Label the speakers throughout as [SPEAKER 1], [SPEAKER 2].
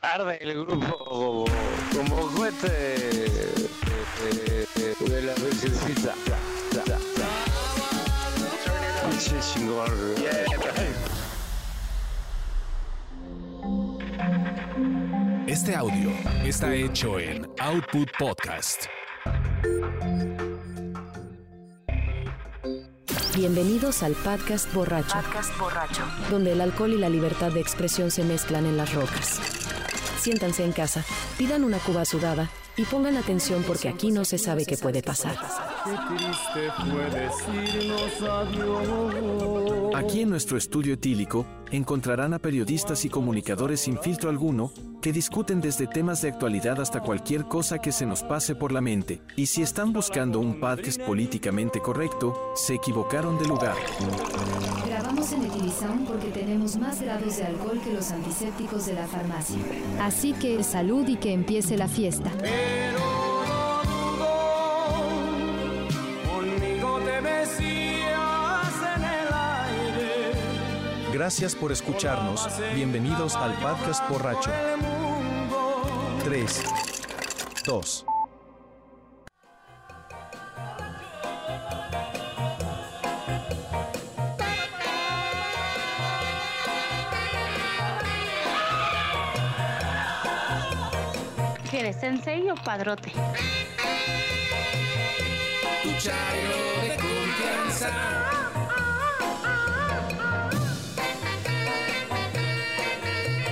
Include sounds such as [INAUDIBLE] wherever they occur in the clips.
[SPEAKER 1] hablar del grupo como cohete de, de, de la princesita. Da, da, da. Pinche chingón.
[SPEAKER 2] Este audio está hecho en Output Podcast.
[SPEAKER 3] Bienvenidos al podcast borracho,
[SPEAKER 4] Podcast borracho.
[SPEAKER 3] donde el alcohol y la libertad de expresión se mezclan en las rocas. Siéntanse en casa, pidan una cuba sudada y pongan atención porque aquí no se sabe qué puede pasar.
[SPEAKER 5] Aquí en nuestro estudio etílico, encontrarán a periodistas y comunicadores sin filtro alguno, que discuten desde temas de actualidad hasta cualquier cosa que se nos pase por la mente, y si están buscando un podcast políticamente correcto, se equivocaron de lugar.
[SPEAKER 6] Grabamos en Etilisound porque tenemos más grados de alcohol que los antisépticos de la farmacia. Así que salud y que empiece la fiesta.
[SPEAKER 7] Gracias por escucharnos. Bienvenidos al podcast borracho. 3, 2.
[SPEAKER 8] ¿Qué eres, sensei o padrote?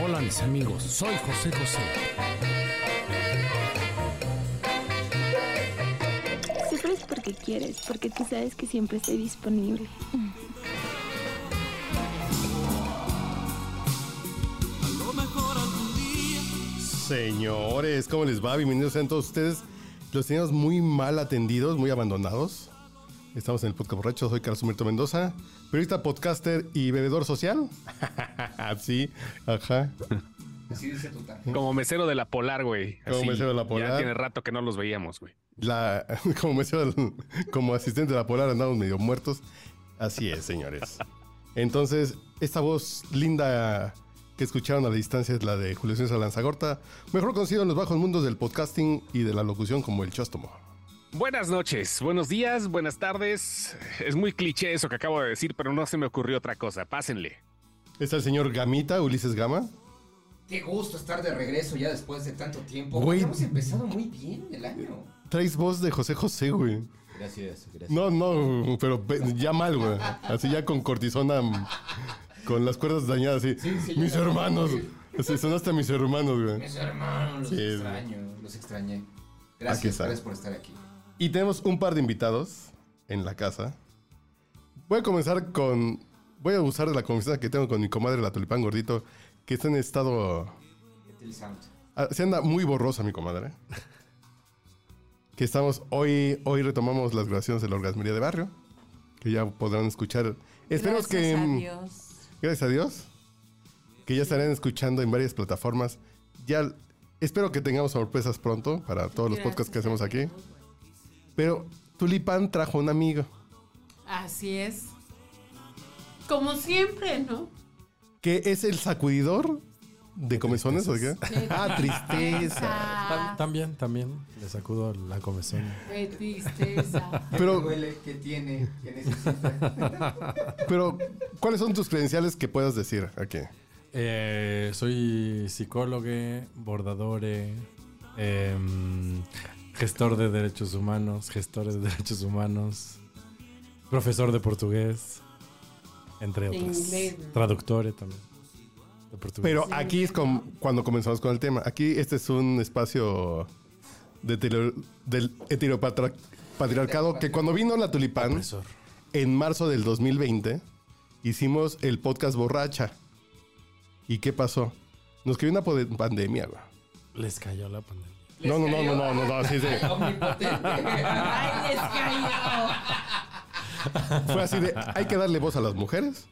[SPEAKER 9] Hola mis amigos, soy José José.
[SPEAKER 10] Sufres porque quieres, porque tú sabes que siempre estoy disponible.
[SPEAKER 11] Señores, ¿cómo les va? Bienvenidos sean todos ustedes. Los teníamos muy mal atendidos, muy abandonados. Estamos en el podcast borracho. Soy Carlos Humberto Mendoza, periodista, podcaster y bebedor social. [LAUGHS] sí, ajá.
[SPEAKER 12] Como mesero de la Polar, güey.
[SPEAKER 11] Como
[SPEAKER 12] Así,
[SPEAKER 11] mesero de la
[SPEAKER 12] Ya
[SPEAKER 11] Polar.
[SPEAKER 12] tiene rato que no los veíamos, güey.
[SPEAKER 11] La, [LAUGHS] como, me decía el- como asistente de la Polar andamos medio muertos. Así es, señores. Entonces, esta voz linda que escucharon a la distancia es la de Julio César Lanzagorta, mejor conocido en los bajos mundos del podcasting y de la locución como el chóstomo.
[SPEAKER 12] Buenas noches, buenos días, buenas tardes. Es muy cliché eso que acabo de decir, pero no se me ocurrió otra cosa. Pásenle.
[SPEAKER 11] Está el señor Gamita, Ulises Gama.
[SPEAKER 13] Qué gusto estar de regreso ya después de tanto tiempo.
[SPEAKER 11] Güey.
[SPEAKER 13] Hemos empezado muy bien el año.
[SPEAKER 11] Traes voz de José José, güey.
[SPEAKER 13] Gracias, gracias.
[SPEAKER 11] No, no, pero pe- ya mal, güey. Así ya con cortisona, mm, con las cuerdas dañadas, así.
[SPEAKER 13] sí,
[SPEAKER 11] mis
[SPEAKER 13] ya.
[SPEAKER 11] hermanos. Así sonaste a mis hermanos, güey.
[SPEAKER 13] Mis hermanos, los
[SPEAKER 11] Sí, güey. Ah,
[SPEAKER 13] extraño, los extrañé.
[SPEAKER 11] Aquí
[SPEAKER 13] Gracias,
[SPEAKER 11] está.
[SPEAKER 13] gracias por estar aquí.
[SPEAKER 11] Y tenemos un par de invitados en la casa. Voy a comenzar con. Voy a usar de la confianza que tengo con mi comadre, la Tulipán Gordito, que está en estado.
[SPEAKER 13] Etilisound.
[SPEAKER 11] ah, Se anda muy borrosa, mi comadre. Que estamos hoy. Hoy retomamos las grabaciones de la Orgasmería de Barrio. Que ya podrán escuchar. Esperemos que.
[SPEAKER 14] Gracias a
[SPEAKER 11] mm,
[SPEAKER 14] Dios.
[SPEAKER 11] Gracias a Dios. Que ya estarán escuchando en varias plataformas. Ya espero que tengamos sorpresas pronto para todos los
[SPEAKER 14] Gracias,
[SPEAKER 11] podcasts que hacemos aquí. Pero Tulipán trajo un amigo
[SPEAKER 14] Así es. Como siempre, ¿no?
[SPEAKER 11] que es el sacudidor de comezones, ¿o qué? Ah, tristeza.
[SPEAKER 14] Ah,
[SPEAKER 9] también, también le sacudo la comezón.
[SPEAKER 14] qué tristeza.
[SPEAKER 13] ¿Qué
[SPEAKER 11] Pero-
[SPEAKER 13] le duele? ¿Qué tiene? ¿Qué
[SPEAKER 11] [LAUGHS]
[SPEAKER 13] [LAUGHS] necesita?
[SPEAKER 11] Pero, ¿cuáles son tus credenciales que puedas decir aquí?
[SPEAKER 9] [LAUGHS] Eh, soy psicólogo, bordadore, em, gestor de derechos humanos, gestores de derechos humanos, profesor de portugués, entre
[SPEAKER 14] De
[SPEAKER 9] otras.
[SPEAKER 14] inglés, ¿no?
[SPEAKER 9] Traductore también. De portugués.
[SPEAKER 11] Pero aquí es con- cuando comenzamos con el tema. Aquí este es un espacio de tele- del heteropatriarcado que cuando vino la Tulipán...
[SPEAKER 9] Profesor.
[SPEAKER 11] en marzo del 2020 hicimos el podcast borracha. ¿Y qué pasó? Nos cayó una pode- pandemia, güey.
[SPEAKER 9] Les cayó la pandemia.
[SPEAKER 11] No, no, no, no, no, no, no, así de,
[SPEAKER 13] Omnipotente.
[SPEAKER 14] Ay, les cayó.
[SPEAKER 11] fue así de, hay que darle voz a las mujeres.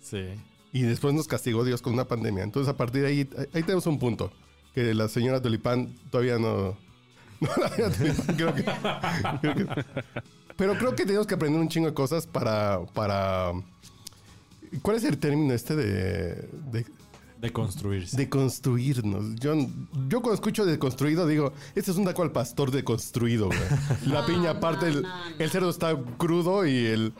[SPEAKER 9] Sí.
[SPEAKER 11] Y después nos castigó Dios con una pandemia. Entonces, a partir de ahí, ahí tenemos un punto. Que la señora Tulipán todavía no... [LAUGHS] No, la señora Tulipán creo que... creo que- pero creo que tenemos que aprender un chingo de cosas para... para ¿Cuál es el término este de... de
[SPEAKER 9] De construirse.
[SPEAKER 11] De construirnos. Yo, yo cuando escucho deconstruido digo, este es un taco al pastor deconstruido, güey. La piña aparte, el, el cerdo está crudo y el,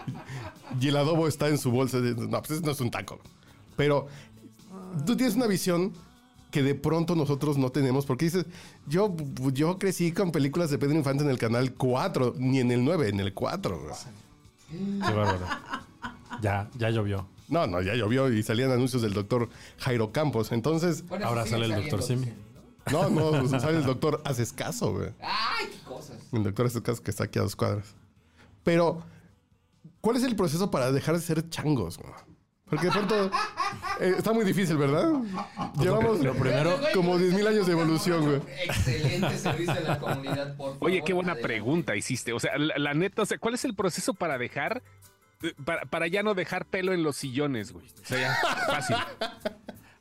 [SPEAKER 11] y el adobo está en su bolsa. No, pues ese no es un taco. Pero tú tienes una visión que de pronto nosotros no tenemos, porque dices, yo, yo crecí con películas de Pedro Infante en el canal 4, ni en el 9, en el 4. güey. [LAUGHS]
[SPEAKER 9] Qué bárbaro. Ya, ya llovió.
[SPEAKER 11] No, no, ya llovió y salían anuncios del doctor Jairo Campos. Entonces.
[SPEAKER 9] Bueno, Ahora sí sale el saliendo, doctor Simi. sí,
[SPEAKER 11] No, no, pues sale el doctor Haces Caso, güey.
[SPEAKER 13] ¡Ay, qué cosas!
[SPEAKER 11] El doctor Haces Caso que está aquí a dos cuadras. Pero, ¿cuál es el proceso para dejar de ser changos, güey? Porque de
[SPEAKER 13] [LAUGHS]
[SPEAKER 11] pronto. eh, está muy difícil, ¿verdad? Llevamos
[SPEAKER 9] lo primero-
[SPEAKER 11] como 10.000 años de evolución, güey.
[SPEAKER 13] Excelente servicio a la comunidad, por favor.
[SPEAKER 12] [LAUGHS] Oye, qué buena
[SPEAKER 13] adelante.
[SPEAKER 12] pregunta hiciste. O sea, la, la neta, o sea, ¿cuál es el proceso para dejar, eh, para, para ya no dejar pelo en los sillones, güey? O sea, ya, fácil.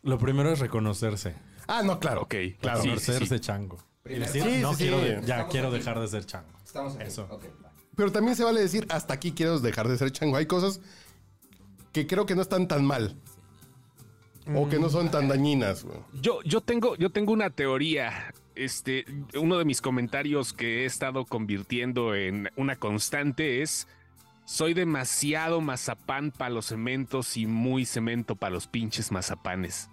[SPEAKER 9] Lo primero es reconocerse.
[SPEAKER 11] Ah, no, claro.
[SPEAKER 12] Ok, claro.
[SPEAKER 11] Sí, sí,
[SPEAKER 9] reconocerse
[SPEAKER 11] sí.
[SPEAKER 9] chango. Y
[SPEAKER 11] Primero-
[SPEAKER 9] decir,
[SPEAKER 11] Sí,
[SPEAKER 9] no
[SPEAKER 11] sí, sí.
[SPEAKER 9] quiero, de- ya
[SPEAKER 11] Estamos
[SPEAKER 9] quiero
[SPEAKER 11] aquí.
[SPEAKER 9] dejar de ser chango.
[SPEAKER 13] Estamos aquí.
[SPEAKER 9] Eso.
[SPEAKER 13] Ok, va.
[SPEAKER 11] Pero también se vale decir, hasta aquí quiero dejar de ser chango. Hay cosas que creo que no están tan mal. O que no son tan dañinas, güey.
[SPEAKER 12] Yo, yo, tengo, yo tengo una teoría. Este, uno de mis comentarios que he estado convirtiendo en una constante es: soy demasiado mazapán para los cementos y muy cemento para los pinches mazapanes.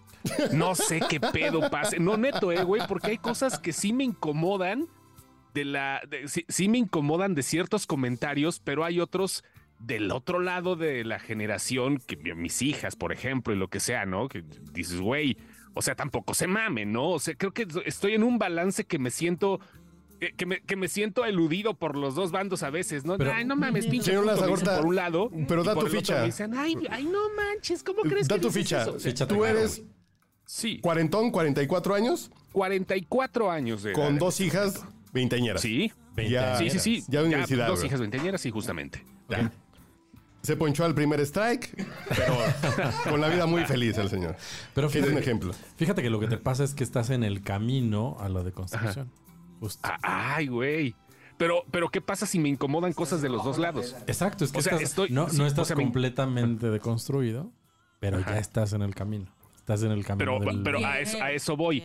[SPEAKER 12] No sé qué pedo pase. No, neto, eh, güey, porque hay cosas que sí me incomodan de la. de- sí, sí me incomodan de ciertos comentarios, pero hay otros del otro lado de la generación, que mi- mis hijas, por ejemplo, y lo que sea, ¿no? Que dices, güey, o sea, tampoco se mame, ¿no? O sea, creo que estoy en un balance que me siento. Que que me, que me siento eludido por los dos bandos a veces, ¿no?
[SPEAKER 11] Pero-
[SPEAKER 12] Ay, no mames, pinche.
[SPEAKER 11] Señor
[SPEAKER 12] puto, me dicen
[SPEAKER 11] Lazagorta,
[SPEAKER 12] por un lado.
[SPEAKER 11] pero
[SPEAKER 12] y
[SPEAKER 11] da
[SPEAKER 12] por el otro
[SPEAKER 11] tu ficha. Eh,
[SPEAKER 12] me dicen, ay, ay, no manches, ¿cómo crees
[SPEAKER 11] Da
[SPEAKER 12] que
[SPEAKER 11] tu
[SPEAKER 12] dices
[SPEAKER 11] ficha.
[SPEAKER 12] eso? O sea,
[SPEAKER 11] Tú eres
[SPEAKER 12] Sí.
[SPEAKER 11] cuarentón, 44 años,
[SPEAKER 12] 44 años de edad.
[SPEAKER 11] con dos hijas veinteañeras.
[SPEAKER 12] Sí.
[SPEAKER 11] Ya,
[SPEAKER 12] sí, sí, sí.
[SPEAKER 11] Ya de universidad.
[SPEAKER 12] dos
[SPEAKER 11] güey.
[SPEAKER 12] hijas veinteañeras, sí, justamente.
[SPEAKER 11] Ya. Se ponchó al primer strike, pero con la vida muy feliz el señor.
[SPEAKER 9] Pero
[SPEAKER 11] Sí, es un ejemplo.
[SPEAKER 9] Fíjate que lo que te pasa es que estás en el camino a la deconstrucción. Justo.
[SPEAKER 12] Ah, Ay, güey. Pero, pero, ¿qué pasa si me incomodan cosas de los dos lados?
[SPEAKER 9] Exacto, es que
[SPEAKER 12] O sea,
[SPEAKER 9] estás-
[SPEAKER 12] estoy-
[SPEAKER 9] no,
[SPEAKER 12] sí,
[SPEAKER 9] no
[SPEAKER 12] o
[SPEAKER 9] estás
[SPEAKER 12] sea, me-
[SPEAKER 9] completamente deconstruido, pero ya estás en el camino. Estás en el camino.
[SPEAKER 12] Pero,
[SPEAKER 9] del-
[SPEAKER 12] pero a, eso, a eso voy.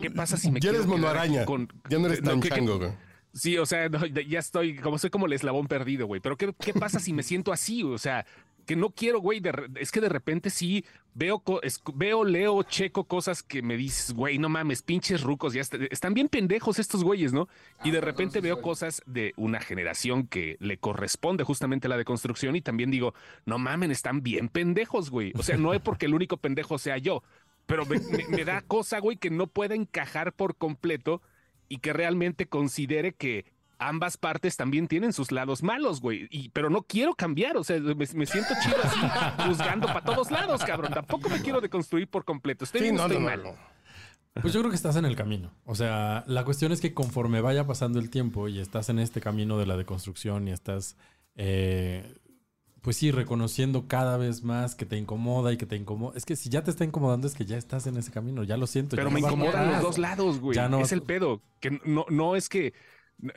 [SPEAKER 12] ¿Qué pasa si me
[SPEAKER 11] Ya eres
[SPEAKER 12] quiero quedar
[SPEAKER 11] monoaraña.
[SPEAKER 12] aquí con-
[SPEAKER 11] Ya no eres tan
[SPEAKER 12] que- que-
[SPEAKER 11] chango, güey.
[SPEAKER 12] Sí, o sea, no, ya estoy, como soy como el eslabón perdido, güey. Pero ¿qué, qué pasa si me siento así? O sea, que no quiero, güey. de re- Es que de repente sí veo, co- es- veo, leo, checo cosas que me dices, güey, no mames, pinches rucos, ya est- están bien pendejos estos güeyes, ¿no? Y de repente veo cosas de una generación que le corresponde justamente la deconstrucción y también digo, no mamen, están bien pendejos, güey. O sea, no es porque el único pendejo sea yo, pero me, me- me da cosa, güey, que no pueda encajar por completo y que realmente considere que ambas partes también tienen sus lados malos, güey. Y, pero no quiero cambiar, o sea, me, me siento chido así, juzgando para todos lados, cabrón. Tampoco me quiero deconstruir por completo. Estoy
[SPEAKER 11] Sí,
[SPEAKER 12] bien,
[SPEAKER 11] no,
[SPEAKER 12] estoy
[SPEAKER 11] no, no,
[SPEAKER 12] mal.
[SPEAKER 11] no.
[SPEAKER 9] Pues yo creo que estás en el camino. O sea, la cuestión es que conforme vaya pasando el tiempo y estás en este camino de la deconstrucción y estás, eh, pues sí, reconociendo cada vez más que te incomoda y que te incomoda. Es que si ya te está incomodando es que ya estás en ese camino, ya lo siento.
[SPEAKER 12] Pero
[SPEAKER 9] ya
[SPEAKER 12] me
[SPEAKER 9] no vas
[SPEAKER 12] incomodan
[SPEAKER 9] atrás.
[SPEAKER 12] los dos lados, güey.
[SPEAKER 9] Ya no-
[SPEAKER 12] Es el pedo. Que no, no es que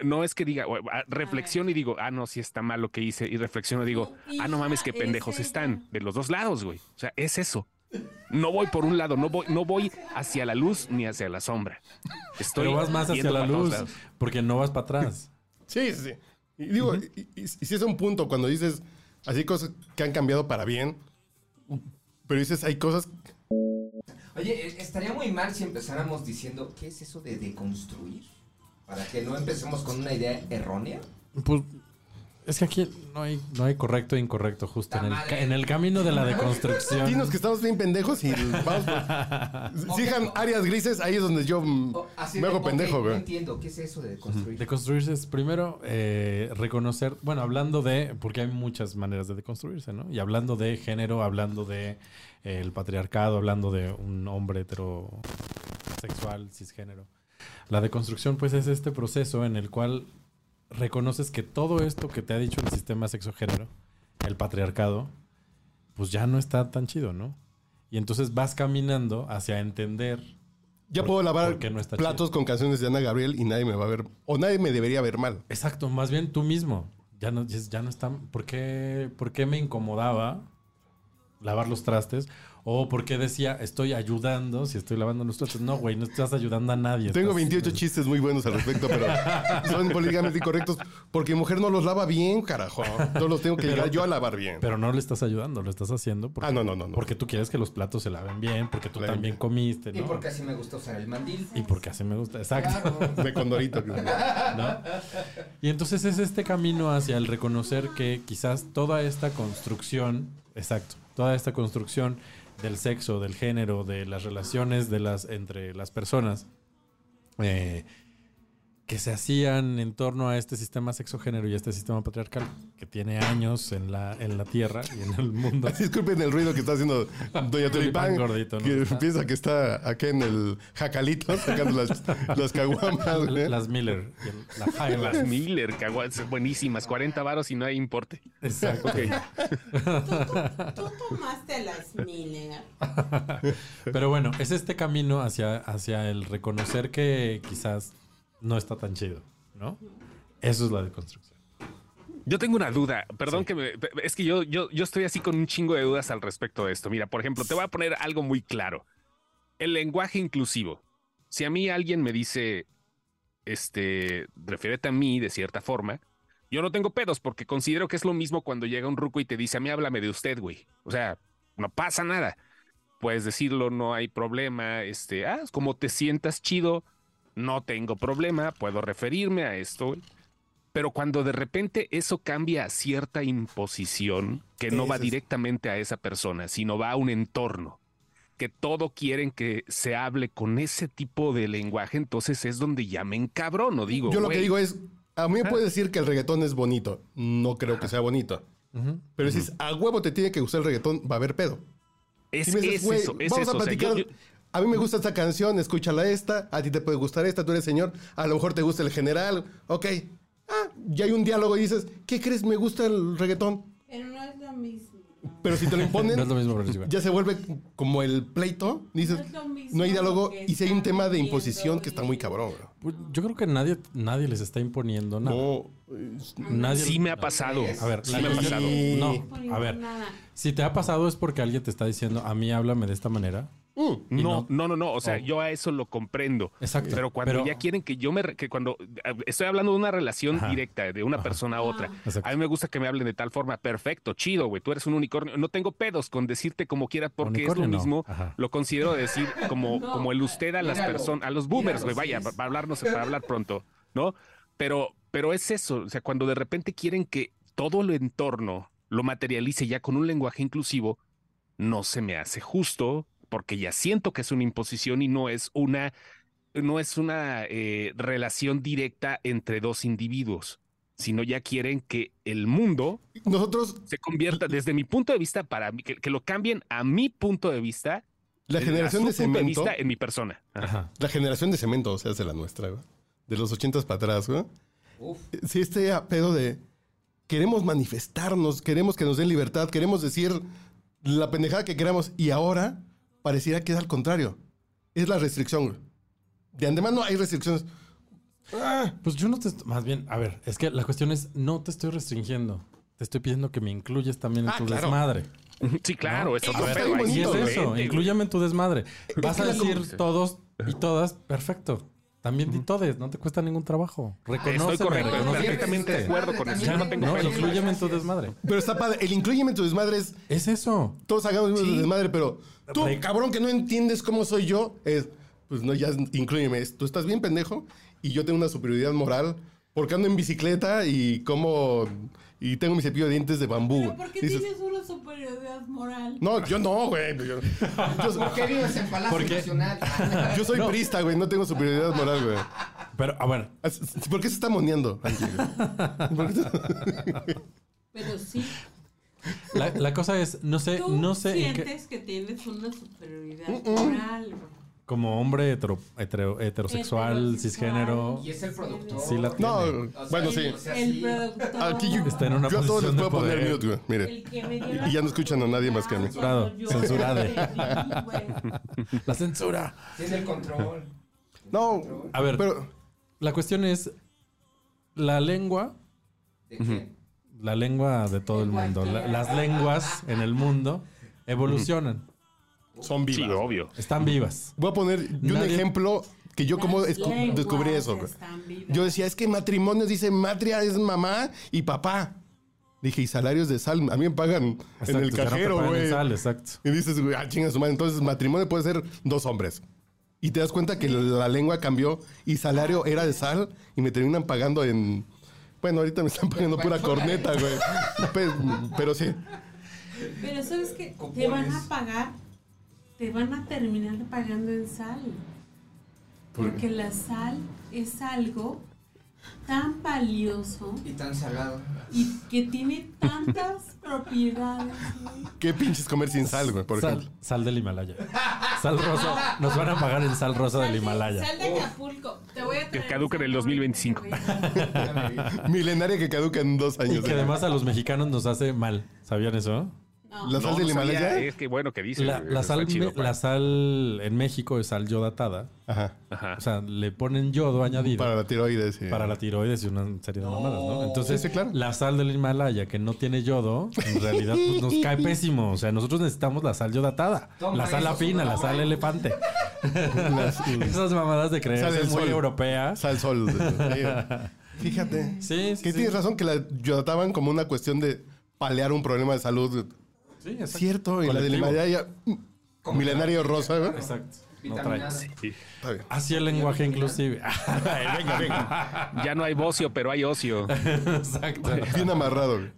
[SPEAKER 12] no es que diga, güey, ah, reflexiono y digo, ah, no, sí está mal lo que hice. Y reflexiono y digo, ah, no mames, qué pendejos están. De los dos lados, güey. O sea, es eso. No voy por un lado, no voy, no voy hacia la luz ni hacia la sombra. Estoy
[SPEAKER 9] Pero vas más hacia
[SPEAKER 12] yendo
[SPEAKER 9] la
[SPEAKER 12] para todos
[SPEAKER 9] luz
[SPEAKER 12] lados.
[SPEAKER 9] porque no vas para atrás.
[SPEAKER 11] Sí, sí, sí. Y digo, y, y- y sí es un punto cuando dices así cosas que han cambiado para bien, pero dices hay cosas.
[SPEAKER 13] Oye, eh, estaría muy mal si empezáramos diciendo, ¿qué es eso de deconstruir? Para que no empecemos con una idea errónea.
[SPEAKER 9] [LAUGHS] Pues es que aquí no hay, no hay correcto e incorrecto, justo en el, ca- en el camino de [LAUGHS] la deconstrucción.
[SPEAKER 11] Dinos que estamos bien pendejos y vamos. por- si dejan áreas grises, ahí es donde yo mm,
[SPEAKER 13] Así
[SPEAKER 11] me
[SPEAKER 13] de,
[SPEAKER 11] hago
[SPEAKER 13] ok,
[SPEAKER 11] pendejo,
[SPEAKER 13] No
[SPEAKER 11] güey.
[SPEAKER 13] entiendo, ¿qué es eso de deconstruir?
[SPEAKER 9] De construirse es primero eh, reconocer, bueno, hablando de, porque hay muchas maneras de deconstruirse, ¿no? Y hablando de género, hablando de eh, el patriarcado, hablando de un hombre heterosexual, cisgénero. La deconstrucción, pues, es este proceso en el cual reconoces que todo esto que te ha dicho el sistema sexogénero, el patriarcado, pues ya no está tan chido, ¿no? Y entonces vas caminando hacia entender.
[SPEAKER 11] Ya
[SPEAKER 9] por-
[SPEAKER 11] puedo lavar
[SPEAKER 9] por qué no está chido.
[SPEAKER 11] platos con canciones de Ana Gabriel y nadie me va a ver, o nadie me debería ver mal.
[SPEAKER 9] Exacto, más bien tú mismo. Ya no, ya no está. ¿por qué, ¿Por qué me incomodaba lavar los trastes? O porque decía, estoy ayudando si estoy lavando los platos. No, güey, no estás ayudando a nadie.
[SPEAKER 11] Tengo
[SPEAKER 9] estás-
[SPEAKER 11] 28 chistes muy buenos al respecto,
[SPEAKER 9] [LAUGHS]
[SPEAKER 11] pero son políticamente incorrectos porque mi mujer no los lava bien, carajo. No los tengo que
[SPEAKER 9] Pero-
[SPEAKER 11] llegar yo a lavar bien.
[SPEAKER 9] Pero no le estás ayudando, lo estás haciendo porque,
[SPEAKER 11] Ah, no, no, no, no.
[SPEAKER 9] porque tú quieres que los platos se laven bien, porque tú
[SPEAKER 11] Laven
[SPEAKER 9] también
[SPEAKER 11] bien.
[SPEAKER 9] comiste,
[SPEAKER 13] Y
[SPEAKER 9] ¿no?
[SPEAKER 13] porque así me gusta usar el mandil.
[SPEAKER 9] Y porque así me gusta, exacto.
[SPEAKER 11] De condorito.
[SPEAKER 9] [LAUGHS] ¿No? Y entonces es este camino hacia el reconocer que quizás toda esta construcción, exacto, toda esta construcción del sexo, del género, de las relaciones de las, entre las personas, eh, que se hacían en torno a este sistema sexogénero y a este sistema patriarcal que tiene años en la, en la tierra y en el
[SPEAKER 11] [LAUGHS]
[SPEAKER 9] mundo.
[SPEAKER 11] [LAUGHS] Disculpen el ruido que está haciendo Doña Tulipán,
[SPEAKER 9] gordito, ¿no?
[SPEAKER 11] que
[SPEAKER 9] Está-
[SPEAKER 11] piensa que está acá en el jacalito [LAUGHS] sacando las, las
[SPEAKER 9] [LAUGHS]
[SPEAKER 11] caguamas. ¿eh?
[SPEAKER 9] Las Miller. y el- la High
[SPEAKER 12] Las
[SPEAKER 9] Life.
[SPEAKER 12] Miller, caguas, buenísimas. 40 varos y no hay importe.
[SPEAKER 9] Exacto.
[SPEAKER 14] Tú tomaste las Miller.
[SPEAKER 9] [LAUGHS] Pero bueno, es este camino hacia, hacia el reconocer que quizás no está tan chido, ¿no? Eso es la deconstrucción.
[SPEAKER 12] Yo tengo una duda, perdón que me, es que yo, yo, yo estoy así con un chingo de dudas al respecto de esto. Mira, por ejemplo, te voy a poner algo muy claro. El lenguaje inclusivo. Si a mí alguien me dice, este, refiérete a mí de cierta forma, yo no tengo pedos porque considero que es lo mismo cuando llega un ruco y te dice, a mí háblame de usted, güey. O sea, no pasa nada. Puedes decirlo, no hay problema. Este, ah, como te sientas chido, no tengo problema, puedo referirme a esto. güey. Pero cuando de repente eso cambia a cierta imposición que no va
[SPEAKER 11] Ese es-
[SPEAKER 12] directamente a esa persona, sino va a un entorno, que todo quieren que se hable con ese tipo de lenguaje, entonces es donde ya me encabrono, digo.
[SPEAKER 11] Yo lo que
[SPEAKER 12] "Güey,
[SPEAKER 11] digo es, a mí me puede decir que el reggaetón es bonito. No creo que sea bonito.
[SPEAKER 9] Ujú.
[SPEAKER 11] Pero si es, a huevo te tiene que gustar el reggaetón, va a haber pedo.
[SPEAKER 12] Es,
[SPEAKER 11] Si me dices,
[SPEAKER 12] es
[SPEAKER 11] "Güey,
[SPEAKER 12] eso, es
[SPEAKER 11] vamos
[SPEAKER 12] eso.
[SPEAKER 11] a
[SPEAKER 12] o sea, yo-
[SPEAKER 11] platicar.
[SPEAKER 12] yo-
[SPEAKER 11] A mí me gusta esta canción, escúchala esta. A ti te puede gustar esta, tú eres señor. A lo mejor te gusta el general. Ok. Ah, ya hay un diálogo y dices, ¿qué crees? Me gusta el reggaetón.
[SPEAKER 14] Pero no es lo mismo.
[SPEAKER 11] Pero si te lo imponen,
[SPEAKER 9] No es lo mismo,
[SPEAKER 12] [LAUGHS]
[SPEAKER 9] pero es igual.
[SPEAKER 11] ya se vuelve como el pleito. Dices,
[SPEAKER 14] No es lo mismo
[SPEAKER 11] no hay diálogo.
[SPEAKER 14] que
[SPEAKER 11] Y si hay un tema de
[SPEAKER 14] están
[SPEAKER 11] imposición que está muy cabrón. bro.
[SPEAKER 9] Pues Yo creo que nadie, nadie les está imponiendo nada.
[SPEAKER 11] No, es-
[SPEAKER 9] Nadie,
[SPEAKER 12] sí me ha pasado.
[SPEAKER 9] A ver,
[SPEAKER 12] sí
[SPEAKER 9] la
[SPEAKER 12] me ha
[SPEAKER 9] cuestión-
[SPEAKER 12] pasado.
[SPEAKER 9] No, a ver. Si te ha pasado es porque alguien te está diciendo, a mí háblame de esta manera. Y
[SPEAKER 12] Mm, No,
[SPEAKER 9] no.
[SPEAKER 12] no, no, no. O sea,
[SPEAKER 9] Oh.
[SPEAKER 12] yo a eso lo comprendo.
[SPEAKER 9] Exacto.
[SPEAKER 12] Pero cuando
[SPEAKER 9] Pero-
[SPEAKER 12] ya quieren que yo me. re- que cuando. Estoy hablando de una relación
[SPEAKER 9] Ajá.
[SPEAKER 12] directa, de una persona a otra.
[SPEAKER 9] Exacto.
[SPEAKER 12] A mí me gusta que me hablen de tal forma. Perfecto, chido, güey. Tú eres un unicornio. No tengo pedos con decirte como quieras porque
[SPEAKER 9] Unicornio
[SPEAKER 12] es
[SPEAKER 9] no.
[SPEAKER 12] lo mismo.
[SPEAKER 9] Ajá.
[SPEAKER 12] Lo considero decir como,
[SPEAKER 14] No.
[SPEAKER 12] como el usted a las
[SPEAKER 13] Míralo.
[SPEAKER 12] personas, a los boomers, güey.
[SPEAKER 13] Míralo,
[SPEAKER 12] Vaya,
[SPEAKER 13] sí.
[SPEAKER 12] para hablarnos, para hablar pronto, ¿no? Pero, pero es eso. O sea, cuando de repente quieren que todo el entorno lo materialice ya con un lenguaje inclusivo, no se me hace justo porque ya siento que es una imposición y no es una, no es una eh, relación directa entre dos individuos, sino ya quieren que el mundo
[SPEAKER 11] Nosotros,
[SPEAKER 12] se convierta, desde mi punto de vista, para mí, que, que lo cambien a mi punto de vista,
[SPEAKER 11] la
[SPEAKER 12] eh, a
[SPEAKER 11] generación
[SPEAKER 12] su
[SPEAKER 11] de
[SPEAKER 12] punto
[SPEAKER 11] cemento.
[SPEAKER 12] vista eh, en mi persona.
[SPEAKER 9] Ajá.
[SPEAKER 11] La generación de cemento, o sea, es de la nuestra, güey. De los ochentas para atrás, güey.
[SPEAKER 13] Uf.
[SPEAKER 11] Sí, este pedo de queremos manifestarnos, queremos que nos den libertad, queremos decir la pendejada que queramos. Y ahora pareciera que es al contrario. Es la restricción, güey. De antemano hay restricciones. Ah,
[SPEAKER 9] Pues yo no te... est- Más bien, a ver, es que la cuestión es, no te estoy restringiendo. Te estoy pidiendo que me incluyas también en
[SPEAKER 11] Ah,
[SPEAKER 9] tu
[SPEAKER 11] claro.
[SPEAKER 9] desmadre.
[SPEAKER 12] Sí, claro, es
[SPEAKER 11] Eso
[SPEAKER 12] otro
[SPEAKER 11] está
[SPEAKER 12] pedo,
[SPEAKER 11] bien
[SPEAKER 12] ahí sí
[SPEAKER 9] Y
[SPEAKER 11] bonito, ¿eh?
[SPEAKER 9] es
[SPEAKER 12] es
[SPEAKER 9] eso,
[SPEAKER 12] diferente, güey.
[SPEAKER 9] inclúyame en tu desmadre. Vas
[SPEAKER 11] que
[SPEAKER 9] a
[SPEAKER 11] la
[SPEAKER 9] decir
[SPEAKER 11] conversa-
[SPEAKER 9] todos y todas, perfecto. También di todes, no te cuesta ningún trabajo. Reconóceme,
[SPEAKER 12] Ah, Estoy correcto,
[SPEAKER 9] reconóceme.
[SPEAKER 12] perfectamente de acuerdo con eso. Yo no tengo
[SPEAKER 9] No,
[SPEAKER 12] pedos.
[SPEAKER 9] incluyeme en tu desmadre.
[SPEAKER 11] Pero está padre. El incluyeme en tu desmadre es
[SPEAKER 9] Es eso.
[SPEAKER 11] todos hagamos el mismo
[SPEAKER 12] Sí.
[SPEAKER 11] desmadre, pero tú,
[SPEAKER 9] Play-
[SPEAKER 11] cabrón, que no entiendes cómo soy yo, es, pues no, ya incluyeme, es, tú estás bien pendejo y yo tengo una superioridad moral porque ando en bicicleta y como, y tengo mi cepillo de dientes de bambú.
[SPEAKER 14] ¿Pero por qué
[SPEAKER 11] Dices,
[SPEAKER 14] tienes una superioridad moral?
[SPEAKER 11] No, yo no, güey. Yo, yo-
[SPEAKER 14] [LAUGHS]
[SPEAKER 13] ¿Por qué vives en Palacio
[SPEAKER 9] ¿Por qué?
[SPEAKER 13] Nacional?
[SPEAKER 11] yo soy
[SPEAKER 9] No.
[SPEAKER 11] prista, güey, no tengo superioridad moral, güey.
[SPEAKER 9] Pero, a ver,
[SPEAKER 11] As- ¿Por qué se está moneando? ¿Por qué se-
[SPEAKER 14] Pero sí,
[SPEAKER 9] la, la cosa es, no sé,
[SPEAKER 14] tú
[SPEAKER 9] no sé en qué-
[SPEAKER 14] sientes que tienes una superioridad moral. bro.
[SPEAKER 9] como hombre hetero- hetero- heterosexual,
[SPEAKER 14] Heterosexual.
[SPEAKER 9] cisgénero,
[SPEAKER 13] Y es el productor.
[SPEAKER 9] Sí, la-
[SPEAKER 11] no,
[SPEAKER 13] O sea,
[SPEAKER 11] bueno, sí.
[SPEAKER 13] o sea,
[SPEAKER 14] El
[SPEAKER 13] sí.
[SPEAKER 14] productor.
[SPEAKER 11] Aquí yo,
[SPEAKER 9] Está en una
[SPEAKER 11] yo a todos les
[SPEAKER 9] posición de
[SPEAKER 11] puedo poner
[SPEAKER 9] poder.
[SPEAKER 11] mute, güey. Mire.
[SPEAKER 14] El que me dio la
[SPEAKER 11] Y ya no escuchan a nadie más que a mí.
[SPEAKER 14] oportunidad cuando yo
[SPEAKER 9] Censurado,
[SPEAKER 14] te
[SPEAKER 9] censurado.
[SPEAKER 14] di, güey.
[SPEAKER 9] la censura.
[SPEAKER 13] Tiene el control.
[SPEAKER 11] No,
[SPEAKER 9] A ver,
[SPEAKER 11] pero...
[SPEAKER 9] la cuestión es, la lengua,
[SPEAKER 13] ¿De qué?
[SPEAKER 9] la lengua de todo el mundo, la- las lenguas en el mundo evolucionan.
[SPEAKER 11] Son vivas.
[SPEAKER 12] Sí, obvio.
[SPEAKER 9] Están vivas.
[SPEAKER 11] Voy a poner yo un
[SPEAKER 9] Nadie-
[SPEAKER 11] ejemplo que yo como
[SPEAKER 14] Las
[SPEAKER 11] escu-
[SPEAKER 14] lenguas
[SPEAKER 11] descubrí eso. güey.
[SPEAKER 14] están vivas.
[SPEAKER 11] Yo decía, es que matrimonios, dice matria es mamá y papá. Dije, y salarios de sal, a mí me pagan en el
[SPEAKER 9] Exacto, ya no te
[SPEAKER 11] cajero,
[SPEAKER 9] pagan en
[SPEAKER 11] güey.
[SPEAKER 9] sal, exacto.
[SPEAKER 11] Y dices, güey, ah, chinga su madre. Entonces, matrimonio puede ser dos hombres. Y te das cuenta que la lengua cambió y salario era de sal y me terminan pagando en. Bueno, ahorita me están pagando pura corneta,
[SPEAKER 14] [LAUGHS]
[SPEAKER 11] güey. Pe- Pero sí.
[SPEAKER 14] Pero sabes que te van a pagar, te van a terminar pagando en sal.
[SPEAKER 13] ¿Por qué?
[SPEAKER 14] Porque la sal es algo tan valioso
[SPEAKER 13] Y tan salado.
[SPEAKER 14] y que tiene tantas propiedades. güey.
[SPEAKER 11] ¿Qué pinches comer sin sal, güey? Por
[SPEAKER 9] Sal,
[SPEAKER 11] ejemplo.
[SPEAKER 9] sal del Himalaya. Sal rosa. Nos van a pagar en sal rosa del Himalaya.
[SPEAKER 14] Sal de Acapulco. Te voy a
[SPEAKER 12] Que
[SPEAKER 14] traer.
[SPEAKER 12] caduca en el 2025.
[SPEAKER 11] [LAUGHS] Milenaria que caduca en dos
[SPEAKER 9] Y
[SPEAKER 11] años. ¿eh?
[SPEAKER 9] que además a los mexicanos nos hace mal. ¿Sabían eso?
[SPEAKER 11] ¿La sal del
[SPEAKER 12] sabía,
[SPEAKER 11] Himalaya?
[SPEAKER 12] Es que bueno que dices.
[SPEAKER 9] ¿eh? La,
[SPEAKER 12] güey,
[SPEAKER 9] la
[SPEAKER 12] está
[SPEAKER 9] sal,
[SPEAKER 12] chido, pa.
[SPEAKER 9] la sal en México es sal yodatada.
[SPEAKER 11] Ajá.
[SPEAKER 9] O sea, le ponen yodo añadido.
[SPEAKER 11] Para la tiroides. sí.
[SPEAKER 9] Para la tiroides y una serie de mamadas, ¿no?
[SPEAKER 11] No.
[SPEAKER 9] Entonces,
[SPEAKER 11] Sí, sí, claro.
[SPEAKER 9] la sal del Himalaya que no tiene yodo, en realidad pues, nos cae pésimo. O sea, nosotros necesitamos la sal yodatada,
[SPEAKER 13] Toma
[SPEAKER 9] la sal
[SPEAKER 13] eso,
[SPEAKER 9] afina, la sal elefante.
[SPEAKER 11] [LAUGHS] Las-
[SPEAKER 9] [LAUGHS] Esas mamadas de
[SPEAKER 11] Sal
[SPEAKER 9] creerse
[SPEAKER 11] del
[SPEAKER 9] muy
[SPEAKER 11] sol.
[SPEAKER 9] europea.
[SPEAKER 11] Sal sol.
[SPEAKER 9] [LAUGHS]
[SPEAKER 11] Sí. Fíjate.
[SPEAKER 9] Sí, sí,
[SPEAKER 11] Que
[SPEAKER 9] sí.
[SPEAKER 11] tienes razón que la trataban como una cuestión de palear un problema de salud.
[SPEAKER 9] Sí, exacto.
[SPEAKER 11] Cierto, y la del
[SPEAKER 9] Colectivo.
[SPEAKER 11] Himalaya. Milenario rosa, güey.
[SPEAKER 9] Exacto. No trae.
[SPEAKER 13] Vitaminada.
[SPEAKER 11] Está bien.
[SPEAKER 9] Así el lenguaje inclusive. [LAUGHS]
[SPEAKER 12] venga,
[SPEAKER 11] [LAUGHS]
[SPEAKER 12] venga. Ya no hay bocio, pero hay ocio.
[SPEAKER 9] Exacto.
[SPEAKER 11] Bien amarrado, güey.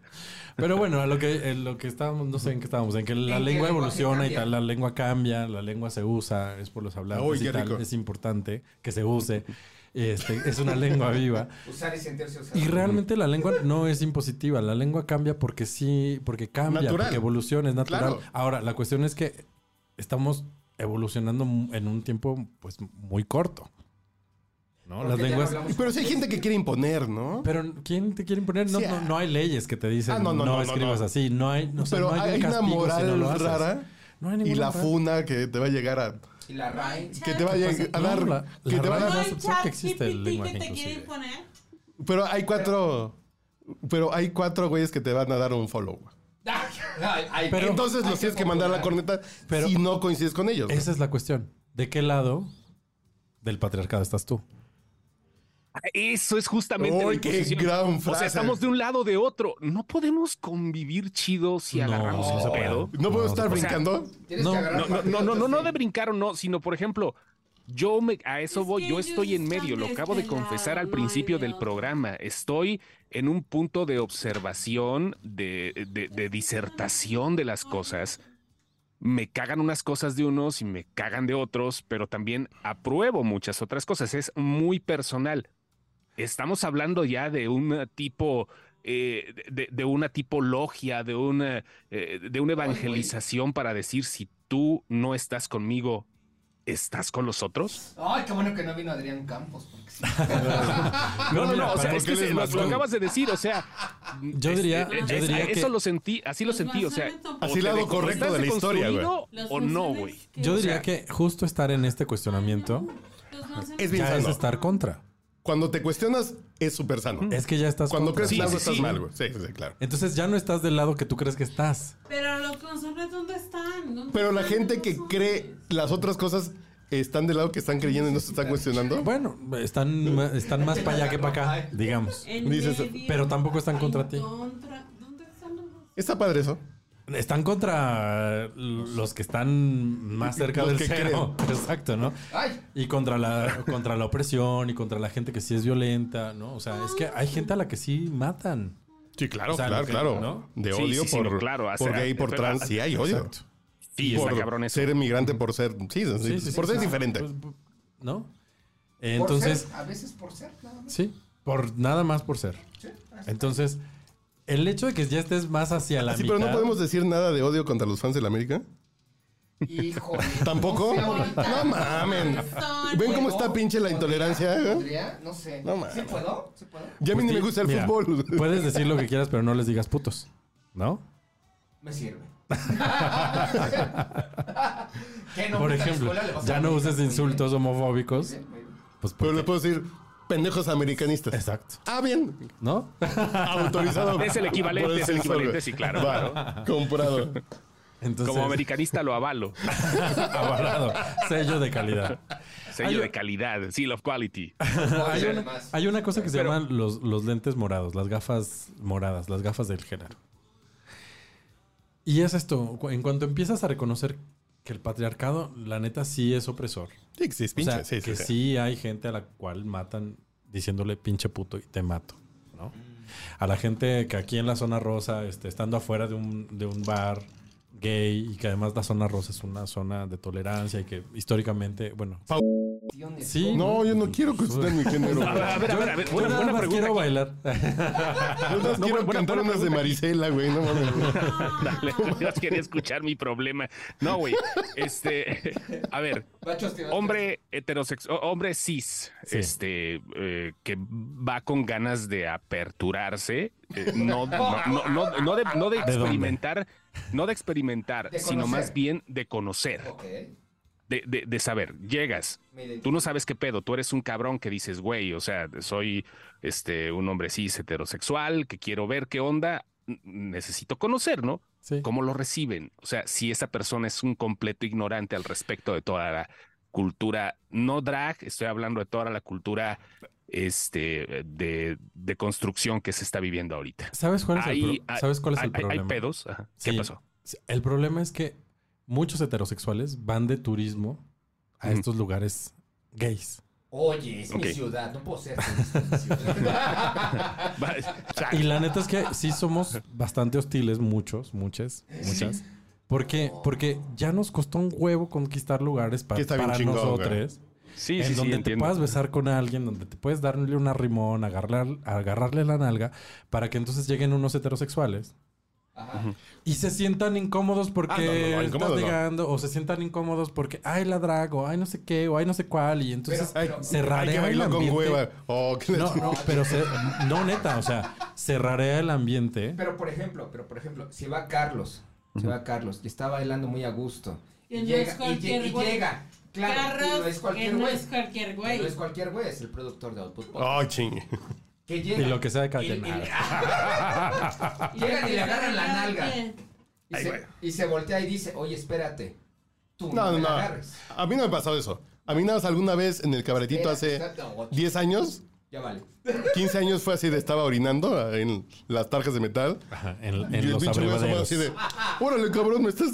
[SPEAKER 9] Pero bueno, a lo que, en lo que estábamos, no sé en qué estábamos, en que la
[SPEAKER 13] ¿En qué
[SPEAKER 9] lengua
[SPEAKER 13] lenguaje
[SPEAKER 9] evoluciona y
[SPEAKER 13] cambia?
[SPEAKER 9] tal, la lengua cambia, la lengua se usa, es por los hablantes
[SPEAKER 11] Uy, qué
[SPEAKER 9] y tal,
[SPEAKER 11] rico.
[SPEAKER 9] es importante que se use. Este, es una lengua viva.
[SPEAKER 13] Usar y sentirse usado.
[SPEAKER 9] Y realmente la lengua no es impositiva, la lengua cambia porque sí, porque cambia,
[SPEAKER 11] Natural.
[SPEAKER 9] porque evoluciona, es natural.
[SPEAKER 11] Claro.
[SPEAKER 9] Ahora, la cuestión es que estamos evolucionando m- en un tiempo pues muy corto. ¿No?
[SPEAKER 13] Porque
[SPEAKER 9] Las
[SPEAKER 13] ya no
[SPEAKER 9] lenguas
[SPEAKER 13] hablamos-
[SPEAKER 11] Pero sí hay gente que quiere imponer, ¿no?
[SPEAKER 9] pero ¿quién te quiere imponer? No,
[SPEAKER 11] Sí,
[SPEAKER 9] no,
[SPEAKER 11] ah.
[SPEAKER 9] no hay leyes que te dicen
[SPEAKER 11] Ah, no, no,
[SPEAKER 9] no,
[SPEAKER 11] no, no,
[SPEAKER 9] escribas
[SPEAKER 11] no.
[SPEAKER 9] así. No hay, no, o sea,
[SPEAKER 11] Pero
[SPEAKER 9] no hay, un
[SPEAKER 11] hay una
[SPEAKER 9] castigo si
[SPEAKER 11] moral
[SPEAKER 9] no lo haces.
[SPEAKER 11] rara
[SPEAKER 9] No hay
[SPEAKER 11] y
[SPEAKER 9] ninguna
[SPEAKER 11] la
[SPEAKER 9] moral.
[SPEAKER 11] funa que te va a llegar a.
[SPEAKER 13] Y la RAI.
[SPEAKER 11] Que te va a, lleg- a
[SPEAKER 9] No,
[SPEAKER 11] dar.
[SPEAKER 9] la-
[SPEAKER 11] que
[SPEAKER 9] la
[SPEAKER 11] te va a dar-
[SPEAKER 9] rara no
[SPEAKER 14] No,
[SPEAKER 9] es
[SPEAKER 14] el
[SPEAKER 9] opción
[SPEAKER 14] chat
[SPEAKER 9] que existe el
[SPEAKER 14] GPT
[SPEAKER 9] lenguaje
[SPEAKER 14] que te quieren
[SPEAKER 9] inclusive.
[SPEAKER 14] poner.
[SPEAKER 11] Pero hay cuatro. Pero hay cuatro güeyes que te van a dar un follow. güey.
[SPEAKER 9] Pero-
[SPEAKER 11] Entonces los tienes que mandar a la corneta
[SPEAKER 9] Pero-
[SPEAKER 11] si no coincides con ellos. güey.
[SPEAKER 9] Esa es la cuestión. ¿De qué lado del patriarcado estás tú?
[SPEAKER 12] Eso es justamente.
[SPEAKER 11] ¡Uy,
[SPEAKER 12] la
[SPEAKER 11] qué
[SPEAKER 12] imposición.
[SPEAKER 11] gran
[SPEAKER 12] O
[SPEAKER 11] frase!
[SPEAKER 12] sea, estamos de un lado o de otro. No podemos convivir chido si agarramos
[SPEAKER 9] no
[SPEAKER 12] el
[SPEAKER 9] se puede.
[SPEAKER 12] pedo.
[SPEAKER 11] No puedo
[SPEAKER 9] No,
[SPEAKER 11] estar
[SPEAKER 12] o sea,
[SPEAKER 11] brincando.
[SPEAKER 13] Tienes
[SPEAKER 9] No,
[SPEAKER 13] que agarrar
[SPEAKER 12] No, no,
[SPEAKER 13] partido
[SPEAKER 12] no, no, no, no de
[SPEAKER 13] desde-
[SPEAKER 12] brincar o no, sino por ejemplo, yo me, a eso
[SPEAKER 14] Es
[SPEAKER 12] voy,
[SPEAKER 14] que
[SPEAKER 12] yo
[SPEAKER 14] ellos
[SPEAKER 12] estoy en
[SPEAKER 14] están
[SPEAKER 12] medio, lo
[SPEAKER 14] de
[SPEAKER 12] acabo de
[SPEAKER 14] este lado,
[SPEAKER 12] confesar al
[SPEAKER 14] no hay
[SPEAKER 12] principio
[SPEAKER 14] de
[SPEAKER 12] del
[SPEAKER 14] otro.
[SPEAKER 12] programa, estoy en un punto de observación, de, de- de disertación de las cosas. Me cagan unas cosas de unos y me cagan de otros, pero también apruebo muchas otras cosas, es muy personal. Estamos hablando ya de un tipo... eh, de, de una tipología, de una, eh, de una evangelización para decir si tú no estás conmigo, estás con los otros.
[SPEAKER 13] Ay, qué bueno que no vino Adrián Campos. Porque sí.
[SPEAKER 12] No, no,
[SPEAKER 9] mira,
[SPEAKER 12] no, o
[SPEAKER 9] ¿para
[SPEAKER 12] sea,
[SPEAKER 9] qué
[SPEAKER 12] es que
[SPEAKER 9] les
[SPEAKER 12] se- lo,
[SPEAKER 9] mandó?
[SPEAKER 12] lo acabas de decir, o sea,
[SPEAKER 9] Yo diría- yo diría
[SPEAKER 12] eso
[SPEAKER 9] que-
[SPEAKER 12] lo sentí, así lo
[SPEAKER 14] Los
[SPEAKER 12] sentí, o sea,
[SPEAKER 14] guasones son
[SPEAKER 12] o
[SPEAKER 11] Así
[SPEAKER 12] te
[SPEAKER 11] lado
[SPEAKER 12] de-
[SPEAKER 11] correcto
[SPEAKER 12] ¿estás
[SPEAKER 11] de la historia, güey.
[SPEAKER 12] deconstruido
[SPEAKER 14] Los este
[SPEAKER 12] O no,
[SPEAKER 14] funcionarios
[SPEAKER 12] güey.
[SPEAKER 14] que-
[SPEAKER 9] Yo
[SPEAKER 14] o
[SPEAKER 9] diría
[SPEAKER 14] sea,
[SPEAKER 9] que justo estar en este cuestionamiento
[SPEAKER 14] los guasones-
[SPEAKER 11] Es bien
[SPEAKER 9] ya es
[SPEAKER 11] sano.
[SPEAKER 9] estar contra.
[SPEAKER 11] Cuando te cuestionas, es súper sano.
[SPEAKER 9] Es que ya estás
[SPEAKER 11] Cuando
[SPEAKER 9] contra.
[SPEAKER 11] crees que
[SPEAKER 12] Sí,
[SPEAKER 11] algo
[SPEAKER 12] sí,
[SPEAKER 11] estás
[SPEAKER 12] sí.
[SPEAKER 11] mal, güey. Sí, sí, claro.
[SPEAKER 9] Entonces ya no estás del lado que tú crees que estás.
[SPEAKER 14] Pero los consonantes, ¿dónde están? ¿Dónde
[SPEAKER 11] Pero la
[SPEAKER 14] están
[SPEAKER 11] gente
[SPEAKER 14] los
[SPEAKER 11] que
[SPEAKER 14] consones?
[SPEAKER 11] cree las otras cosas están del lado que están creyendo y no se están cuestionando.
[SPEAKER 9] Bueno, están, están más para allá que para acá, digamos.
[SPEAKER 14] En
[SPEAKER 11] Dices,
[SPEAKER 14] medio,
[SPEAKER 9] pero tampoco están
[SPEAKER 14] en
[SPEAKER 9] contra ti.
[SPEAKER 14] contra. ¿Dónde están los guasones?
[SPEAKER 11] Está padre eso.
[SPEAKER 9] Están contra eh, los que están más cerca
[SPEAKER 11] Los
[SPEAKER 9] del
[SPEAKER 11] que
[SPEAKER 9] cero. [LAUGHS] Exacto, ¿no?
[SPEAKER 13] Ay,
[SPEAKER 9] Y contra la, contra la opresión y contra la gente que sí es violenta, ¿no? O sea, es que hay gente a la que sí matan.
[SPEAKER 11] Sí, claro,
[SPEAKER 9] O sea,
[SPEAKER 11] claro,
[SPEAKER 9] lo que-
[SPEAKER 11] claro.
[SPEAKER 9] ¿no?
[SPEAKER 11] De
[SPEAKER 12] Sí,
[SPEAKER 11] odio
[SPEAKER 12] sí, sí,
[SPEAKER 11] por,
[SPEAKER 12] no, claro, o
[SPEAKER 11] por
[SPEAKER 12] sea,
[SPEAKER 11] gay, por
[SPEAKER 12] pero-
[SPEAKER 11] trans, sí hay odio.
[SPEAKER 9] Exacto.
[SPEAKER 12] Sí,
[SPEAKER 11] por
[SPEAKER 12] está cabrón eso.
[SPEAKER 11] ser inmigrante, por ser. Sí,
[SPEAKER 9] Sí,
[SPEAKER 11] sí,
[SPEAKER 9] sí, sí,
[SPEAKER 11] por
[SPEAKER 9] o
[SPEAKER 11] ser
[SPEAKER 9] sea,
[SPEAKER 11] diferente.
[SPEAKER 9] pues, pues, ¿No?
[SPEAKER 13] Entonces,
[SPEAKER 9] Entonces,
[SPEAKER 13] a veces por ser, nada más.
[SPEAKER 9] sí, por nada más por ser.
[SPEAKER 13] Sí, así.
[SPEAKER 9] Entonces, el hecho de que ya estés más hacia la
[SPEAKER 11] Sí,
[SPEAKER 9] mitad.
[SPEAKER 11] pero no podemos decir nada de odio contra los fans de la América.
[SPEAKER 13] Híjole.
[SPEAKER 11] ¿Tampoco?
[SPEAKER 13] No, sé, ahorita.
[SPEAKER 11] No mamen.
[SPEAKER 14] Son-
[SPEAKER 11] ¿Ven cómo está pinche la intolerancia? eh?
[SPEAKER 13] ¿Podría? No sé.
[SPEAKER 11] No mames.
[SPEAKER 13] ¿Sí puedo? ¿Sí puedo?
[SPEAKER 11] Ya a mí
[SPEAKER 9] Pues
[SPEAKER 11] ni me
[SPEAKER 9] di-
[SPEAKER 11] gusta el
[SPEAKER 9] mira, pues,
[SPEAKER 11] fútbol. [LAUGHS]
[SPEAKER 9] Puedes decir lo que quieras, pero no les digas putos, ¿no?
[SPEAKER 13] Me sirve. [LAUGHS] ¿Qué, no fuiste a
[SPEAKER 9] Por
[SPEAKER 13] pues la
[SPEAKER 9] ejemplo,
[SPEAKER 13] escuela? Le vas a
[SPEAKER 9] ya
[SPEAKER 13] la
[SPEAKER 9] no
[SPEAKER 13] América.
[SPEAKER 9] uses
[SPEAKER 13] Muy
[SPEAKER 9] insultos homofóbicos.
[SPEAKER 13] bien, muy bien.
[SPEAKER 11] [LAUGHS]
[SPEAKER 9] Pues
[SPEAKER 11] Pero
[SPEAKER 9] porque-
[SPEAKER 11] le puedo decir pendejos americanistas.
[SPEAKER 9] Exacto,
[SPEAKER 11] Ah, bien.
[SPEAKER 9] ¿no?
[SPEAKER 13] [LAUGHS]
[SPEAKER 11] Autorizado.
[SPEAKER 12] Es el equivalente,
[SPEAKER 11] Por
[SPEAKER 12] es el
[SPEAKER 11] sensor,
[SPEAKER 12] equivalente,
[SPEAKER 11] güey.
[SPEAKER 12] sí, claro,
[SPEAKER 11] Va, Comprado.
[SPEAKER 9] Entonces-
[SPEAKER 12] Como americanista lo avalo.
[SPEAKER 9] [LAUGHS] Avalado. Sello de calidad.
[SPEAKER 12] Sello de calidad, seal of [LAUGHS] quality.
[SPEAKER 9] hay, una, hay una cosa que se llaman los, los lentes morados, las gafas moradas, las gafas del género. Y es esto, cu- en cuanto empiezas a reconocer que el patriarcado, la neta, sí es opresor.
[SPEAKER 11] Sí, que sí es pinche, sí, sí,
[SPEAKER 9] que
[SPEAKER 11] sí.
[SPEAKER 9] sí hay gente a la cual matan diciéndole pinche puto y te mato, ¿no? A la gente que aquí en la zona rosa, este, estando afuera de un, de un bar gay y que además la zona rosa es una zona de tolerancia y que históricamente, bueno... Sí,
[SPEAKER 11] No, yo no quiero consultar mi
[SPEAKER 12] [LAUGHS]
[SPEAKER 11] género.
[SPEAKER 9] A ver, a ver, a ver,
[SPEAKER 11] Yo-
[SPEAKER 9] buena-
[SPEAKER 11] yo nada
[SPEAKER 9] buena
[SPEAKER 11] más
[SPEAKER 9] pregunta.
[SPEAKER 11] quiero
[SPEAKER 9] bailar. [LAUGHS]
[SPEAKER 11] Yo no, quiero cantar unas de Marisela, güey. No mames.
[SPEAKER 12] Dale, [LAUGHS] yo quería escuchar mi problema. No, güey. Este, a ver, hombre heterosexual, hombre cis,
[SPEAKER 9] Sí.
[SPEAKER 12] este, eh, que va con ganas de aperturarse, eh, no,
[SPEAKER 13] [LAUGHS]
[SPEAKER 12] no, no, no- no de, no de
[SPEAKER 9] ¿De dónde?
[SPEAKER 12] experimentar, no de experimentar,
[SPEAKER 13] De
[SPEAKER 12] sino más
[SPEAKER 13] conocer.
[SPEAKER 12] bien de conocer.
[SPEAKER 13] Ok.
[SPEAKER 12] De, de- de saber, llegas,
[SPEAKER 13] ¿eh? Me identifico.
[SPEAKER 12] tú no sabes qué pedo, tú eres un cabrón que dices, güey, o sea, soy este, un hombre cis heterosexual, que quiero ver qué onda, n- necesito conocer, ¿no? ¿Cómo lo reciben? O sea, si esa persona es un completo ignorante al respecto de toda la cultura, no drag, estoy hablando de toda la cultura este, de, de construcción que se está viviendo ahorita.
[SPEAKER 9] ¿Sabes cuál es el
[SPEAKER 12] Ahí
[SPEAKER 9] pro-
[SPEAKER 12] hay-
[SPEAKER 9] sabes cuál es el
[SPEAKER 12] hay- hay-
[SPEAKER 9] problema?
[SPEAKER 12] Hay pedos. ajá. ¿Qué
[SPEAKER 9] Sí.
[SPEAKER 12] pasó? [LAUGHS]
[SPEAKER 9] Sí, El problema es que muchos heterosexuales van de turismo a estos lugares gays.
[SPEAKER 13] Oye, es
[SPEAKER 9] Ok.
[SPEAKER 13] mi ciudad, no puedo ser turista en mi ciudad. [LAUGHS]
[SPEAKER 9] Y la neta es que sí somos bastante hostiles, muchos, muchas, muchas. Porque, porque ya nos costó un huevo conquistar lugares pa-
[SPEAKER 11] Que está bien
[SPEAKER 9] para
[SPEAKER 11] chingón,
[SPEAKER 9] nosotros.
[SPEAKER 12] güey. Sí,
[SPEAKER 9] en
[SPEAKER 12] sí, sí,
[SPEAKER 9] donde te
[SPEAKER 12] entiendo.
[SPEAKER 9] puedas besar con alguien, donde te puedes darle una rimón, agarrar, agarrarle la nalga, para que entonces lleguen unos heterosexuales. Y se sientan incómodos porque
[SPEAKER 11] Ah, no, no, no, incómodos no.
[SPEAKER 9] estás llegando, o se sientan incómodos porque, ay, la drag, o ay, no sé qué, o ay, no sé cuál, y entonces
[SPEAKER 11] Ay,
[SPEAKER 9] se
[SPEAKER 11] hay que
[SPEAKER 9] rarea el
[SPEAKER 11] bailar con
[SPEAKER 9] ambiente.
[SPEAKER 11] hueva. Oh, qué
[SPEAKER 9] No, no, pero se- no, neta, o sea, se rarea el ambiente.
[SPEAKER 13] Pero por ejemplo, pero por ejemplo, si va Carlos, si va Carlos y está bailando muy a gusto.
[SPEAKER 14] Que
[SPEAKER 13] Y
[SPEAKER 14] no
[SPEAKER 13] llega,
[SPEAKER 14] es
[SPEAKER 13] y,
[SPEAKER 14] cualquier
[SPEAKER 13] lle- y
[SPEAKER 14] güey.
[SPEAKER 13] llega. Claro,
[SPEAKER 14] Carlos,
[SPEAKER 13] y no es
[SPEAKER 14] que
[SPEAKER 13] cualquier
[SPEAKER 14] no
[SPEAKER 13] güey.
[SPEAKER 14] es cualquier güey.
[SPEAKER 13] Que No es cualquier güey, es el productor de Output Podcast.
[SPEAKER 11] Oh, chingue.
[SPEAKER 13] Que llega.
[SPEAKER 9] Y lo que sea de cada
[SPEAKER 13] y- y-
[SPEAKER 9] quien.
[SPEAKER 13] [LAUGHS] Llegan y le agarran la nalga. Y,
[SPEAKER 11] Ay,
[SPEAKER 13] se,
[SPEAKER 11] güey.
[SPEAKER 13] y se voltea y dice, oye, espérate. Tú no,
[SPEAKER 11] No, no,
[SPEAKER 13] me
[SPEAKER 11] no.
[SPEAKER 13] la agarres.
[SPEAKER 11] A mí no me ha pasado eso. A mí nada más alguna vez en el cabaretito hace
[SPEAKER 13] Espérate, no,
[SPEAKER 11] 10 años,
[SPEAKER 13] Ya vale.
[SPEAKER 11] 15 años fue así de estaba orinando en las tarjas de metal.
[SPEAKER 9] en, en
[SPEAKER 11] Y el
[SPEAKER 9] los
[SPEAKER 11] pinche güey asomado
[SPEAKER 9] abrevaderos.
[SPEAKER 11] así de, órale, cabrón, me estás...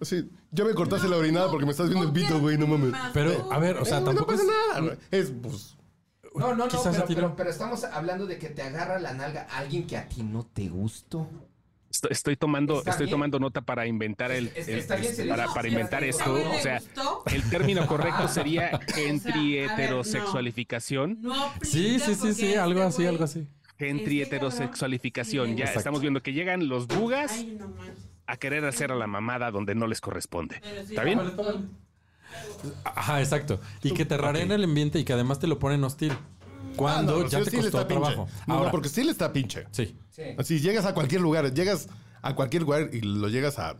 [SPEAKER 11] Así, ya me cortaste la orinada porque me estás viendo el pito, güey, no mames.
[SPEAKER 9] Pero, a ver, o sea,
[SPEAKER 11] Eh,
[SPEAKER 9] tampoco
[SPEAKER 11] No pasa
[SPEAKER 9] es-
[SPEAKER 11] nada, güey. Es, pues...
[SPEAKER 13] No, no, no,
[SPEAKER 11] Quizás
[SPEAKER 13] pero,
[SPEAKER 11] a ti
[SPEAKER 13] pero-
[SPEAKER 11] no.
[SPEAKER 13] pero estamos hablando de que te agarra la nalga alguien que a ti no te gustó.
[SPEAKER 12] Estoy, estoy tomando,
[SPEAKER 13] Está
[SPEAKER 12] estoy
[SPEAKER 13] bien.
[SPEAKER 12] tomando nota para inventar el,
[SPEAKER 13] Es-
[SPEAKER 12] el-
[SPEAKER 13] está bien,
[SPEAKER 12] este,
[SPEAKER 13] sería-
[SPEAKER 12] para,
[SPEAKER 13] no,
[SPEAKER 12] para
[SPEAKER 13] sí,
[SPEAKER 12] inventar
[SPEAKER 13] está
[SPEAKER 12] esto.
[SPEAKER 13] bien.
[SPEAKER 12] O sea, el término correcto
[SPEAKER 13] [LAUGHS]
[SPEAKER 12] sería gentriheterosexualificación.
[SPEAKER 9] Sí, sí, sí, sí, algo así, algo así.
[SPEAKER 12] Gentriheterosexualificación. Ya
[SPEAKER 9] Exacto.
[SPEAKER 12] estamos viendo que llegan los bugas a querer hacer a la mamada donde no les corresponde. ¿Está bien?
[SPEAKER 9] Ajá, exacto. Y que te rareen el ambiente y que además te lo ponen hostil. Cuando
[SPEAKER 11] Ah, no,
[SPEAKER 9] ya
[SPEAKER 11] sí,
[SPEAKER 9] te
[SPEAKER 11] sí le
[SPEAKER 9] costó
[SPEAKER 11] está pinche.
[SPEAKER 9] trabajo.
[SPEAKER 11] No,
[SPEAKER 9] Ahora,
[SPEAKER 11] no, porque sí le está pinche.
[SPEAKER 9] Sí.
[SPEAKER 11] Así llegas a cualquier lugar, llegas a cualquier lugar y lo llegas a...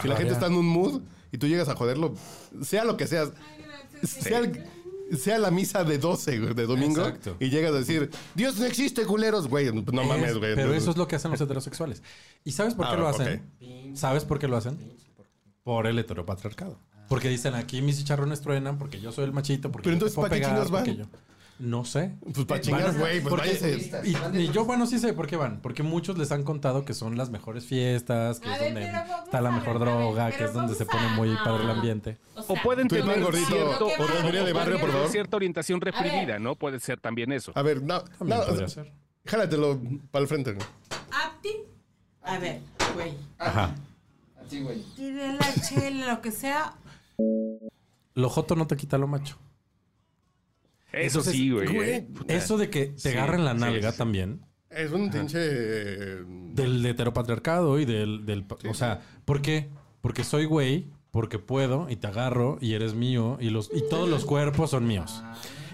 [SPEAKER 11] Si la
[SPEAKER 9] Ah,
[SPEAKER 11] gente
[SPEAKER 9] ya.
[SPEAKER 11] está en un mood y tú llegas a joderlo, sea lo que seas, sea, el- sea la misa de 12 güey, de domingo
[SPEAKER 9] Exacto.
[SPEAKER 11] y llegas a decir, Dios no existe, culeros, güey, no
[SPEAKER 9] es-
[SPEAKER 11] mames, güey.
[SPEAKER 9] Pero eso es lo que hacen los heterosexuales. ¿Y sabes por
[SPEAKER 11] Ah,
[SPEAKER 9] qué lo
[SPEAKER 11] ok.
[SPEAKER 9] hacen? ¿Sabes por qué lo hacen? Por el heteropatriarcado.
[SPEAKER 14] Ah.
[SPEAKER 9] Porque dicen aquí mis chicharrones truenan porque yo soy el machito. Porque
[SPEAKER 11] Pero
[SPEAKER 9] yo te
[SPEAKER 11] entonces,
[SPEAKER 9] puedo
[SPEAKER 11] ¿para qué
[SPEAKER 9] pegar,
[SPEAKER 11] chingados van?
[SPEAKER 9] porque yo- No sé.
[SPEAKER 11] Pues para chingar,
[SPEAKER 9] Van a-
[SPEAKER 11] güey, pues
[SPEAKER 9] porque-
[SPEAKER 11] váyanse.
[SPEAKER 9] Y, y yo, bueno, sí sé por qué van. Porque muchos les han contado que son las mejores fiestas, que
[SPEAKER 14] A
[SPEAKER 9] es
[SPEAKER 14] ver,
[SPEAKER 9] donde
[SPEAKER 14] pero vamos
[SPEAKER 9] está la
[SPEAKER 14] a
[SPEAKER 9] mejor
[SPEAKER 14] ver, a ver,
[SPEAKER 9] droga, que
[SPEAKER 14] pero
[SPEAKER 9] es donde se
[SPEAKER 14] vamos
[SPEAKER 9] pone
[SPEAKER 14] a-
[SPEAKER 9] muy padre el ambiente.
[SPEAKER 11] Ah.
[SPEAKER 12] O pueden
[SPEAKER 11] Tú eres
[SPEAKER 12] tener
[SPEAKER 11] gordito,
[SPEAKER 12] cierto-
[SPEAKER 11] ¿por qué debería de barrio, por favor? Ah,
[SPEAKER 12] cierta orientación
[SPEAKER 11] ver.
[SPEAKER 12] reprimida, ¿no? Puede ser también eso.
[SPEAKER 11] A ver, no,
[SPEAKER 12] También
[SPEAKER 11] no,
[SPEAKER 12] podría
[SPEAKER 11] o sea, jálatelo para el frente. güey.
[SPEAKER 14] A ti. A ver, güey.
[SPEAKER 11] Ajá.
[SPEAKER 13] A ti, güey.
[SPEAKER 14] Tire la chela, lo que sea.
[SPEAKER 9] Lo joto no te quita lo macho.
[SPEAKER 12] Eso
[SPEAKER 9] Entonces,
[SPEAKER 12] sí, güey. ¿eh?
[SPEAKER 9] Eso de que te
[SPEAKER 12] Sí,
[SPEAKER 9] agarren la
[SPEAKER 12] sí,
[SPEAKER 9] nalga
[SPEAKER 12] sí.
[SPEAKER 9] también.
[SPEAKER 11] Es un pinche... eh,
[SPEAKER 9] Del heteropatriarcado y del... del o sea, ¿por qué? Porque soy güey, porque puedo y te agarro y eres mío y, los, y todos los cuerpos son míos.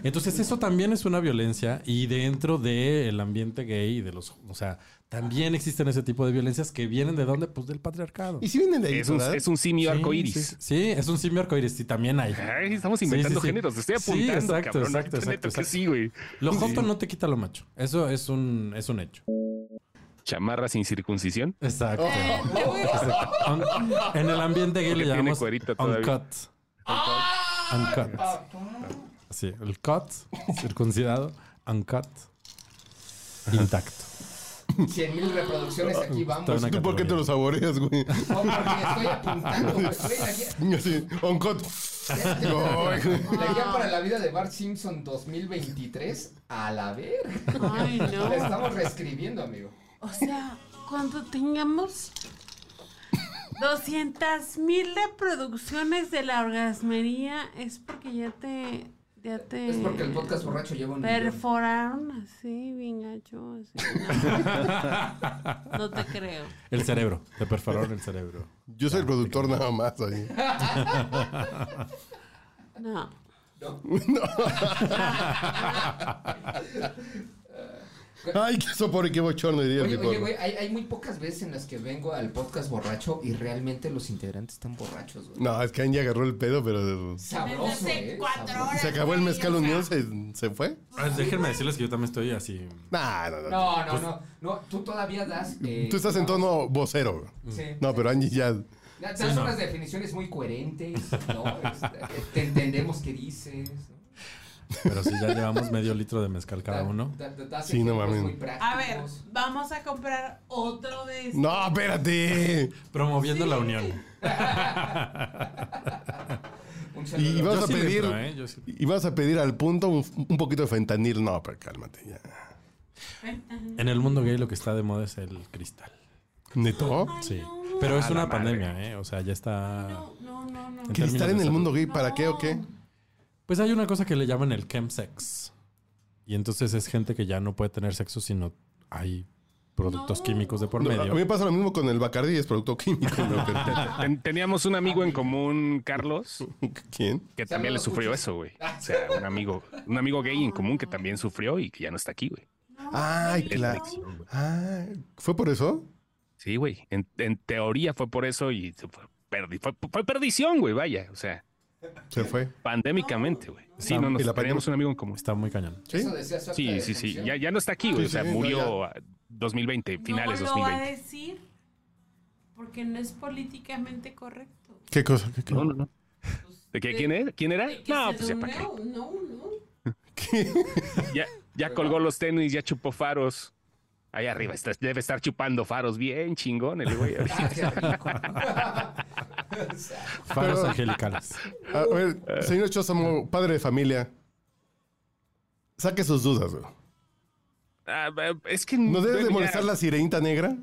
[SPEAKER 9] Entonces eso también es una violencia y dentro del ambiente gay y de los... O sea, también existen ese tipo de violencias que vienen de dónde? Pues del patriarcado.
[SPEAKER 11] ¿Y si vienen de ahí,
[SPEAKER 12] Es un-
[SPEAKER 11] verdad?
[SPEAKER 12] es un simio arcoíris.
[SPEAKER 9] Sí, sí, sí, es un simio arcoíris y también hay.
[SPEAKER 12] Ay, estamos inventando géneros, te estoy apuntando, cabrón. Neta que sí, güey.
[SPEAKER 9] Lo
[SPEAKER 12] Sí.
[SPEAKER 9] joto no te quita lo macho. Eso es un, es un hecho.
[SPEAKER 12] chamarra sin circuncisión.
[SPEAKER 9] Exacto.
[SPEAKER 11] Eh,
[SPEAKER 9] Un- en el ambiente gay
[SPEAKER 12] Porque
[SPEAKER 9] le
[SPEAKER 12] tiene
[SPEAKER 9] llamamos
[SPEAKER 12] cuerito todavía.
[SPEAKER 9] uncut.
[SPEAKER 11] Ah.
[SPEAKER 9] Uncut. Sí, el cut, circuncidado, uncut, intacto.
[SPEAKER 13] 100 mil reproducciones aquí, vamos.
[SPEAKER 11] ¿Tú por qué te lo saboreas, güey? [LAUGHS]
[SPEAKER 13] No, porque estoy apuntando, güey. Güey, la guía-
[SPEAKER 11] Así, on cut. Ay, güey.
[SPEAKER 13] La guía para la vida de Bart Simpson 2023, a la verga.
[SPEAKER 14] Ay, no.
[SPEAKER 13] La estamos reescribiendo, amigo.
[SPEAKER 14] O sea, cuando tengamos 200 mil reproducciones de la orgasmería es porque ya te... Ya te
[SPEAKER 13] Es porque el podcast borracho lleva un millón.
[SPEAKER 14] Perforaron así, bien gacho, así. No, no te creo.
[SPEAKER 9] El cerebro, te perforaron el cerebro.
[SPEAKER 11] Yo
[SPEAKER 9] Ah,
[SPEAKER 11] soy el productor nada más ahí.
[SPEAKER 14] No.
[SPEAKER 9] [LAUGHS]
[SPEAKER 11] Ay, qué sopor y qué bochorno diría el
[SPEAKER 13] Oye,
[SPEAKER 11] Piporro.
[SPEAKER 13] oye, güey, hay, hay muy pocas veces en las que vengo al podcast borracho y realmente los integrantes están borrachos, güey.
[SPEAKER 11] No, es que Angie agarró el pedo, pero.
[SPEAKER 13] Sabroso,
[SPEAKER 14] hace
[SPEAKER 13] eh,
[SPEAKER 14] cuatro
[SPEAKER 13] sabroso.
[SPEAKER 11] ¿Se acabó el mezcal unión? ¿Se, se fue?
[SPEAKER 9] Ah, Déjenme decirles que yo también estoy así.
[SPEAKER 11] Nah, no, no.
[SPEAKER 13] No, no, no, no. Tú todavía das. eh,
[SPEAKER 11] Tú estás en tono vocero. güey.
[SPEAKER 13] Sí.
[SPEAKER 11] No, pero Angie ya.
[SPEAKER 13] da- Das
[SPEAKER 9] Sí, no.
[SPEAKER 13] unas definiciones muy coherentes, ¿no? Es- Te entendemos qué dices. ¿no?
[SPEAKER 9] Pero si ya llevamos medio litro de mezcal cada uno.
[SPEAKER 13] Da- da- das
[SPEAKER 11] Sí, no
[SPEAKER 13] ejemplos
[SPEAKER 11] mames.
[SPEAKER 13] muy prácticos.
[SPEAKER 14] A ver, vamos a comprar otro de estos.
[SPEAKER 11] No, espérate.
[SPEAKER 9] Promoviendo la unión.
[SPEAKER 13] Un
[SPEAKER 11] Y
[SPEAKER 13] saludo.
[SPEAKER 11] vas
[SPEAKER 9] Yo
[SPEAKER 11] a
[SPEAKER 9] sí le
[SPEAKER 11] pedir.
[SPEAKER 9] entro, ¿eh? Yo sí.
[SPEAKER 11] Y vas a pedir al punto un, un poquito de fentanil. No, pero cálmate ya.
[SPEAKER 9] En el mundo gay lo que está de moda es el cristal.
[SPEAKER 11] ¿Neto?
[SPEAKER 9] Sí. Pero es una pandemia, ¿eh? O sea, ya está.
[SPEAKER 14] No, no, no, no.
[SPEAKER 11] ¿Cristal
[SPEAKER 9] términos
[SPEAKER 11] en
[SPEAKER 9] de
[SPEAKER 11] el
[SPEAKER 9] salud.
[SPEAKER 11] mundo gay? ¿Para qué o qué?
[SPEAKER 9] Pues hay una cosa que le llaman el chemsex. Y entonces es gente que ya no puede tener sexo si no hay productos
[SPEAKER 14] No.
[SPEAKER 9] químicos de por
[SPEAKER 11] No, a
[SPEAKER 9] medio.
[SPEAKER 11] mí me pasa lo mismo con el Bacardí, es producto químico.
[SPEAKER 9] [LAUGHS]
[SPEAKER 11] ¿no? [LAUGHS] Pero-
[SPEAKER 12] Ten- teníamos un amigo en común, Carlos,
[SPEAKER 11] ¿Quién?
[SPEAKER 12] que también le sufrió eso, güey. O sea, un amigo, un amigo gay en común que también sufrió y que ya no está aquí, güey.
[SPEAKER 11] Ay,
[SPEAKER 12] Es la
[SPEAKER 11] claro.
[SPEAKER 12] adicción, güey.
[SPEAKER 11] Ay, Ah, ¿Fue por eso?
[SPEAKER 12] Sí, güey. En, en teoría fue por eso y se fue, perdi- fue, fue perdición, güey, vaya. O sea,
[SPEAKER 11] Se fue.
[SPEAKER 12] pandémicamente, güey. Sí, no,
[SPEAKER 11] ¿Y la
[SPEAKER 12] nos
[SPEAKER 11] pandemia?
[SPEAKER 12] teníamos un amigo en común.
[SPEAKER 9] Está muy cañón.
[SPEAKER 11] ¿Sí?
[SPEAKER 13] Eso decía su acta
[SPEAKER 12] Sí,
[SPEAKER 13] de
[SPEAKER 12] sí, sí.
[SPEAKER 13] defunción.
[SPEAKER 12] Ya, ya no está aquí, güey. O
[SPEAKER 11] Sí,
[SPEAKER 12] sea,
[SPEAKER 11] sí, no,
[SPEAKER 12] murió a 2020, finales
[SPEAKER 14] no eh, lo va a
[SPEAKER 12] 2020.
[SPEAKER 14] decir porque no es políticamente correcto.
[SPEAKER 11] ¿Qué cosa? ¿Qué, qué?
[SPEAKER 12] No, no,
[SPEAKER 11] [LAUGHS]
[SPEAKER 12] no. ¿De qué? ¿Quién era? ¿Quién era?
[SPEAKER 14] De que
[SPEAKER 12] No,
[SPEAKER 14] se
[SPEAKER 12] pues ya para qué.
[SPEAKER 14] durmió, No, no.
[SPEAKER 12] Ya, ya colgó los tenis, ya chupó faros. Ahí arriba está- debe estar chupando faros bien chingón el
[SPEAKER 11] [LAUGHS]
[SPEAKER 12] güey.
[SPEAKER 13] Ah, qué rico.
[SPEAKER 9] Faros
[SPEAKER 11] Pero-
[SPEAKER 9] angelicales.
[SPEAKER 11] A ver, señor Chosamo, padre de familia, saque sus dudas. güey.
[SPEAKER 12] Ah, es que
[SPEAKER 11] ¿No debe de
[SPEAKER 12] ya-
[SPEAKER 11] molestar la sirenita negra?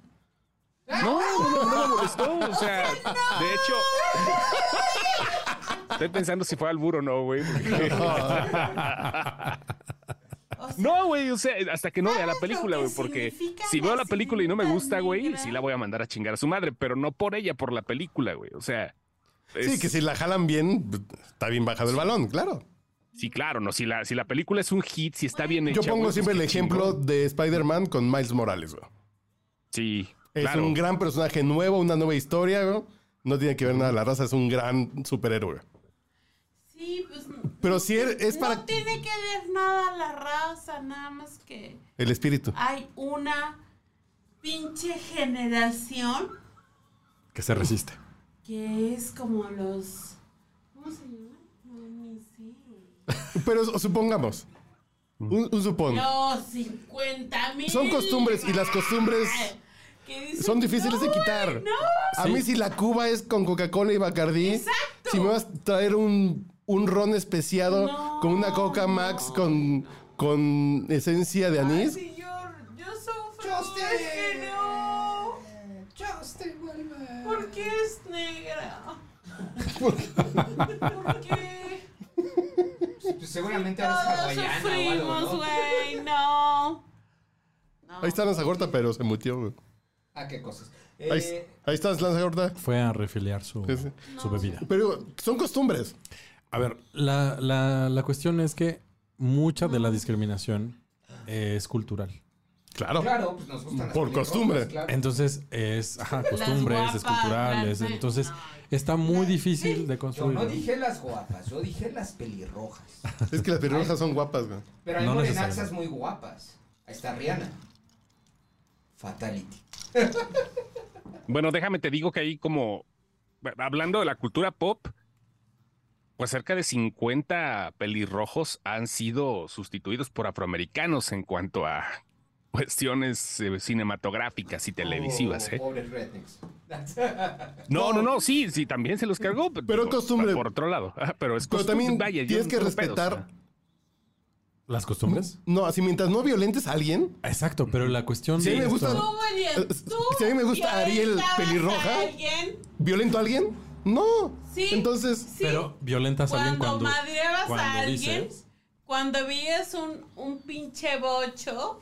[SPEAKER 12] No, no, pues no me molestó. O
[SPEAKER 14] [LAUGHS]
[SPEAKER 12] sea, de hecho. [LAUGHS] Estoy pensando si fue al burro o no, güey. porque- [LAUGHS] No, güey, o sea, hasta que no vea la
[SPEAKER 14] ¿Sabes
[SPEAKER 12] película,
[SPEAKER 14] lo que
[SPEAKER 12] güey, porque
[SPEAKER 14] significa
[SPEAKER 12] si veo
[SPEAKER 14] la
[SPEAKER 12] la película y no me
[SPEAKER 14] sirenita
[SPEAKER 12] gusta, güey,
[SPEAKER 14] negra?
[SPEAKER 12] sí la voy a mandar a chingar a su madre, pero no por ella, por la película, güey. O sea,
[SPEAKER 11] Sí,
[SPEAKER 12] es-
[SPEAKER 11] que si la jalan bien, está bien bajado el balón, claro.
[SPEAKER 12] sí, claro, no, si la, si la película es un hit, si está bien hecha.
[SPEAKER 11] Yo pongo
[SPEAKER 12] güey,
[SPEAKER 11] siempre el
[SPEAKER 12] pues qué
[SPEAKER 11] ejemplo
[SPEAKER 12] chingón.
[SPEAKER 11] de Spider-Man con Miles Morales. güey.
[SPEAKER 12] Sí,
[SPEAKER 11] Es
[SPEAKER 12] claro.
[SPEAKER 11] un gran personaje nuevo, una nueva historia. güey. No tiene que ver nada la raza, es un gran superhéroe.
[SPEAKER 14] Sí, pues.
[SPEAKER 11] Pero si er- es para-
[SPEAKER 14] No tiene que ver nada la raza, nada más que
[SPEAKER 11] El espíritu.
[SPEAKER 14] hay una pinche generación
[SPEAKER 9] Que se resiste.
[SPEAKER 14] que es como los. ¿Cómo se llama? No, ni sé.
[SPEAKER 11] Pero su- supongamos, un, un supón.
[SPEAKER 14] Los 50 mil.
[SPEAKER 11] Son costumbres y las costumbres Son difíciles de quitar. A
[SPEAKER 9] Sí.
[SPEAKER 11] mí si la cuba es con Coca-Cola y Bacardí,
[SPEAKER 14] Exacto.
[SPEAKER 11] si me vas a traer un, un ron especiado
[SPEAKER 14] No,
[SPEAKER 11] con una Coca Max con, con esencia de
[SPEAKER 14] Ay,
[SPEAKER 11] anís,
[SPEAKER 14] sí, yo, yo sufro.
[SPEAKER 13] Justin.
[SPEAKER 14] es que no.
[SPEAKER 13] Justin Wilmer.
[SPEAKER 14] ¿Por qué es negra? ¿Por qué?
[SPEAKER 13] Pues seguramente eres
[SPEAKER 14] Todos
[SPEAKER 13] hawaiana o algo,
[SPEAKER 14] sufrimos,
[SPEAKER 13] ¿no?
[SPEAKER 14] güey, no. No.
[SPEAKER 11] ahí está Lanza Gorda, pero se mutió. güey.
[SPEAKER 14] Eh.
[SPEAKER 13] Ah, qué cosas.
[SPEAKER 11] Ahí,
[SPEAKER 13] Eh,
[SPEAKER 11] ahí está Lanza Gorda.
[SPEAKER 9] Fue a refiliar su,
[SPEAKER 11] Sí, sí.
[SPEAKER 9] su bebida.
[SPEAKER 11] Pero son costumbres.
[SPEAKER 9] A ver, la, la- la cuestión es que mucha de la discriminación eh, es cultural.
[SPEAKER 11] Claro.
[SPEAKER 13] claro, pues nos gustan las
[SPEAKER 11] Por
[SPEAKER 13] pelirrojas,
[SPEAKER 11] costumbre.
[SPEAKER 13] claro.
[SPEAKER 9] Entonces es ajá, costumbres,
[SPEAKER 14] guapas,
[SPEAKER 9] es culturales.
[SPEAKER 14] las-
[SPEAKER 9] Entonces
[SPEAKER 14] no.
[SPEAKER 9] está muy difícil de
[SPEAKER 13] Yo
[SPEAKER 9] construir.
[SPEAKER 13] no
[SPEAKER 9] ¿no?
[SPEAKER 13] dije las guapas, yo dije las pelirrojas.
[SPEAKER 11] Es que las pelirrojas son guapas, güey.
[SPEAKER 13] Pero hay
[SPEAKER 9] No
[SPEAKER 13] morenazas
[SPEAKER 9] necesariamente.
[SPEAKER 13] muy guapas. Ahí está Rihanna. Fatality.
[SPEAKER 12] Bueno, déjame te digo que ahí como hablando de la cultura pop, pues cerca de 50 pelirrojos han sido sustituidos por afroamericanos en cuanto a cuestiones eh, cinematográficas y televisivas,
[SPEAKER 11] Oh.
[SPEAKER 12] ¿eh?
[SPEAKER 13] Pobres Oh, rednecks.
[SPEAKER 12] No, no, no, sí, sí, también se los cargó.
[SPEAKER 11] Pero es
[SPEAKER 12] digo,
[SPEAKER 11] costumbre.
[SPEAKER 12] Por otro lado. Ah, pero es
[SPEAKER 11] Pero
[SPEAKER 12] costumbre.
[SPEAKER 11] también
[SPEAKER 12] Vaya, yo
[SPEAKER 11] tienes
[SPEAKER 12] no
[SPEAKER 11] que
[SPEAKER 12] tengo pedos.
[SPEAKER 11] respetar.
[SPEAKER 9] ¿Las costumbres?
[SPEAKER 11] No, así mientras no violentes a alguien.
[SPEAKER 9] Exacto, pero la cuestión
[SPEAKER 11] Si a mí me gusta, eh,
[SPEAKER 14] Tú, Mariel, tú.
[SPEAKER 11] si a mí me gusta Ariel
[SPEAKER 14] violentabas
[SPEAKER 11] pelirroja,
[SPEAKER 14] a alguien
[SPEAKER 11] ¿violento a alguien? No.
[SPEAKER 14] Sí,
[SPEAKER 11] Entonces.
[SPEAKER 9] Pero violentas a alguien
[SPEAKER 14] cuando,
[SPEAKER 9] cuando,
[SPEAKER 14] madreabas a
[SPEAKER 9] cuando
[SPEAKER 14] alguien,
[SPEAKER 9] dices-
[SPEAKER 14] cuando veías un, un pinche bocho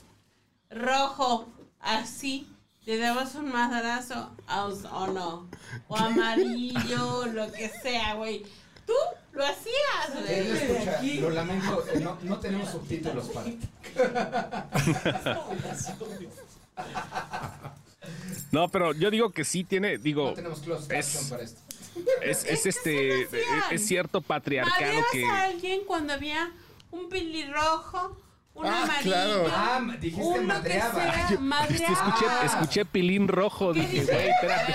[SPEAKER 14] rojo así, le dabas un madrazo a un- o no, o amarillo, lo que sea, güey. Tú lo hacías,
[SPEAKER 13] Eh, no,
[SPEAKER 14] güey.
[SPEAKER 13] escucha, lo lamento, eh, no, no tenemos subtítulos
[SPEAKER 14] [LAUGHS]
[SPEAKER 13] para.
[SPEAKER 12] No, pero yo digo que sí tiene, digo,
[SPEAKER 13] No tenemos closed caption
[SPEAKER 12] es,
[SPEAKER 13] para esto.
[SPEAKER 12] es, es este, es,
[SPEAKER 14] hacían.
[SPEAKER 12] es cierto patriarcado
[SPEAKER 14] Madreabas
[SPEAKER 12] que...
[SPEAKER 14] a alguien cuando había un pelirrojo, un
[SPEAKER 13] Ah,
[SPEAKER 14] amarillo.
[SPEAKER 13] claro. Ah, ma- dijiste
[SPEAKER 14] uno que
[SPEAKER 13] madreaba.
[SPEAKER 14] sea,
[SPEAKER 13] Ay, yo-
[SPEAKER 12] Este,
[SPEAKER 14] madreaba.
[SPEAKER 12] escuché, escuché pilín rojo, dije,
[SPEAKER 14] dice?
[SPEAKER 12] güey, espérate.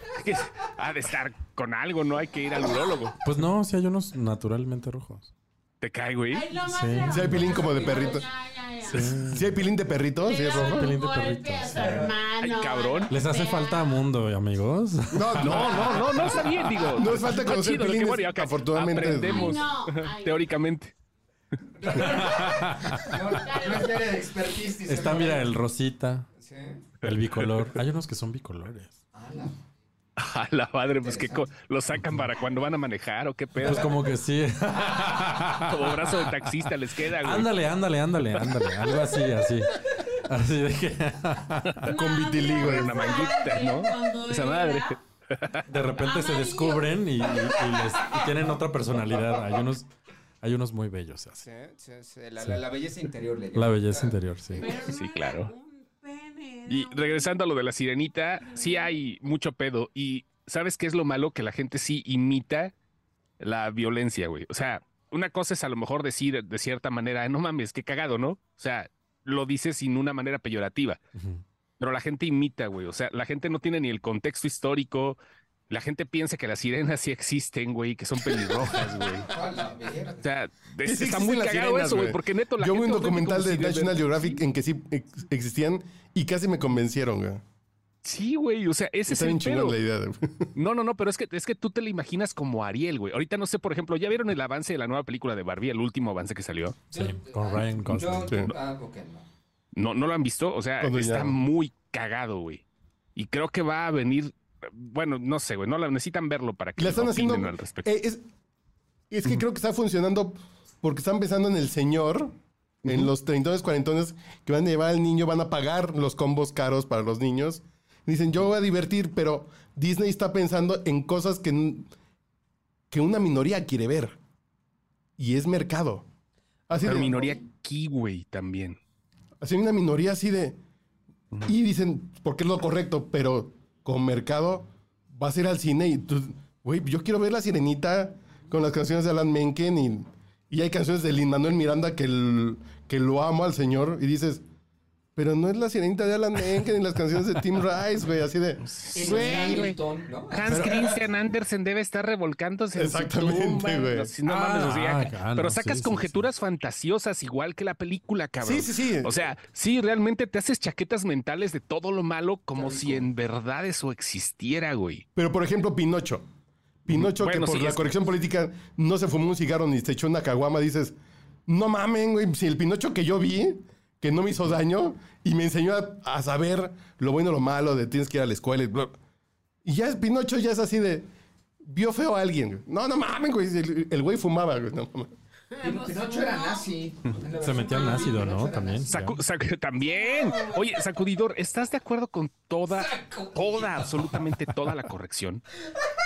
[SPEAKER 12] [LAUGHS] que Ha de estar con algo, no hay que ir al urólogo.
[SPEAKER 9] Pues no, si hay unos naturalmente rojos.
[SPEAKER 12] Te cae, güey.
[SPEAKER 14] Ay, lo
[SPEAKER 9] Sí.
[SPEAKER 14] madreaba.
[SPEAKER 11] Si hay pilín como de perrito.
[SPEAKER 14] Ya, ya, ya.
[SPEAKER 11] Si hay pilín de perrito, si
[SPEAKER 14] Le
[SPEAKER 11] es
[SPEAKER 14] daba [LAUGHS]
[SPEAKER 11] rojo.
[SPEAKER 14] un
[SPEAKER 9] Pelín de
[SPEAKER 14] golpe
[SPEAKER 9] perrito,
[SPEAKER 14] a su
[SPEAKER 9] sí.
[SPEAKER 14] hermano.
[SPEAKER 12] Ay, cabrón.
[SPEAKER 9] Les hace falta mundo, amigos.
[SPEAKER 11] No,
[SPEAKER 12] No,
[SPEAKER 11] no,
[SPEAKER 12] no, no, no está bien, digo.
[SPEAKER 11] No es falta
[SPEAKER 12] está
[SPEAKER 11] conocer
[SPEAKER 12] chido, lo que
[SPEAKER 11] pilines,
[SPEAKER 12] bueno, acá
[SPEAKER 11] afortunadamente.
[SPEAKER 12] Aprendemos,
[SPEAKER 14] Ay, no, ay.
[SPEAKER 12] teóricamente. [LAUGHS]
[SPEAKER 13] No, no es área de expertise. dice
[SPEAKER 9] Está,
[SPEAKER 13] Manuel.
[SPEAKER 9] mira, el rosita,
[SPEAKER 13] Sí.
[SPEAKER 9] el bicolor. Hay unos que son bicolores.
[SPEAKER 13] Ala.
[SPEAKER 12] A la madre, pues que co- lo sacan para cuando van a manejar o qué pedo.
[SPEAKER 9] Pues como que sí.
[SPEAKER 12] Como brazo de taxista les queda, güey.
[SPEAKER 9] Ándale, ándale, ándale, ándale. Algo así, así. Así de que
[SPEAKER 12] Con vitiligo en una manguita, ¿no?
[SPEAKER 14] Cuando
[SPEAKER 12] Esa madre.
[SPEAKER 14] era-
[SPEAKER 9] de repente se descubren y, y- y les- y tienen otra personalidad. Hay unos, hay unos muy bellos. así.
[SPEAKER 13] Sí, sí, sí, ¿eh? La, la- la belleza interior le
[SPEAKER 9] La belleza interior, sí.
[SPEAKER 12] Sí, claro. Y regresando a lo de la sirenita, sí hay mucho pedo. Y ¿sabes qué es lo malo? Que la gente sí imita la violencia, güey. O sea, una cosa es a lo mejor decir de cierta manera, no mames, qué cagado, ¿no? O sea, lo dices sin una manera peyorativa. Pero la gente imita, güey. O sea, la gente no tiene ni el contexto histórico. La gente piensa que las sirenas sí existen, güey, que son pelirrojas, güey.
[SPEAKER 13] Ala, verga.
[SPEAKER 12] O sea,
[SPEAKER 11] Sí,
[SPEAKER 12] es-
[SPEAKER 11] sí
[SPEAKER 12] está
[SPEAKER 11] existen
[SPEAKER 12] muy
[SPEAKER 11] las
[SPEAKER 12] cagado
[SPEAKER 11] sirenas,
[SPEAKER 12] eso, güey, porque neto la
[SPEAKER 11] Yo vi
[SPEAKER 12] gente
[SPEAKER 11] un
[SPEAKER 12] lo ve
[SPEAKER 11] documental
[SPEAKER 12] como
[SPEAKER 11] de
[SPEAKER 12] si
[SPEAKER 11] National Geographic en que sí ex- existían y casi me convencieron, güey.
[SPEAKER 12] Sí, güey, o sea, ese
[SPEAKER 11] Está
[SPEAKER 12] es
[SPEAKER 11] bien
[SPEAKER 12] el
[SPEAKER 11] chingón
[SPEAKER 12] pedo.
[SPEAKER 11] la idea. güey.
[SPEAKER 12] No, no, no, pero es que, es que tú te la imaginas como Ariel, güey. Ahorita no sé, por ejemplo, ¿ya vieron el avance de la nueva película de Barbie, el último avance que salió?
[SPEAKER 9] Sí, con Ryan Gosling.
[SPEAKER 13] Yo,
[SPEAKER 11] Sí.
[SPEAKER 13] ah, ok, no.
[SPEAKER 12] No, no lo han visto, o sea,
[SPEAKER 11] Cuando ya-
[SPEAKER 12] está muy cagado, güey. Y creo que va a venir, bueno, no sé, güey, no la necesitan verlo para que
[SPEAKER 11] La están
[SPEAKER 12] opinen
[SPEAKER 11] haciendo.
[SPEAKER 12] al respecto.
[SPEAKER 11] eh, es, es que creo que está funcionando porque están pensando en el señor, en los treintones, cuarentones que van a llevar al niño, van a pagar los combos caros para los niños. Dicen, yo voy a divertir, pero Disney está pensando en cosas que, n- que una minoría quiere ver. Y es mercado. Así
[SPEAKER 12] Pero
[SPEAKER 11] de-
[SPEAKER 12] minoría aquí, güey, también.
[SPEAKER 11] Así hay una minoría así de. Y dicen, porque es lo correcto, pero con mercado vas a ir al cine y tú, güey, yo quiero ver la sirenita con las canciones de Alan Menken y, y hay canciones de Lin Manuel Miranda que, el- que lo amo al señor y dices, pero no es la sirenita de Alan Menken ni las canciones de Tim Rice, güey, así de.
[SPEAKER 12] Güey, güey.
[SPEAKER 13] Hamilton, ¿no?
[SPEAKER 12] Hans Christian Andersen debe estar revolcándose en su
[SPEAKER 11] Exactamente,
[SPEAKER 12] tumba.
[SPEAKER 11] güey.
[SPEAKER 12] No, si no mames, o sea,
[SPEAKER 9] Ah, ah,
[SPEAKER 12] pero
[SPEAKER 9] no,
[SPEAKER 12] sacas
[SPEAKER 9] sí, sí,
[SPEAKER 12] conjeturas fantasiosas igual que la película, cabrón.
[SPEAKER 11] Sí, sí, sí.
[SPEAKER 12] O sea, sí, realmente te haces chaquetas mentales de todo lo malo como si en verdad eso existiera, güey.
[SPEAKER 11] Pero por ejemplo, Pinocho. Pinocho
[SPEAKER 12] Bueno,
[SPEAKER 11] que por
[SPEAKER 12] sí,
[SPEAKER 11] la
[SPEAKER 12] es-
[SPEAKER 11] corrección política no se fumó un cigarro ni se echó una caguama, dices, no mamen, güey, si el Pinocho que yo vi, que no me hizo daño y me enseñó a, a saber lo bueno, lo malo, de tienes que ir a la escuela y bla. Y ya es- Pinocho ya es así de, vio feo a alguien. No, no mamen, güey, el, el güey fumaba, güey, no mamen.
[SPEAKER 13] Pin- Pinocho era nazi. En la
[SPEAKER 9] Se
[SPEAKER 13] versión
[SPEAKER 9] metió en
[SPEAKER 13] Barbie,
[SPEAKER 9] ácido,
[SPEAKER 13] Pinocho
[SPEAKER 9] ¿no?
[SPEAKER 13] era
[SPEAKER 9] También. ya.
[SPEAKER 12] Sacu- sac- [LAUGHS] también. Oye, sacudidor, ¿estás de acuerdo con toda, toda, absolutamente toda la corrección?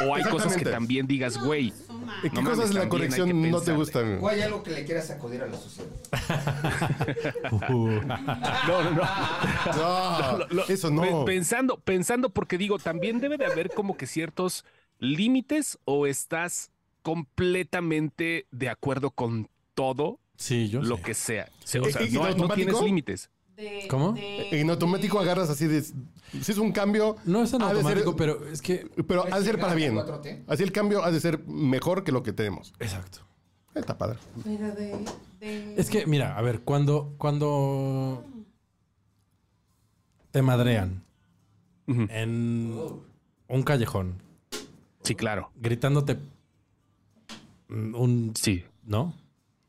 [SPEAKER 12] ¿O hay cosas que
[SPEAKER 11] Exactamente.
[SPEAKER 12] también digas, güey?
[SPEAKER 11] ¿Qué
[SPEAKER 12] no mames,
[SPEAKER 11] cosas de
[SPEAKER 12] también
[SPEAKER 11] la
[SPEAKER 12] hay que
[SPEAKER 11] corrección no te
[SPEAKER 12] pensarle?
[SPEAKER 11] gustan?
[SPEAKER 13] ¿O hay algo que le quieras sacudir a la sociedad?
[SPEAKER 9] Uh,
[SPEAKER 12] [LAUGHS] No, no, no. [LAUGHS]
[SPEAKER 11] No,
[SPEAKER 12] Lo- lo-
[SPEAKER 11] eso
[SPEAKER 12] pe-
[SPEAKER 11] no.
[SPEAKER 12] Pensando, pensando, porque digo, también debe de haber como que ciertos límites o estás completamente de acuerdo con todo
[SPEAKER 9] sí, yo
[SPEAKER 12] lo
[SPEAKER 9] sé.
[SPEAKER 12] que sea. O sea, o sea,
[SPEAKER 11] ¿Y- y
[SPEAKER 12] no, no
[SPEAKER 11] automático?
[SPEAKER 12] tienes límites.
[SPEAKER 14] de-
[SPEAKER 9] ¿Cómo?
[SPEAKER 14] de-
[SPEAKER 11] En automático agarras así de. Si es un cambio.
[SPEAKER 9] No es en
[SPEAKER 11] ha de ser-
[SPEAKER 9] automático, pero es que.
[SPEAKER 11] Pero ha de ser para bien.
[SPEAKER 13] 4T.
[SPEAKER 11] Así el cambio ha de ser mejor que lo que tenemos.
[SPEAKER 9] Exacto.
[SPEAKER 11] Está padre.
[SPEAKER 14] Pero de, de-
[SPEAKER 9] Es que, mira, a ver, cuando, cuando te madrean en un callejón.
[SPEAKER 12] Sí, claro.
[SPEAKER 9] Gritándote mm, un...
[SPEAKER 12] Sí.
[SPEAKER 9] ¿No?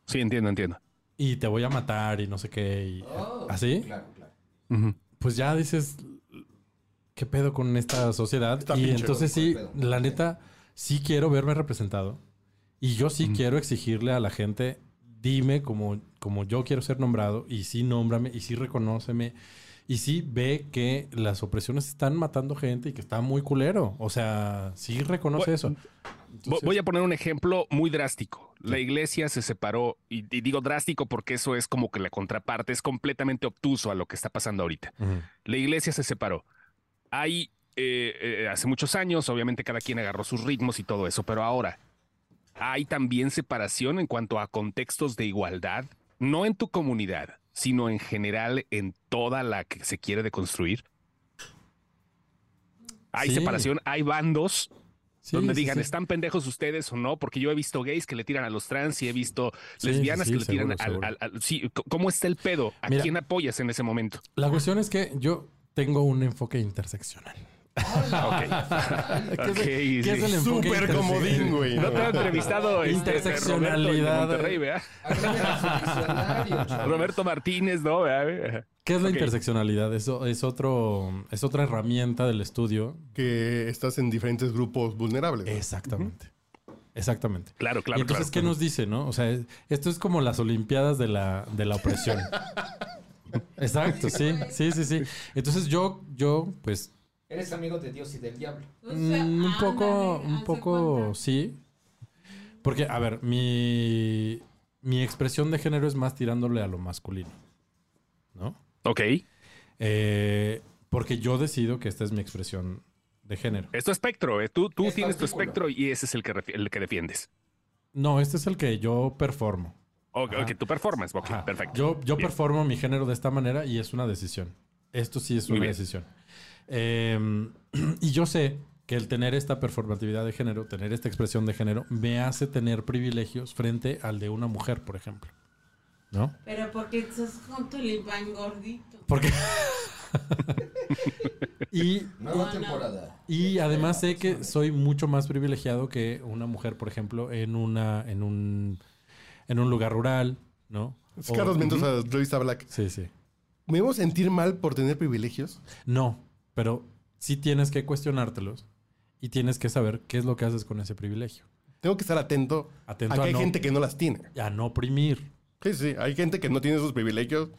[SPEAKER 12] Sí, entiendo, entiendo.
[SPEAKER 9] Y te voy a matar y no sé qué. Y,
[SPEAKER 13] Oh,
[SPEAKER 9] ¿Así?
[SPEAKER 13] Claro, claro.
[SPEAKER 9] Pues ya dices, ¿qué pedo con esta sociedad?
[SPEAKER 12] Está
[SPEAKER 9] y
[SPEAKER 12] pinche
[SPEAKER 9] entonces sí,
[SPEAKER 12] jodido el
[SPEAKER 9] la neta, sí quiero verme representado. Y yo sí quiero exigirle a la gente, dime como, como yo quiero ser nombrado, y sí nómbrame, y sí reconóceme, y sí ve que las opresiones están matando gente y que está muy culero. O sea, sí reconoce
[SPEAKER 12] Voy-
[SPEAKER 9] eso.
[SPEAKER 12] Vo- Voy a poner un ejemplo muy drástico. La iglesia se separó, y, y digo drástico porque eso es como que la contraparte, es completamente obtuso a lo que está pasando ahorita. La iglesia se separó. Hay, eh, eh, hace muchos años, obviamente cada quien agarró sus ritmos y todo eso, pero ahora hay también separación en cuanto a contextos de igualdad, no en tu comunidad, sino en general en toda la que se quiere deconstruir. Hay
[SPEAKER 9] Sí.
[SPEAKER 12] separación, hay bandos
[SPEAKER 9] Sí,
[SPEAKER 12] donde
[SPEAKER 9] sí,
[SPEAKER 12] digan,
[SPEAKER 9] sí.
[SPEAKER 12] están pendejos ustedes o no, porque yo he visto gays que le tiran a los trans y he visto
[SPEAKER 9] Sí,
[SPEAKER 12] lesbianas
[SPEAKER 9] sí,
[SPEAKER 12] que le tiran
[SPEAKER 9] seguro,
[SPEAKER 12] al-
[SPEAKER 9] seguro.
[SPEAKER 12] al, al- sí, c- ¿Cómo está el pedo? ¿A
[SPEAKER 9] Mira.
[SPEAKER 12] quién apoyas en ese momento?
[SPEAKER 9] La cuestión es que yo tengo un enfoque interseccional.
[SPEAKER 12] Ok.
[SPEAKER 9] ¿Qué es el-
[SPEAKER 12] Ok,
[SPEAKER 9] qué es el
[SPEAKER 12] sí.
[SPEAKER 9] enfoque Súper interse- comodín, güey.
[SPEAKER 12] No te he entrevistado este,
[SPEAKER 9] Ah. Interseccionalidad. Ah.
[SPEAKER 12] Roberto, el de Monterrey, ¿verdad? Roberto Martínez, ¿no? ¿verdad?
[SPEAKER 9] ¿Qué es la
[SPEAKER 12] Ok.
[SPEAKER 9] interseccionalidad? Eso es otro, es otra herramienta del estudio.
[SPEAKER 11] Que estás en diferentes grupos vulnerables.
[SPEAKER 9] Exactamente. Exactamente.
[SPEAKER 12] Claro, claro,
[SPEAKER 9] Y entonces,
[SPEAKER 12] claro.
[SPEAKER 9] ¿qué nos dice, no? O sea, es- esto es como las Olimpiadas de la, de
[SPEAKER 12] [LAUGHS]
[SPEAKER 9] la opresión. Exacto, sí, sí, sí, sí. Entonces yo, yo, pues,
[SPEAKER 13] Eres amigo de Dios y del diablo.
[SPEAKER 9] mm, un poco, un poco, sí. Porque, a ver, mi, mi expresión de género es más tirándole a lo masculino. ¿No?
[SPEAKER 12] Ok.
[SPEAKER 9] Eh, porque yo decido que esta es mi expresión de género.
[SPEAKER 12] Es tu espectro, ¿eh? tú, tú
[SPEAKER 13] Es
[SPEAKER 12] tienes tu
[SPEAKER 13] artículo.
[SPEAKER 12] espectro y ese es el que, refi- el que defiendes.
[SPEAKER 9] No, este es el que yo performo.
[SPEAKER 12] Ok,
[SPEAKER 9] Ajá.
[SPEAKER 12] ok, tu performance, ok, perfecto.
[SPEAKER 9] Yo, yo
[SPEAKER 12] Bien.
[SPEAKER 9] performo mi género de esta manera y es una decisión. Esto sí es
[SPEAKER 12] Muy
[SPEAKER 9] una
[SPEAKER 12] bien.
[SPEAKER 9] decisión. Eh, [CLEARS THROAT] y yo sé que el tener esta performatividad de género, tener esta expresión de género, me hace tener privilegios frente al de una mujer, por ejemplo. ¿No?
[SPEAKER 14] Pero porque estás con tu Iván gordito.
[SPEAKER 9] Porque... [LAUGHS] y,
[SPEAKER 13] Nueva
[SPEAKER 14] No, no.
[SPEAKER 13] temporada.
[SPEAKER 9] y además sé que soy mucho más privilegiado que una mujer, por ejemplo, en una en un en un lugar rural, ¿no?
[SPEAKER 11] Es
[SPEAKER 9] O-
[SPEAKER 11] Carlos Mendoza, revista Black.
[SPEAKER 9] Sí, sí.
[SPEAKER 11] ¿Me debo sentir mal por tener privilegios?
[SPEAKER 9] No, pero sí tienes que cuestionártelos y tienes que saber qué es lo que haces con ese privilegio.
[SPEAKER 11] Tengo que estar atento,
[SPEAKER 9] Atento
[SPEAKER 11] a que
[SPEAKER 9] a
[SPEAKER 11] hay
[SPEAKER 9] no-
[SPEAKER 11] gente que no las tiene.
[SPEAKER 9] A no oprimir.
[SPEAKER 11] Sí, sí, hay gente que no tiene esos privilegios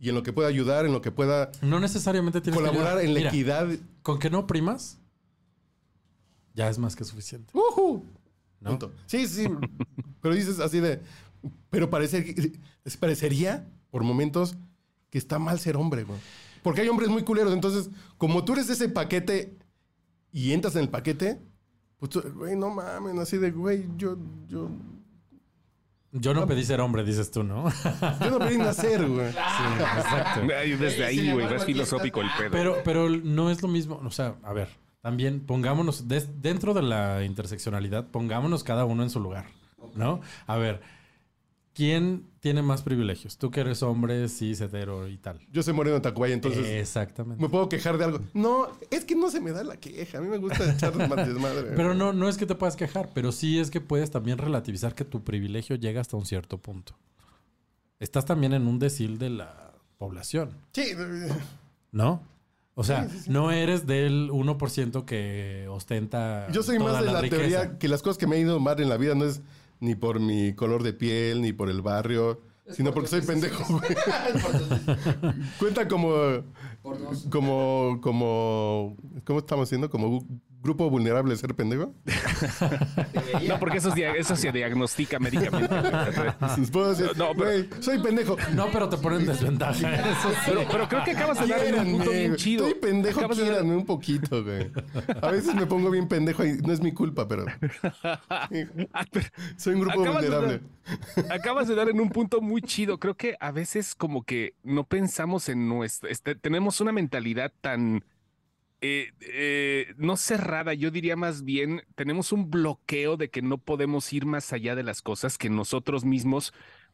[SPEAKER 11] y en lo que pueda ayudar, en lo que pueda
[SPEAKER 9] No necesariamente tienes
[SPEAKER 11] colaborar
[SPEAKER 9] que
[SPEAKER 11] en la
[SPEAKER 9] Mira,
[SPEAKER 11] equidad.
[SPEAKER 9] Con que no oprimas, ya es más que suficiente.
[SPEAKER 11] ¡Ujú!
[SPEAKER 9] ¿no?
[SPEAKER 11] Punto. Sí, sí. pero dices así de. Pero parece, es- parecería por momentos que está mal ser hombre, güey. Porque hay hombres muy culeros. Entonces, como tú eres de ese paquete y entras en el paquete, pues tú, güey, no mames, así de, güey, yo, yo,
[SPEAKER 9] Yo no pedí ser hombre, dices tú, ¿no? [LAUGHS]
[SPEAKER 11] yo no pedí nacer, güey.
[SPEAKER 9] Ah. Exacto.
[SPEAKER 12] Ay, Desde ahí, güey, es filosófico el pedo.
[SPEAKER 9] Pero, pero no es lo mismo. O sea, a ver, también pongámonos des- dentro de la interseccionalidad, pongámonos cada uno en su lugar, ¿no? A ver, ¿quién tiene más privilegios? Tú que eres hombre, cis, hetero y tal.
[SPEAKER 11] Yo soy moreno de Tacubaya, entonces
[SPEAKER 9] Eh. Exactamente.
[SPEAKER 11] me puedo quejar de algo. No, es que no se me da la queja. A mí me gusta echar [LAUGHS] más desmadre.
[SPEAKER 9] Pero no, no es que te puedas quejar, pero sí es que puedes también relativizar que tu privilegio llega hasta un cierto punto. Estás también en un decil de la población,
[SPEAKER 11] Sí,
[SPEAKER 9] ¿no? O sea, no eres del 1% que ostenta.
[SPEAKER 11] Yo soy
[SPEAKER 9] toda
[SPEAKER 11] más de la,
[SPEAKER 9] riqueza.
[SPEAKER 11] teoría que las cosas que me han ido mal en la vida no es ni por mi color de piel, ni por el barrio,
[SPEAKER 13] Es
[SPEAKER 11] sino
[SPEAKER 13] por
[SPEAKER 11] porque soy
[SPEAKER 13] tus
[SPEAKER 11] pendejo.
[SPEAKER 13] [LAUGHS]
[SPEAKER 11] güey.
[SPEAKER 13] decisiones. Por tus decisiones.
[SPEAKER 11] Cuenta como,
[SPEAKER 13] Por dos.
[SPEAKER 11] como, como, ¿cómo estamos haciendo? Como gu- grupo vulnerable de
[SPEAKER 12] [LAUGHS]
[SPEAKER 11] ser pendejo?
[SPEAKER 12] No, porque eso, es dia- eso se diagnostica
[SPEAKER 9] [LAUGHS]
[SPEAKER 12] médicamente.
[SPEAKER 11] Puedo decir, "Güey, soy pendejo.
[SPEAKER 9] No, pero te ponen desventaja. Eso sí.
[SPEAKER 12] Pero- pero creo que acabas de dar en un punto
[SPEAKER 11] Quiéranme,
[SPEAKER 12] bien chido.
[SPEAKER 11] Estoy pendejo,
[SPEAKER 12] Acabas de dar-
[SPEAKER 11] quiéranme un poquito, güey. A veces me pongo bien pendejo y no es mi culpa,
[SPEAKER 12] [LAUGHS]
[SPEAKER 11] pero
[SPEAKER 12] Ah,
[SPEAKER 11] soy un grupo
[SPEAKER 12] Acabas de dar-
[SPEAKER 11] vulnerable.
[SPEAKER 12] [LAUGHS] Acabas de dar en un punto muy chido. Creo que a veces como que no pensamos en nuestra... este, tenemos una mentalidad tan... eh, eh, no cerrada, yo diría más bien, tenemos un bloqueo de que no podemos ir más allá de las cosas que nosotros mismos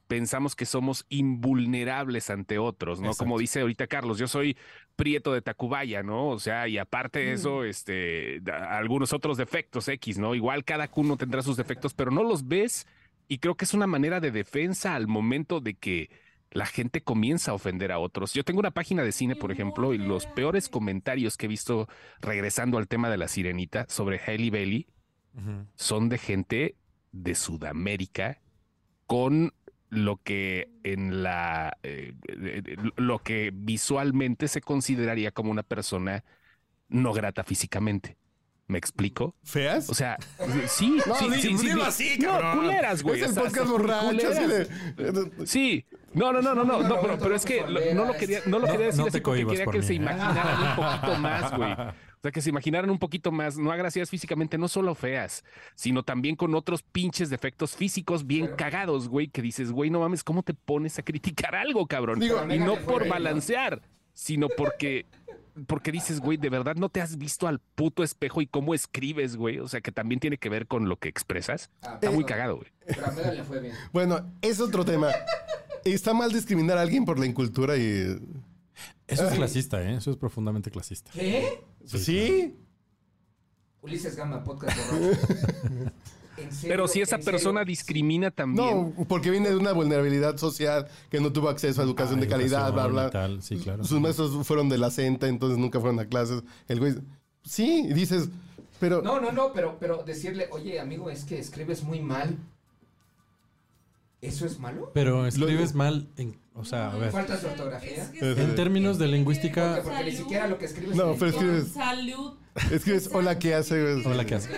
[SPEAKER 12] pensamos que somos invulnerables ante otros, ¿no? Como dice ahorita Carlos, yo soy prieto de Tacubaya, ¿no? O sea, y aparte de eso, este, da- algunos otros defectos X, ¿no? Igual cada uno tendrá sus defectos, pero no los ves y creo que es una manera de defensa al momento de que la gente comienza a ofender a otros. Yo tengo una página de cine, por ejemplo, y los peores comentarios que he visto regresando al tema de la sirenita sobre Hailey Bailey son de gente de Sudamérica con lo que en la eh, eh, eh, lo que visualmente se consideraría como una persona no grata físicamente. ¿Me explico?
[SPEAKER 11] ¿Feas?
[SPEAKER 12] O sea, sí,
[SPEAKER 11] [LAUGHS] No,
[SPEAKER 12] sí,
[SPEAKER 11] di-
[SPEAKER 12] sí, sí,
[SPEAKER 11] dilo
[SPEAKER 12] sí.
[SPEAKER 11] así,
[SPEAKER 12] No,
[SPEAKER 11] cabrón.
[SPEAKER 12] culeras, güey.
[SPEAKER 11] Es el
[SPEAKER 12] Hasta-
[SPEAKER 11] podcast
[SPEAKER 12] hasta
[SPEAKER 11] borracho, así
[SPEAKER 12] culeras. Sí. No, no, no, no, no, no, pero, pero es que lo- no lo quería, no lo
[SPEAKER 9] No-
[SPEAKER 12] quería decir
[SPEAKER 9] no te
[SPEAKER 12] así porque
[SPEAKER 9] cohibas
[SPEAKER 12] quería
[SPEAKER 9] por
[SPEAKER 12] que
[SPEAKER 9] mí,
[SPEAKER 12] se
[SPEAKER 9] ¿eh?
[SPEAKER 12] imaginaran un poquito más, güey. O sea, que se imaginaran un poquito más, no agraciadas físicamente, no solo feas, sino también con otros pinches defectos físicos bien cagados, güey, que dices, güey, no mames, ¿cómo te pones a criticar algo, cabrón?
[SPEAKER 11] Digo,
[SPEAKER 12] y no
[SPEAKER 11] déjate fuera,
[SPEAKER 12] por
[SPEAKER 11] ¿no?
[SPEAKER 12] balancear, sino porque, porque dices, güey, de verdad no te has visto al puto espejo y cómo escribes, güey. O sea, que también tiene que ver con lo que expresas. Está
[SPEAKER 11] Ah,
[SPEAKER 12] muy cagado, güey.
[SPEAKER 13] Pero a Mega le fue bien.
[SPEAKER 11] Bueno, es otro tema. Está mal discriminar a alguien por la incultura y
[SPEAKER 9] [LAUGHS] Eso es
[SPEAKER 11] Ay.
[SPEAKER 9] clasista, ¿eh? Eso es profundamente clasista.
[SPEAKER 13] ¿Qué?
[SPEAKER 11] Sí.
[SPEAKER 13] Ulises Gama, podcast borracho.
[SPEAKER 9] [LAUGHS]
[SPEAKER 13] En serio,
[SPEAKER 12] Pero si esa
[SPEAKER 13] en serio.
[SPEAKER 12] persona discrimina también.
[SPEAKER 11] No, porque viene de una vulnerabilidad social que no tuvo acceso a educación de calidad, bla,
[SPEAKER 9] Ah, Educación
[SPEAKER 11] bla.
[SPEAKER 9] y tal, Sí, claro.
[SPEAKER 11] Sus maestros fueron de la CENTA, entonces nunca fueron a clases. El güey, sí, y dices, [LAUGHS] pero
[SPEAKER 13] No, no, no, pero, pero decirle, oye, amigo, es que escribes muy mal. ¿Eso es malo?
[SPEAKER 9] Pero escribes mal, en- o sea, a ver.
[SPEAKER 13] ¿Faltas de ortografía?
[SPEAKER 9] En términos de lingüística,
[SPEAKER 13] Porque, porque ni siquiera lo que escribes.
[SPEAKER 11] No, pero
[SPEAKER 13] escribes.
[SPEAKER 11] escribes,
[SPEAKER 14] Salud
[SPEAKER 11] escribes, hola, ¿qué hace?
[SPEAKER 9] Hola, ¿qué hace?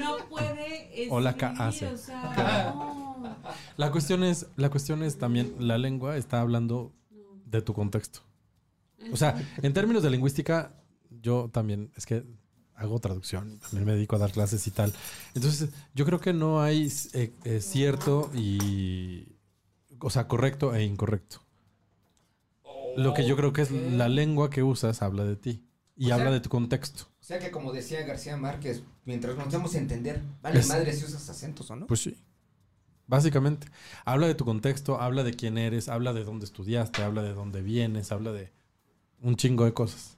[SPEAKER 14] no puede
[SPEAKER 9] O la
[SPEAKER 14] escribir,
[SPEAKER 9] ca- hace.
[SPEAKER 14] o sea, no.
[SPEAKER 9] la cuestión es, la cuestión es también, la lengua está hablando de tu contexto. O sea, en términos de lingüística, yo también, es que hago traducción, y también me dedico a dar clases y tal. Entonces, yo creo que no hay eh, eh, cierto y, o sea, correcto e incorrecto. Lo que yo creo que es la lengua que usas habla de ti y
[SPEAKER 13] O
[SPEAKER 9] habla
[SPEAKER 13] sea,
[SPEAKER 9] de tu contexto.
[SPEAKER 13] O sea que como decía García Márquez, mientras nos damos a entender, vale
[SPEAKER 9] Es-
[SPEAKER 13] madre si usas acentos o no.
[SPEAKER 9] Pues sí. Básicamente. Habla de tu contexto, habla de quién eres, habla de dónde estudiaste, habla de dónde vienes, habla de un chingo de cosas.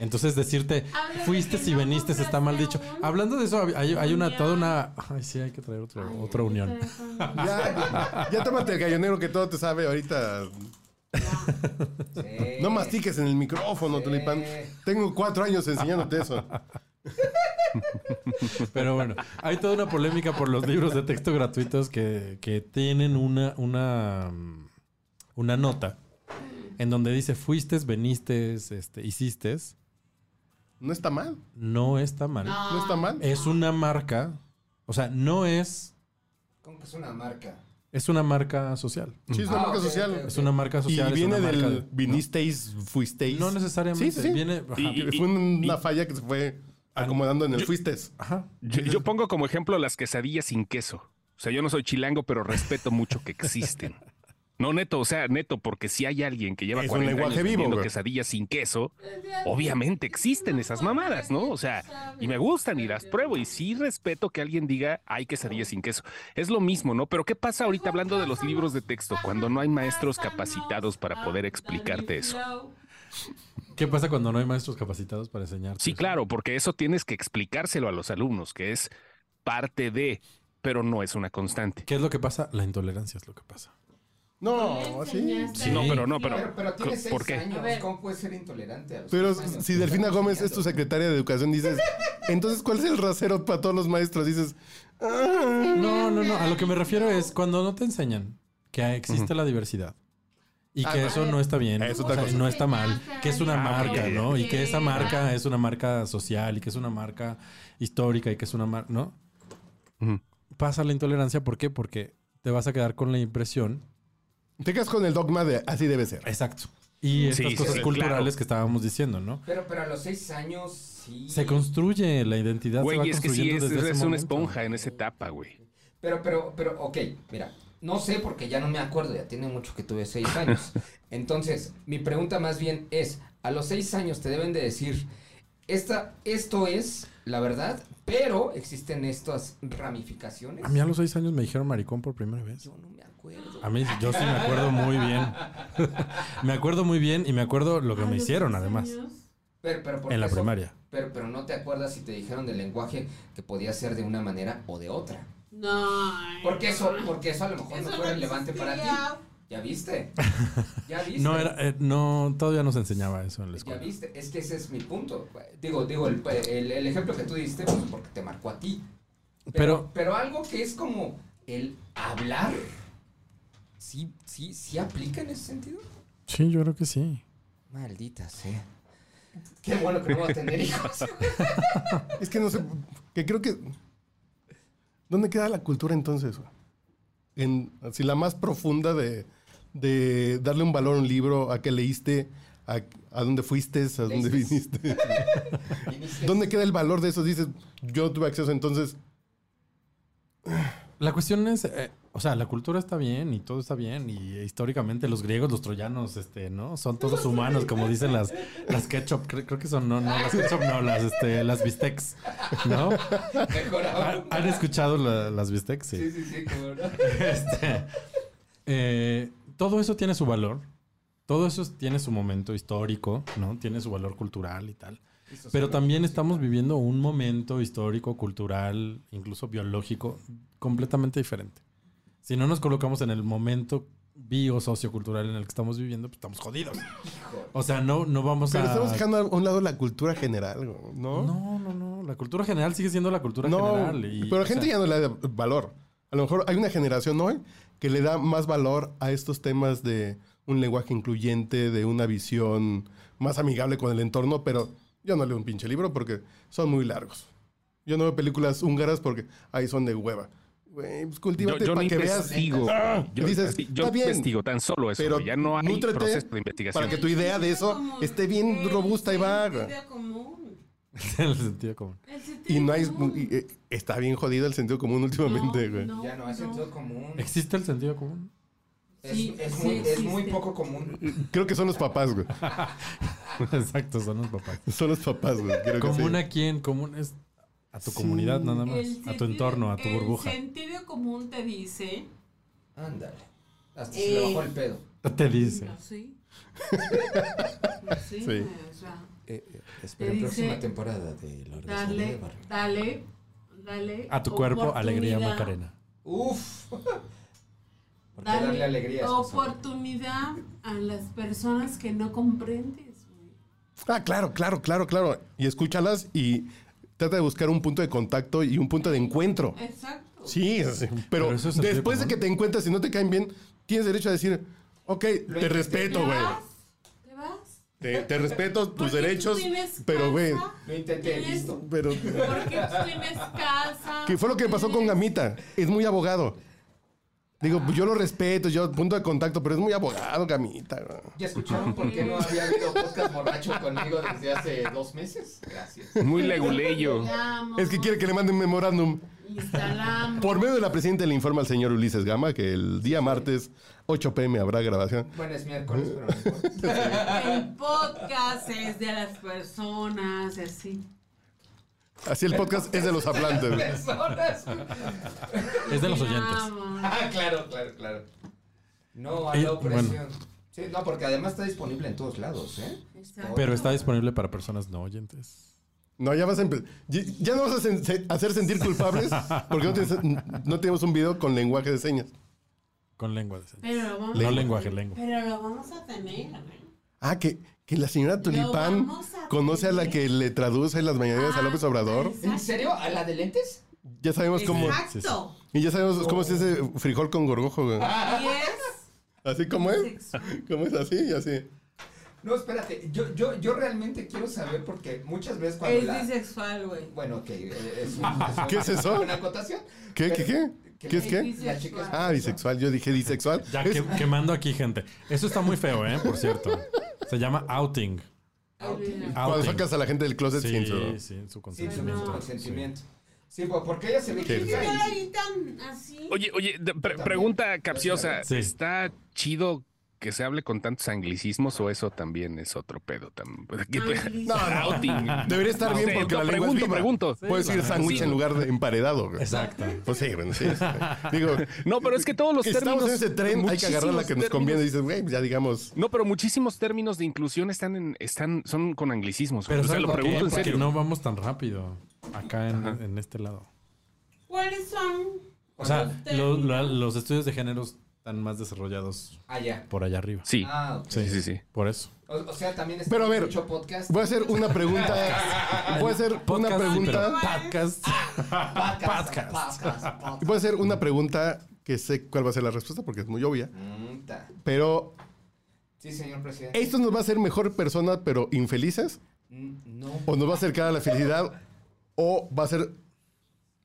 [SPEAKER 9] Entonces decirte,
[SPEAKER 14] Habla de
[SPEAKER 9] fuiste
[SPEAKER 14] que
[SPEAKER 9] si
[SPEAKER 14] no
[SPEAKER 9] veniste,
[SPEAKER 14] compraste
[SPEAKER 9] está mal dicho.
[SPEAKER 14] un-
[SPEAKER 9] Hablando de eso, hay, hay una,
[SPEAKER 14] Unión.
[SPEAKER 9] toda una... Ay, sí, hay que traer otro, otra unión.
[SPEAKER 11] Ya, ya tómate el gallonero que todo te sabe ahorita.
[SPEAKER 13] Sí.
[SPEAKER 11] No mastiques en el micrófono, Tulipán.
[SPEAKER 9] Eh.
[SPEAKER 11] Tengo cuatro años enseñándote eso.
[SPEAKER 9] Pero bueno, hay toda una polémica por los libros de texto gratuitos que, que tienen una, una, mm, una nota en donde dice fuiste, veniste, este, hiciste.
[SPEAKER 11] No está mal.
[SPEAKER 9] No está mal.
[SPEAKER 11] No está mal.
[SPEAKER 9] Es una marca, o sea, no es,
[SPEAKER 13] Como que es una marca.
[SPEAKER 9] es una marca social.
[SPEAKER 11] Sí, es una
[SPEAKER 13] Ah,
[SPEAKER 11] marca
[SPEAKER 13] ok,
[SPEAKER 11] social.
[SPEAKER 13] ok, ok.
[SPEAKER 9] Es una marca
[SPEAKER 11] Y
[SPEAKER 9] social. es
[SPEAKER 11] viene
[SPEAKER 9] una
[SPEAKER 11] del
[SPEAKER 9] marca de- ¿no?
[SPEAKER 11] vinisteis, fuisteis.
[SPEAKER 9] No necesariamente,
[SPEAKER 11] Sí, sí, sí.
[SPEAKER 9] viene- Ah, ajá.
[SPEAKER 11] Y- y- fue una falla que se fue acomodando en el fuisteis.
[SPEAKER 9] Ajá.
[SPEAKER 12] Yo, yo pongo como ejemplo las quesadillas sin queso. O sea, yo no soy chilango, pero respeto mucho que
[SPEAKER 11] [LAUGHS]
[SPEAKER 12] existen. No, neto, o sea, neto, porque si hay alguien que lleva
[SPEAKER 11] Es un
[SPEAKER 12] 40 años
[SPEAKER 11] lenguaje vivo,
[SPEAKER 12] vendiendo
[SPEAKER 11] güey.
[SPEAKER 12] quesadillas sin queso, obviamente existen esas mamadas, ¿no? O sea, y me gustan y las pruebo y sí respeto que alguien diga, hay quesadillas sin queso. Es lo mismo, ¿no? Pero ¿qué pasa ahorita hablando de los libros de texto cuando no hay maestros capacitados para poder explicarte eso?
[SPEAKER 9] ¿Qué pasa cuando no hay maestros capacitados para enseñarte?
[SPEAKER 12] Sí, claro, porque eso tienes que explicárselo a los alumnos, que es parte de, pero no es una constante.
[SPEAKER 9] ¿Qué es lo que pasa? La intolerancia es lo que pasa.
[SPEAKER 11] No, sí.
[SPEAKER 12] Sí, no, pero no, pero,
[SPEAKER 13] Pero, pero tiene seis
[SPEAKER 12] ¿por qué?
[SPEAKER 13] años. ¿Cómo puedes ser intolerante a los
[SPEAKER 11] Pero
[SPEAKER 13] seis años?
[SPEAKER 11] si Delfina Gómez es tu secretaria de educación, dices, entonces, ¿cuál es el rasero para todos los maestros? Dices, "Ah".
[SPEAKER 9] No, no, no. A lo que me refiero es cuando no te enseñan que existe la diversidad Y que eso no está bien.
[SPEAKER 11] Eso
[SPEAKER 9] o sea,
[SPEAKER 11] cosa.
[SPEAKER 9] no está mal. Que es una
[SPEAKER 11] Ah,
[SPEAKER 9] marca,
[SPEAKER 11] ok.
[SPEAKER 9] ¿no? Y que esa marca es una marca social y que es una marca histórica y que es una marca, ¿no? Pasa la intolerancia, ¿por qué? Porque te vas a quedar con la impresión.
[SPEAKER 11] Te quedas con el dogma de así debe ser.
[SPEAKER 9] Exacto. Y
[SPEAKER 11] Sí,
[SPEAKER 9] estas
[SPEAKER 11] sí,
[SPEAKER 9] cosas
[SPEAKER 11] sí,
[SPEAKER 9] culturales
[SPEAKER 11] claro.
[SPEAKER 9] que estábamos diciendo, ¿no?
[SPEAKER 13] Pero, pero a los seis años sí.
[SPEAKER 9] Se construye la identidad. se va
[SPEAKER 12] Güey, es que sí,
[SPEAKER 9] construyendo
[SPEAKER 12] es,
[SPEAKER 9] desde ese
[SPEAKER 12] es una
[SPEAKER 9] momento.
[SPEAKER 12] esponja en esa etapa, güey.
[SPEAKER 13] Pero, pero, pero, ok, mira, no sé porque ya no me acuerdo, ya tiene mucho que tuve seis
[SPEAKER 9] [LAUGHS]
[SPEAKER 13] años. Entonces, mi pregunta más bien es, a los seis años te deben de decir, esta, esto es la verdad, pero existen estas ramificaciones.
[SPEAKER 9] A mí a los seis años me dijeron maricón por primera vez. Yo no me acuerdo. A mí, yo sí me acuerdo muy bien. [LAUGHS] me acuerdo muy bien y me acuerdo
[SPEAKER 13] Ah,
[SPEAKER 9] lo que me hicieron, además.
[SPEAKER 13] Pero, pero porque
[SPEAKER 9] En la
[SPEAKER 13] eso-
[SPEAKER 9] primaria.
[SPEAKER 13] Pero, pero no te acuerdas si te dijeron del lenguaje que podía ser de una manera o de otra.
[SPEAKER 14] No.
[SPEAKER 13] Porque eso, porque eso a lo mejor no
[SPEAKER 14] Eso
[SPEAKER 13] fue
[SPEAKER 14] no
[SPEAKER 13] relevante para ti.
[SPEAKER 14] existía.
[SPEAKER 13] ¿Ya
[SPEAKER 9] [LAUGHS]
[SPEAKER 13] viste? ¿Ya viste?
[SPEAKER 9] No, era, eh, no, todavía no se enseñaba eso en la
[SPEAKER 13] Ya
[SPEAKER 9] escuela.
[SPEAKER 13] viste, es que ese es mi punto. Digo, digo, el, el- el ejemplo que tú diste, pues, porque te marcó a ti.
[SPEAKER 9] Pero-
[SPEAKER 13] Pero, pero algo que es como el hablar, sí, sí, sí aplica en ese sentido.
[SPEAKER 9] Sí, yo creo que sí.
[SPEAKER 13] Maldita sea. Qué bueno que no voy a tener
[SPEAKER 9] [LAUGHS]
[SPEAKER 13] hijos.
[SPEAKER 11] Es que no sé, que creo que... ¿Dónde queda la cultura entonces? güey? En, así la más profunda de, de darle un valor a un libro, a qué leíste, a, a dónde fuiste, a dónde viniste. ¿Dónde queda el valor de eso? Dices, yo no tuve acceso entonces.
[SPEAKER 9] La cuestión es, eh, o sea, la cultura está bien y todo está bien y eh, históricamente los griegos, los troyanos, este, ¿no? Son todos humanos, como dicen las, las ketchup, cre- creo que son, no, no, las ketchup no, las, este, las bistecs, ¿no?
[SPEAKER 13] Mejor
[SPEAKER 9] ¿Han,
[SPEAKER 13] aún.
[SPEAKER 9] han escuchado la- las bistecs? Ah, Sí.
[SPEAKER 13] Sí, sí, sí, cómo no.
[SPEAKER 9] Este, eh, todo eso tiene su valor. Todo eso tiene su momento histórico, ¿no? Tiene su valor cultural y tal.
[SPEAKER 2] Eso sí,
[SPEAKER 9] Pero
[SPEAKER 2] ¿no?
[SPEAKER 9] también estamos viviendo un momento histórico, cultural, incluso biológico, completamente diferente. Si no nos colocamos en el momento bio-sociocultural en el que estamos viviendo, pues estamos jodidos. O sea, no, no vamos
[SPEAKER 11] Pero
[SPEAKER 9] a...
[SPEAKER 11] estamos dejando a un lado la cultura general, güey, ¿no?
[SPEAKER 9] No, no, no. La cultura general sigue siendo la cultura
[SPEAKER 11] No,
[SPEAKER 9] general. y-
[SPEAKER 11] pero
[SPEAKER 9] o
[SPEAKER 11] la gente
[SPEAKER 9] sea-
[SPEAKER 11] ya no le da valor. A lo mejor hay una generación hoy que le da más valor a estos temas de un lenguaje incluyente, de una visión más amigable con el entorno, pero yo no leo un pinche libro porque son muy largos. Yo no veo películas húngaras porque ahí son de hueva. Güey, pues cultívate
[SPEAKER 12] yo
[SPEAKER 11] para
[SPEAKER 12] no
[SPEAKER 11] que veas.
[SPEAKER 12] investigo,
[SPEAKER 11] Ah,
[SPEAKER 12] güey. Yo-
[SPEAKER 11] dices,
[SPEAKER 12] así, yo
[SPEAKER 11] "Está bien,
[SPEAKER 12] investigo tan solo eso, güey. Ya no hay
[SPEAKER 11] nútrete
[SPEAKER 12] proceso de investigación".
[SPEAKER 11] Para que tu idea de eso esté bien robusta y vaga.
[SPEAKER 14] Sentido común.
[SPEAKER 9] [LAUGHS] el sentido común.
[SPEAKER 14] El sentido
[SPEAKER 11] Y no hay.
[SPEAKER 14] común.
[SPEAKER 11] y, eh, está bien jodido el sentido común últimamente, güey.
[SPEAKER 13] ya no, es sentido común.
[SPEAKER 9] ¿Existe el sentido común?
[SPEAKER 13] Es,
[SPEAKER 14] Sí,
[SPEAKER 13] es
[SPEAKER 14] sí
[SPEAKER 13] muy, es muy
[SPEAKER 14] existe.
[SPEAKER 13] poco común.
[SPEAKER 11] Creo que son los papás, güey.
[SPEAKER 9] Exacto, son los papás.
[SPEAKER 11] Son los papás, güey. Creo que sí.
[SPEAKER 9] Común a quién, común es a tu comunidad nada más,
[SPEAKER 14] El
[SPEAKER 9] a tu
[SPEAKER 14] sentido-
[SPEAKER 9] entorno, a tu burbuja.
[SPEAKER 14] El sentido común te dice.
[SPEAKER 13] Ándale. Hasta se le
[SPEAKER 14] Eh.
[SPEAKER 13] bajó el pedo.
[SPEAKER 9] Te dice.
[SPEAKER 14] No,
[SPEAKER 9] [LAUGHS]
[SPEAKER 14] sí.
[SPEAKER 13] Sí.
[SPEAKER 14] Sí. O sea,
[SPEAKER 13] Eh, eh,
[SPEAKER 14] Te
[SPEAKER 13] espera
[SPEAKER 14] dice-
[SPEAKER 13] próxima temporada de La Orquesta de
[SPEAKER 14] dale,
[SPEAKER 13] Bar.
[SPEAKER 14] dale, dale.
[SPEAKER 9] A tu cuerpo,
[SPEAKER 14] eh, oportunidad.
[SPEAKER 9] alegría Macarena.
[SPEAKER 13] Uf. [LAUGHS] ¿Por qué
[SPEAKER 14] Dale
[SPEAKER 13] darle alegría a esas
[SPEAKER 14] oportunidad a las personas que no comprendes.
[SPEAKER 11] Ah, claro, claro, claro, claro. Y escúchalas y trata de buscar un punto de contacto y un punto de encuentro.
[SPEAKER 14] Exacto.
[SPEAKER 11] Sí, sí, pero,
[SPEAKER 9] Pero eso es sentido
[SPEAKER 11] después de
[SPEAKER 9] común.
[SPEAKER 11] que te encuentras y no te caen bien, tienes derecho a decir, ok, te
[SPEAKER 13] intenté.
[SPEAKER 11] respeto, güey.
[SPEAKER 14] ¿Te vas?
[SPEAKER 11] Te, te respeto tus
[SPEAKER 14] Porque
[SPEAKER 11] derechos,
[SPEAKER 14] tú tienes
[SPEAKER 11] pero, güey,
[SPEAKER 13] Lo intenté,
[SPEAKER 14] Tienes-
[SPEAKER 13] listo.
[SPEAKER 11] pero...
[SPEAKER 14] Porque tú tienes casa.
[SPEAKER 11] ¿Qué fue lo que pasó con Gamita? Es muy abogado. Digo, pues yo lo respeto, yo punto de contacto, pero es muy abogado, Gamita. güey.
[SPEAKER 14] Ah,
[SPEAKER 13] ¿Ya escucharon por [LAUGHS] qué no había habido podcast borracho conmigo desde hace dos meses? Gracias.
[SPEAKER 12] Muy leguleyo.
[SPEAKER 14] Vamos,
[SPEAKER 11] Es que quiere que le manden memorándum.
[SPEAKER 9] [LAUGHS]
[SPEAKER 14] instalamos.
[SPEAKER 11] Por medio de la presidenta le informa al señor Ulises Gama que el día martes 8 pm habrá grabación.
[SPEAKER 13] Bueno, es miércoles, pero no
[SPEAKER 11] [LAUGHS]
[SPEAKER 13] importa.
[SPEAKER 14] El podcast es de las personas, así.
[SPEAKER 11] Así el podcast es de los hablantes. güey.
[SPEAKER 13] Personas.
[SPEAKER 9] Es de los oyentes.
[SPEAKER 13] Ah, claro, claro, claro. No, a
[SPEAKER 9] Eh,
[SPEAKER 13] la opresión.
[SPEAKER 9] bueno.
[SPEAKER 13] Sí, no, porque además está disponible en todos lados, ¿eh?
[SPEAKER 9] Pero está disponible para personas no oyentes.
[SPEAKER 11] No, ya vas a empe- ya- Ya no vas a sen- se- hacer sentir culpables porque no, tienes- no tenemos un video con lenguaje de señas.
[SPEAKER 9] Con lengua de señas.
[SPEAKER 14] Pero lo vamos
[SPEAKER 11] No
[SPEAKER 14] a-
[SPEAKER 11] lenguaje,
[SPEAKER 9] lengua.
[SPEAKER 14] Pero lo vamos a tener. a ver.
[SPEAKER 11] Ah, que, que la señora Tulipán
[SPEAKER 14] vamos a Ah,
[SPEAKER 11] conoce a la que le traduce las mañaneras a López Obrador.
[SPEAKER 13] ¿En serio? ¿A la de lentes?
[SPEAKER 11] Ya sabemos cómo.
[SPEAKER 14] Exacto.
[SPEAKER 11] Y ya sabemos cómo se hace frijol con gorgojo, güey.
[SPEAKER 14] Y es
[SPEAKER 11] ¿Así como es? ¿Cómo es así y así?
[SPEAKER 13] No, espérate, yo, yo, yo realmente quiero saber porque muchas veces cuando
[SPEAKER 14] Es
[SPEAKER 13] la...
[SPEAKER 14] bisexual, güey.
[SPEAKER 13] Bueno, ok, eh,
[SPEAKER 11] [LAUGHS]
[SPEAKER 13] es, un- un-
[SPEAKER 11] ¿Qué es eso?
[SPEAKER 13] Una acotación.
[SPEAKER 11] ¿Qué, qué, qué? ¿Qué es qué?
[SPEAKER 13] La chica es-
[SPEAKER 11] Ah, bisexual. Yo dije bisexual.
[SPEAKER 9] Ya que- quemando aquí, gente. Eso está muy feo, ¿eh? Por cierto. Se llama outing.
[SPEAKER 11] Cuando sacas a la gente del closet
[SPEAKER 9] sí,
[SPEAKER 11] sin su-
[SPEAKER 9] Sí, su
[SPEAKER 13] Sí, su mismo
[SPEAKER 9] consentimiento.
[SPEAKER 13] consentimiento. Sí, pues, porque ella se ve
[SPEAKER 11] ¿Qué?
[SPEAKER 13] que...
[SPEAKER 14] ¿Por qué la gritan así?
[SPEAKER 12] Oye, oye, de- pre- pregunta capciosa.
[SPEAKER 9] Sí.
[SPEAKER 12] ¿Está chido que se hable con tantos anglicismos o eso también es otro pedo? tam- ¿Qué pe-
[SPEAKER 11] No, no.
[SPEAKER 12] [LAUGHS] Outing.
[SPEAKER 11] Debería estar bien
[SPEAKER 12] Sí,
[SPEAKER 11] porque la lengua es
[SPEAKER 12] Ah, pregunto,
[SPEAKER 11] viva.
[SPEAKER 12] pregunto.
[SPEAKER 11] Puedes decir sándwich en lugar de emparedado. güey.
[SPEAKER 9] Exacto.
[SPEAKER 11] Pues sí, bueno, sí. sí. Digo,
[SPEAKER 12] No, pero es que todos los
[SPEAKER 11] [LAUGHS] que estamos
[SPEAKER 12] términos.
[SPEAKER 11] en ese tren, hay que agarrar la que
[SPEAKER 12] muchísimos
[SPEAKER 11] nos conviene.
[SPEAKER 12] términos-
[SPEAKER 11] Dices, güey, pues ya digamos.
[SPEAKER 12] No, pero muchísimos términos de inclusión están en, están, son con anglicismos.
[SPEAKER 9] Pero
[SPEAKER 12] o sea,
[SPEAKER 9] ¿saben
[SPEAKER 12] lo
[SPEAKER 9] por qué?
[SPEAKER 12] pregunto en
[SPEAKER 9] Porque
[SPEAKER 12] serio.
[SPEAKER 9] no vamos tan rápido acá en, en este lado.
[SPEAKER 14] ¿Cuáles son?
[SPEAKER 9] O sea,
[SPEAKER 14] Cuando
[SPEAKER 9] lo-
[SPEAKER 14] termina-
[SPEAKER 9] la- los estudios de géneros están más desarrollados
[SPEAKER 13] Allá.
[SPEAKER 9] por allá arriba.
[SPEAKER 12] Sí.
[SPEAKER 13] Ah, ok.
[SPEAKER 12] Sí, sí, sí.
[SPEAKER 9] Por eso.
[SPEAKER 13] O, o sea, también está
[SPEAKER 11] Pero a ver,
[SPEAKER 13] mucho podcast.
[SPEAKER 11] Voy a hacer una pregunta. Voy a hacer Ah, una
[SPEAKER 9] Podcast, pero
[SPEAKER 11] pregunta.
[SPEAKER 9] podcast.
[SPEAKER 11] [LAUGHS]
[SPEAKER 13] Podcast.
[SPEAKER 11] Voy a hacer una pregunta que sé cuál va a ser la respuesta porque es muy obvia.
[SPEAKER 13] Mm, ta.
[SPEAKER 11] Pero,
[SPEAKER 13] Sí, señor presidente.
[SPEAKER 11] ¿esto nos va a hacer mejor personas, pero infelices?
[SPEAKER 13] Mm, No.
[SPEAKER 11] ¿O Pues nos va a acercar a la felicidad? ¿O va a ser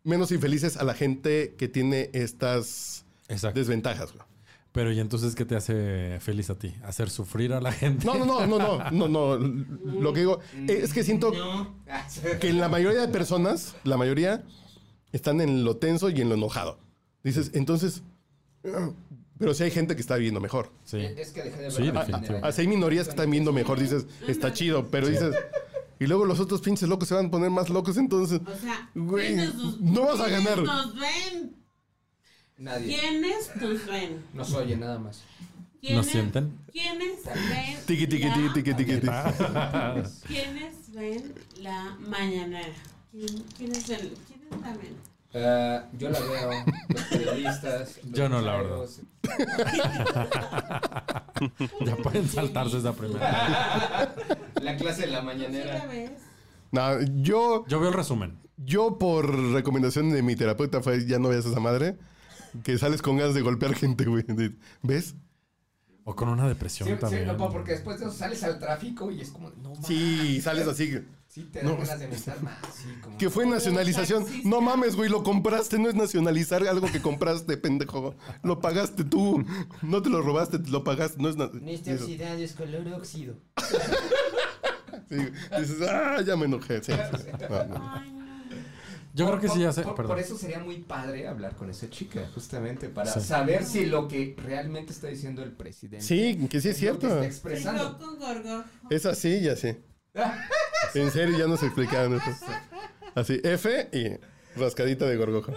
[SPEAKER 11] menos infelices a la gente que tiene estas
[SPEAKER 9] Exacto.
[SPEAKER 11] desventajas? güey?
[SPEAKER 9] Pero ¿y entonces qué te hace feliz a ti? ¿Hacer sufrir a la gente?
[SPEAKER 11] No, no, no, no, no, no, no. Lo que digo eh, es que siento
[SPEAKER 13] Ah, [LAUGHS]
[SPEAKER 11] que en la mayoría de personas, la mayoría, están en lo tenso y en lo enojado. Dices, entonces, ah, pero sí hay gente que está viviendo mejor.
[SPEAKER 9] Sí.
[SPEAKER 13] Es que dejé de ver.
[SPEAKER 9] Sí,
[SPEAKER 13] la
[SPEAKER 9] definitivo.
[SPEAKER 13] manera.
[SPEAKER 11] Así hay minorías que están viviendo mejor. Dices, está chido, pero dices... Y luego los otros pinches locos se van a poner más locos, entonces...
[SPEAKER 14] O sea,
[SPEAKER 11] Güey,
[SPEAKER 14] ¿quiénes nos-
[SPEAKER 11] no vas a
[SPEAKER 14] quiénes
[SPEAKER 11] ganar.
[SPEAKER 14] nos ven?
[SPEAKER 13] Nadie.
[SPEAKER 14] ¿Quiénes nos ven?
[SPEAKER 13] Nos oye nada más.
[SPEAKER 9] ¿No
[SPEAKER 14] ¿Quiénes-
[SPEAKER 9] sienten?
[SPEAKER 14] ¿Quiénes ven?
[SPEAKER 11] Tiki, tiki,
[SPEAKER 14] la-
[SPEAKER 11] tiki, tiki, tiki, tiki.
[SPEAKER 14] ¿Quiénes ven la mañanera? ¿Quién- ¿Quiénes, ven- ¿Quiénes la ven?
[SPEAKER 13] Ah, yo la veo. Los periodistas. los
[SPEAKER 9] Yo no, la
[SPEAKER 13] chairos.
[SPEAKER 9] ya pueden saltarse esa primera.
[SPEAKER 13] [LAUGHS] La clase de la
[SPEAKER 14] ¿Sí la
[SPEAKER 13] mañanera.
[SPEAKER 14] ves?
[SPEAKER 11] No, yo,
[SPEAKER 9] Yo veo el resumen.
[SPEAKER 11] yo por recomendación de mi terapeuta fue, ya no veas a esa madre, que sales con ganas de golpear gente, güey. De- ¿Ves?
[SPEAKER 9] O con una depresión
[SPEAKER 13] Sí, sí,
[SPEAKER 9] también.
[SPEAKER 13] no, porque después de eso sales al tráfico y es como, no mames.
[SPEAKER 11] Sí, sales así.
[SPEAKER 13] Sí, te dan
[SPEAKER 11] No,
[SPEAKER 13] ganas de meter más. Sí, como.
[SPEAKER 11] Que fue nacionalización. No mames, güey, lo compraste. No es nacionalizar algo que compraste, pendejo. Lo pagaste tú. No te lo robaste, te lo pagaste. No es na-
[SPEAKER 13] Necesita oxidado, es color óxido.
[SPEAKER 11] Sí, dices, ah, ya me enojé. Sí, sí, sí. No, no.
[SPEAKER 9] Yo creo que sí ya sé.
[SPEAKER 13] Por,
[SPEAKER 9] Perdón.
[SPEAKER 13] por eso sería muy padre hablar con esa chica, justamente, para
[SPEAKER 9] Sí.
[SPEAKER 13] saber si lo que realmente está diciendo el presidente.
[SPEAKER 11] Sí, que sí es
[SPEAKER 13] lo que
[SPEAKER 11] cierto.
[SPEAKER 13] está
[SPEAKER 14] Yo
[SPEAKER 13] expresando.
[SPEAKER 14] con gorgojo.
[SPEAKER 11] Es así y así. En serio, ya nos explicaron eso. Así, F y rascadita de gorgojo.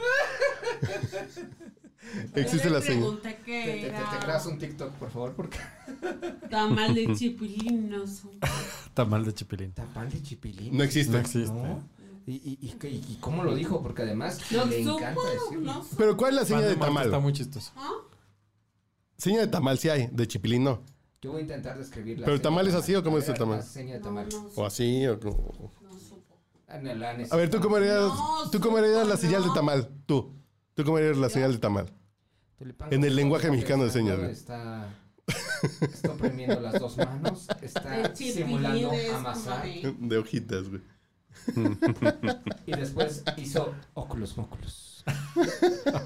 [SPEAKER 11] Existe
[SPEAKER 14] Yo le
[SPEAKER 11] la señal.
[SPEAKER 14] pregunté
[SPEAKER 13] Te, te-
[SPEAKER 14] que
[SPEAKER 13] te-
[SPEAKER 14] era
[SPEAKER 13] te grabas un TikTok, por favor, porque.
[SPEAKER 14] tamal
[SPEAKER 9] [LAUGHS]
[SPEAKER 14] de chipilinos.
[SPEAKER 9] Tamal de chipilín.
[SPEAKER 13] Tamal de chipilín.
[SPEAKER 11] No
[SPEAKER 9] No
[SPEAKER 11] existe.
[SPEAKER 9] existe.
[SPEAKER 13] ¿no? ¿Y, y, y, qué- y cómo lo dijo? Porque además
[SPEAKER 14] Lo
[SPEAKER 13] le
[SPEAKER 14] supo,
[SPEAKER 13] encanta decirlo.
[SPEAKER 14] ¿no?
[SPEAKER 11] Pero ¿cuál es la señal
[SPEAKER 9] Mando
[SPEAKER 11] de
[SPEAKER 9] Marte Está
[SPEAKER 11] tamal?
[SPEAKER 9] muy chistoso.
[SPEAKER 14] ¿Ah?
[SPEAKER 11] Seña de tamal sí hay, de chipilín no.
[SPEAKER 13] Yo voy a intentar describir la
[SPEAKER 11] ¿Pero el
[SPEAKER 13] seña
[SPEAKER 11] tamal
[SPEAKER 13] de
[SPEAKER 11] es así o cómo
[SPEAKER 13] A
[SPEAKER 11] es el
[SPEAKER 13] ver,
[SPEAKER 11] tamal?
[SPEAKER 13] La seña de
[SPEAKER 14] No,
[SPEAKER 13] tamal.
[SPEAKER 14] no,
[SPEAKER 11] O así. O... como-
[SPEAKER 14] no supo.
[SPEAKER 13] Ah, no, la
[SPEAKER 11] A ver, ¿tú cómo harías,
[SPEAKER 14] No,
[SPEAKER 11] tú cómo harías
[SPEAKER 14] supo,
[SPEAKER 11] la señal de
[SPEAKER 14] no.
[SPEAKER 11] tamal? Tú. ¿Tú cómo harías la señal de tamal?
[SPEAKER 13] Tulipán
[SPEAKER 11] En el
[SPEAKER 13] con
[SPEAKER 11] lenguaje
[SPEAKER 13] coca,
[SPEAKER 11] mexicano de
[SPEAKER 13] está-
[SPEAKER 11] señas, güey.
[SPEAKER 13] Está, está oprimiendo las dos manos,
[SPEAKER 14] [LAUGHS]
[SPEAKER 13] está
[SPEAKER 14] El chipilín
[SPEAKER 13] simulando
[SPEAKER 14] es como
[SPEAKER 13] amasar
[SPEAKER 14] de-
[SPEAKER 11] De hojitas, güey.
[SPEAKER 13] y después hizo óculos móculos.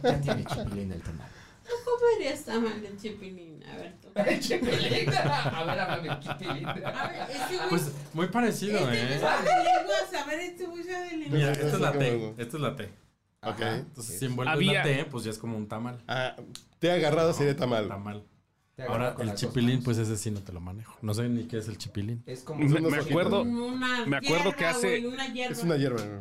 [SPEAKER 13] Ya tiene chipilín el
[SPEAKER 12] [LAUGHS]
[SPEAKER 13] tamal.
[SPEAKER 14] ¿Tú comerías tamal de chipilín? A ver, tú.
[SPEAKER 13] El chipilín. A ver, háblame de chipilín.
[SPEAKER 14] A ver, este güey.
[SPEAKER 9] Pues muy parecido,
[SPEAKER 14] este
[SPEAKER 9] ¿eh?
[SPEAKER 14] güey sabe lenguas. A ver, este güey sabe lenguas.
[SPEAKER 9] Mira, esta es la T. Esta es la T.
[SPEAKER 11] Ok.
[SPEAKER 9] Entonces, si envuelves
[SPEAKER 12] Había-
[SPEAKER 9] la T, pues ya es como un tamal.
[SPEAKER 11] Ah, te agarrado sería tamal.
[SPEAKER 9] Tamal.
[SPEAKER 13] Te agarra
[SPEAKER 9] Ahora,
[SPEAKER 13] con
[SPEAKER 9] el
[SPEAKER 13] las dos
[SPEAKER 9] chipilín,
[SPEAKER 13] manos.
[SPEAKER 9] pues ese sí no te lo manejo. No sé ni qué es el chipilín.
[SPEAKER 13] Es como
[SPEAKER 12] Me,
[SPEAKER 13] son dos
[SPEAKER 12] pues, me
[SPEAKER 13] hojitas.
[SPEAKER 12] acuerdo,
[SPEAKER 14] Una
[SPEAKER 12] Me acuerdo que
[SPEAKER 14] hierba,
[SPEAKER 12] hace-
[SPEAKER 14] güey, una hierba.
[SPEAKER 11] Es una hierba, güey.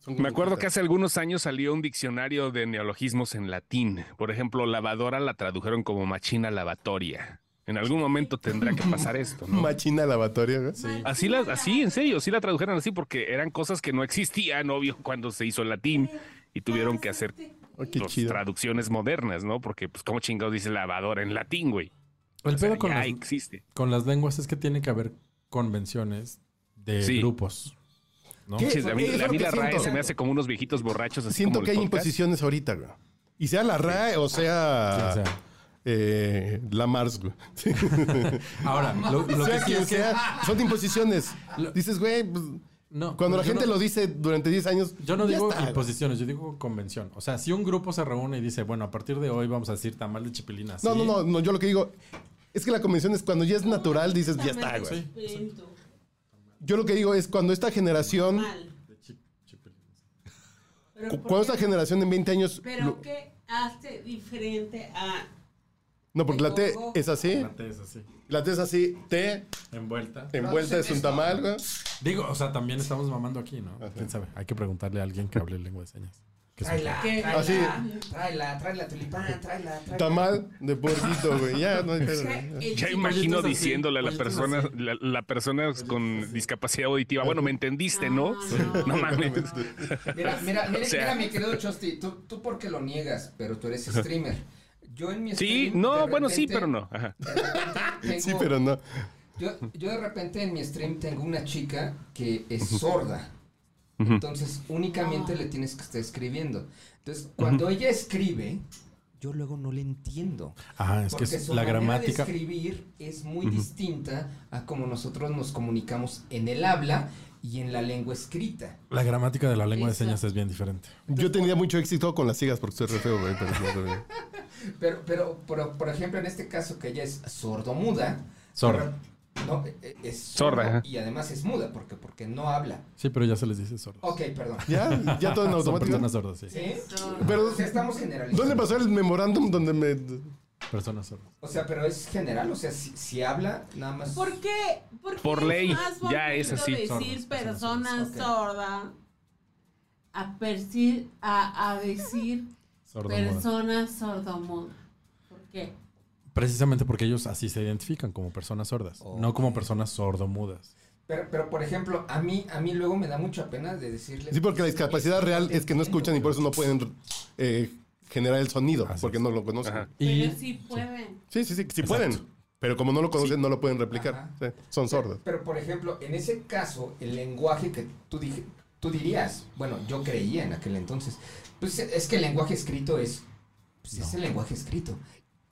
[SPEAKER 11] Son
[SPEAKER 12] me acuerdo que
[SPEAKER 11] hojitas.
[SPEAKER 12] hace algunos años salió un diccionario de neologismos en latín. Por ejemplo, lavadora la tradujeron como machina lavatoria. En algún momento tendrá que pasar esto, ¿no?
[SPEAKER 11] Machina lavatoria, güey.
[SPEAKER 12] Así, las, así, en serio, sí la tradujeron así porque eran cosas que no existían, obvio, cuando se hizo el latín y tuvieron que hacer
[SPEAKER 11] Oh, qué
[SPEAKER 12] las
[SPEAKER 11] chido.
[SPEAKER 12] traducciones modernas, ¿no? Porque, pues, como chingados dice lavadora en latín, güey.
[SPEAKER 9] El
[SPEAKER 12] O sea,
[SPEAKER 9] pedo con,
[SPEAKER 12] ya
[SPEAKER 9] las,
[SPEAKER 12] existe.
[SPEAKER 9] con las lenguas es que tiene que haber convenciones de
[SPEAKER 12] Sí.
[SPEAKER 9] grupos. ¿no?
[SPEAKER 11] ¿Qué?
[SPEAKER 12] Chis, a mí,
[SPEAKER 11] Eso es
[SPEAKER 12] a
[SPEAKER 11] lo
[SPEAKER 12] mí
[SPEAKER 11] que
[SPEAKER 12] la RAE
[SPEAKER 11] siento.
[SPEAKER 12] se me hace como unos viejitos borrachos así
[SPEAKER 11] Siento
[SPEAKER 12] como el
[SPEAKER 11] que hay
[SPEAKER 12] podcast.
[SPEAKER 11] imposiciones ahorita, güey. Y sea la RAE o sea,
[SPEAKER 9] Sí, o sea.
[SPEAKER 11] eh, la Mars, güey. [LAUGHS] Sí.
[SPEAKER 9] Ahora,
[SPEAKER 11] [LAUGHS]
[SPEAKER 9] lo, lo
[SPEAKER 11] Sea
[SPEAKER 9] que sí
[SPEAKER 11] quien
[SPEAKER 9] es que.
[SPEAKER 11] sea, son imposiciones. Dices, güey, pues, cuando la
[SPEAKER 9] yo
[SPEAKER 11] gente
[SPEAKER 9] no-
[SPEAKER 11] lo dice durante 10 años.
[SPEAKER 9] Yo no
[SPEAKER 11] ya
[SPEAKER 9] digo
[SPEAKER 11] está.
[SPEAKER 9] imposiciones, yo digo convención. O sea, si un grupo se reúne y dice, bueno, a partir de hoy vamos a decir tamal de chipilín así.
[SPEAKER 11] No, no, no, no, yo lo que digo es que la convención es cuando ya es natural, dices, ya está, güey. Yo lo que digo es cuando esta generación,
[SPEAKER 14] Pero
[SPEAKER 11] cu-
[SPEAKER 14] ¿por
[SPEAKER 11] cuando
[SPEAKER 14] qué?
[SPEAKER 11] esta generación en 20 años...
[SPEAKER 14] Pero
[SPEAKER 11] lo-
[SPEAKER 14] ¿qué hace diferente a
[SPEAKER 11] no, porque la T es así.
[SPEAKER 9] La T es así.
[SPEAKER 11] La T es así, T
[SPEAKER 9] Envuelta.
[SPEAKER 11] envuelta es un tamal, güey.
[SPEAKER 9] Digo, o sea, también estamos mamando aquí, ¿no? ¿Quién sabe? Hay que preguntarle a alguien que hable lengua de señas. Que sea-
[SPEAKER 13] Tráela,
[SPEAKER 12] Ah,
[SPEAKER 13] tráela,
[SPEAKER 11] Así.
[SPEAKER 13] tráela, tráela, tulipán, tráela, tráela.
[SPEAKER 11] Tamal de puerquito, güey. Ya, no hay pedo.
[SPEAKER 12] Ya
[SPEAKER 13] pues,
[SPEAKER 12] imagino diciéndole a la persona, la, la persona con discapacidad auditiva, bueno, me entendiste, ¿no? No mames.
[SPEAKER 13] Mira, mira, mira,
[SPEAKER 12] [LAUGHS] O sea,
[SPEAKER 13] mira, mi querido Chosti, tú, tú porque lo niegas, pero tú eres streamer. Yo en mi
[SPEAKER 12] Sí,
[SPEAKER 13] stream, de
[SPEAKER 12] no, bueno, sí,
[SPEAKER 13] repente-
[SPEAKER 12] pero no. Ajá. [LAUGHS]
[SPEAKER 13] tengo-
[SPEAKER 11] Sí, pero no.
[SPEAKER 13] Yo, yo de repente en mi stream tengo una chica que es sorda.
[SPEAKER 11] Ujú.
[SPEAKER 13] Entonces, únicamente le tienes que estar escribiendo. Entonces, cuando ella escribe, yo luego no le entiendo.
[SPEAKER 9] Ah, es que
[SPEAKER 13] Porque
[SPEAKER 9] es
[SPEAKER 13] su
[SPEAKER 9] la
[SPEAKER 13] manera
[SPEAKER 9] gramática.
[SPEAKER 13] De escribir es muy
[SPEAKER 9] Ujú.
[SPEAKER 13] distinta a como nosotros nos comunicamos en el habla y en la lengua escrita.
[SPEAKER 9] La gramática de la lengua de señas es bien diferente.
[SPEAKER 11] Yo tenía mucho éxito con las sigas porque soy re feo, güey. pero sí, está bien.
[SPEAKER 13] Pero, pero, pero, por ejemplo, en este caso que ella es sordomuda.
[SPEAKER 9] Sorda.
[SPEAKER 13] pero- No, e- e- es
[SPEAKER 9] Sorda,
[SPEAKER 13] sordo
[SPEAKER 9] ajá.
[SPEAKER 13] Y además es muda, porque, porque no habla.
[SPEAKER 9] Sí, pero ya se les dice sordos.
[SPEAKER 13] Ok, perdón.
[SPEAKER 11] Ya, ya todo en
[SPEAKER 9] Son
[SPEAKER 11] automático.
[SPEAKER 9] personas sordas, sí.
[SPEAKER 13] ¿Sí?
[SPEAKER 14] Ah.
[SPEAKER 11] Pero-
[SPEAKER 13] O sea, estamos generalizando.
[SPEAKER 11] ¿Dónde pasó el memorándum donde me...
[SPEAKER 9] Personas sordas.
[SPEAKER 13] O sea, pero es general, o sea, si, si habla, nada más.
[SPEAKER 14] ¿Por qué? ¿Por, qué
[SPEAKER 13] Por ley,
[SPEAKER 14] más
[SPEAKER 13] ya es
[SPEAKER 14] bonito
[SPEAKER 13] así.
[SPEAKER 14] decir
[SPEAKER 13] Sordas, personas
[SPEAKER 14] persona
[SPEAKER 13] sordas, ok.
[SPEAKER 14] sorda a, perci- a, a decir
[SPEAKER 9] Sordomuda.
[SPEAKER 14] persona sordomuda? ¿Por qué?
[SPEAKER 9] Precisamente porque ellos así se identifican como personas sordas,
[SPEAKER 13] Oh.
[SPEAKER 9] no como personas sordomudas.
[SPEAKER 13] Pero, pero, por ejemplo, a mí, a mí luego me da mucha pena de decirle.
[SPEAKER 11] Sí, porque la discapacidad real es que no escuchan y por eso no pueden eh, generar el sonido, porque no lo conocen.
[SPEAKER 14] Pero sí pueden.
[SPEAKER 11] Sí, sí, sí, sí pueden. Pero como no lo conocen, no lo pueden replicar. Sí, son sordos.
[SPEAKER 13] Pero, por ejemplo, en ese caso, el lenguaje que tú, dije, tú dirías, bueno, yo creía en aquel entonces, pues es que el lenguaje escrito es. Pues es el lenguaje escrito.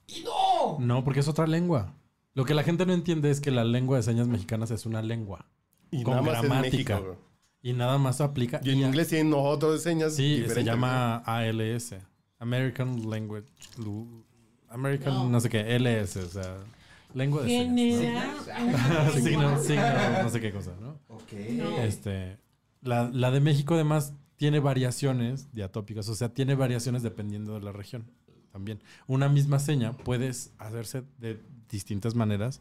[SPEAKER 13] ¡Y no!
[SPEAKER 9] No, porque es otra lengua. Lo que la gente no entiende es que la lengua de señas mexicanas es una lengua.
[SPEAKER 11] Y
[SPEAKER 9] con
[SPEAKER 11] nada más en
[SPEAKER 9] gramática.
[SPEAKER 11] México, güey.
[SPEAKER 9] y nada más aplica.
[SPEAKER 11] Y en inglés tienen otras señas.
[SPEAKER 9] Sí, se
[SPEAKER 11] diferentes,
[SPEAKER 9] llama ALS. American Language. Lu- American, no. sé qué, LS, o sea, lengua de señas.
[SPEAKER 13] [LAUGHS]
[SPEAKER 14] General.
[SPEAKER 9] Signo, signo, no sé qué cosa, ¿no?
[SPEAKER 13] Ok.
[SPEAKER 14] No.
[SPEAKER 9] Este, la, la de México además tiene variaciones diatópicas, o sea, tiene variaciones dependiendo de la región también. Una misma seña puedes hacerse de distintas maneras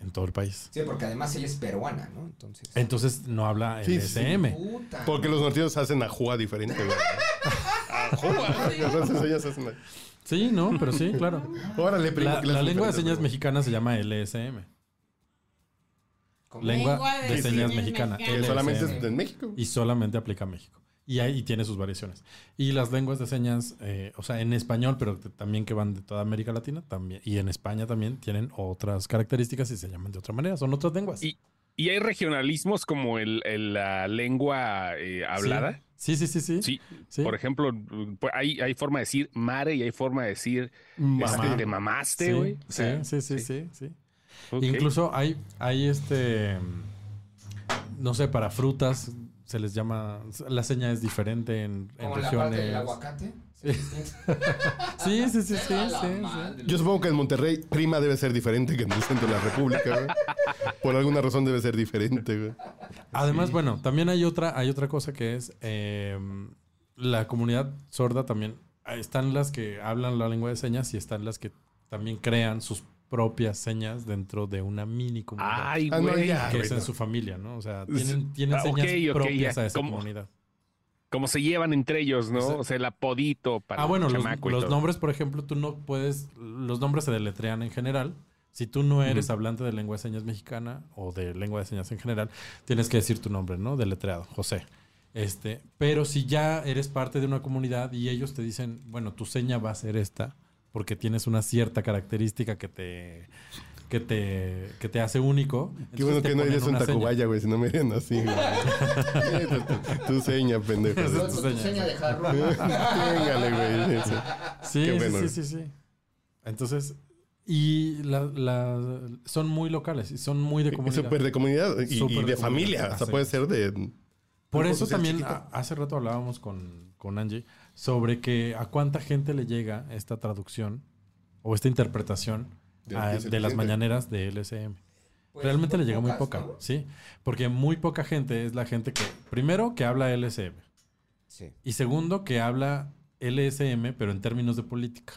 [SPEAKER 9] en todo el país.
[SPEAKER 13] Sí, porque además ella es peruana, ¿no? Entonces.
[SPEAKER 9] Entonces no habla
[SPEAKER 11] Sí,
[SPEAKER 9] el
[SPEAKER 11] sí.
[SPEAKER 9] SM.
[SPEAKER 13] Puta.
[SPEAKER 11] Porque los norteños hacen ajúa diferente, güey. [LAUGHS] Ajúa. Entonces ellas hacen ajúa.
[SPEAKER 9] Sí, no, pero sí, claro.
[SPEAKER 11] Órale, [LAUGHS] primo,
[SPEAKER 9] la,
[SPEAKER 11] que las
[SPEAKER 9] la lengua de
[SPEAKER 11] diferentes,
[SPEAKER 9] señas
[SPEAKER 11] güey.
[SPEAKER 9] mexicana se llama LSM.
[SPEAKER 13] ¿Cómo?
[SPEAKER 9] Lengua,
[SPEAKER 14] Lengua
[SPEAKER 9] de, señas eh. mexicana.
[SPEAKER 11] Que solamente es
[SPEAKER 9] LSM.
[SPEAKER 11] en México.
[SPEAKER 9] Y solamente aplica a México. Y ahí tiene sus variaciones. Y las lenguas de señas, eh, o sea, en español, pero t- también que van de toda América Latina, también y en España también tienen otras características y se llaman de otra manera. Son otras lenguas.
[SPEAKER 12] Y, y hay regionalismos como el, el- la lengua eh, hablada.
[SPEAKER 9] Sí, sí, sí, sí.
[SPEAKER 12] Sí. Por ejemplo, pues, hay, hay forma de decir mare y hay forma de decir
[SPEAKER 9] Mamá.
[SPEAKER 12] este, te mamaste,
[SPEAKER 9] Sí,
[SPEAKER 12] güey. O
[SPEAKER 9] Sí,
[SPEAKER 12] sea,
[SPEAKER 9] sí, sí, sí, sí.
[SPEAKER 12] Ok.
[SPEAKER 9] Incluso hay, hay este, mm, no sé, para frutas se les llama, la seña es diferente en, en
[SPEAKER 13] Como la
[SPEAKER 9] regiones.
[SPEAKER 13] parte
[SPEAKER 11] [LAUGHS]
[SPEAKER 13] del aguacate.
[SPEAKER 9] Sí, sí,
[SPEAKER 13] [LAUGHS]
[SPEAKER 9] sí, sí, sí, sí, sí.
[SPEAKER 11] Yo supongo que en Monterrey prima debe ser diferente que en el centro de la República, güey. Por alguna razón debe ser diferente, güey.
[SPEAKER 9] Además, bueno, también hay otra, hay otra cosa que es eh, la comunidad sorda también. Están las que hablan la lengua de señas y están las que también crean sus propias señas dentro de una mini comunidad.
[SPEAKER 12] Ay, Ah, no, güey. ya,
[SPEAKER 9] que
[SPEAKER 12] güey,
[SPEAKER 9] es en
[SPEAKER 12] no.
[SPEAKER 9] su familia, ¿no? O sea,
[SPEAKER 12] Es-
[SPEAKER 9] tienen, tienen
[SPEAKER 12] ah,
[SPEAKER 9] señas
[SPEAKER 12] ok, ok,
[SPEAKER 9] propias
[SPEAKER 12] ya,
[SPEAKER 9] a esa
[SPEAKER 12] ¿cómo?
[SPEAKER 9] comunidad.
[SPEAKER 12] como se llevan entre ellos, ¿no? O sea, el apodito para
[SPEAKER 9] Ah, bueno,
[SPEAKER 12] el
[SPEAKER 9] los,
[SPEAKER 12] chamaco y
[SPEAKER 9] los
[SPEAKER 12] todo.
[SPEAKER 9] nombres, por ejemplo, tú no puedes. Los nombres se deletrean en general. Si tú no eres
[SPEAKER 12] Ujú.
[SPEAKER 9] hablante de lengua de señas mexicana o de lengua de señas en general, tienes que decir tu nombre, ¿no? Deletreado, José. Este, pero si ya eres parte de una comunidad y ellos te dicen, bueno, tu seña va a ser esta, porque tienes una cierta característica que te, que te, que te hace único.
[SPEAKER 11] Qué
[SPEAKER 9] entonces
[SPEAKER 11] bueno
[SPEAKER 9] te
[SPEAKER 11] que no
[SPEAKER 9] ponen
[SPEAKER 11] eres un
[SPEAKER 9] una
[SPEAKER 11] [LAUGHS]
[SPEAKER 9] seña. [LAUGHS]
[SPEAKER 11] Tacubaya, güey, si no me irían así, güey. Eh, tu- tu- Tu seña, pendejo.
[SPEAKER 9] Esa es
[SPEAKER 13] Tu seña de jarro.
[SPEAKER 11] Téngale, güey.
[SPEAKER 9] Sí,
[SPEAKER 11] Qué
[SPEAKER 9] sí,
[SPEAKER 11] bueno,
[SPEAKER 9] sí,
[SPEAKER 11] güey.
[SPEAKER 9] sí, sí. Entonces, y la, la- son muy locales y son muy de comunidad.
[SPEAKER 11] Súper de comunidad y- y,
[SPEAKER 9] Súper
[SPEAKER 11] de
[SPEAKER 9] comunidad.
[SPEAKER 11] familia. O sea,
[SPEAKER 9] Así
[SPEAKER 11] puede
[SPEAKER 9] es.
[SPEAKER 11] ser de.
[SPEAKER 9] Por
[SPEAKER 11] grupo
[SPEAKER 9] eso
[SPEAKER 11] social
[SPEAKER 9] también
[SPEAKER 11] chiquito.
[SPEAKER 9] a- hace rato hablábamos con, con Angie sobre que a cuánta gente le llega esta traducción o esta interpretación
[SPEAKER 12] De
[SPEAKER 9] a- de,
[SPEAKER 12] lo que dice el
[SPEAKER 9] las
[SPEAKER 12] presidente.
[SPEAKER 9] mañaneras de LSM.
[SPEAKER 12] Pues,
[SPEAKER 9] Realmente
[SPEAKER 12] muy
[SPEAKER 9] le llega muy
[SPEAKER 12] pocas,
[SPEAKER 9] poca, ¿sí? Porque muy poca gente es la gente que, primero, que habla LSM.
[SPEAKER 13] Sí.
[SPEAKER 9] Y segundo, que habla LSM, pero en términos de política.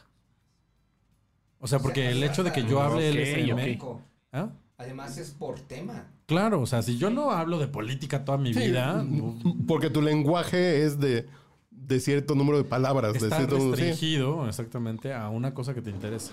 [SPEAKER 9] O sea, porque el hecho de que yo hable LSM... ¿Ah?
[SPEAKER 13] Además es por tema.
[SPEAKER 9] Claro, o sea, si yo no hablo de política toda mi
[SPEAKER 11] Sí,
[SPEAKER 9] vida,
[SPEAKER 11] Porque tu lenguaje es de, de cierto número de palabras. de
[SPEAKER 9] está
[SPEAKER 11] cierto número- sí.
[SPEAKER 9] restringido exactamente a una cosa que te interesa.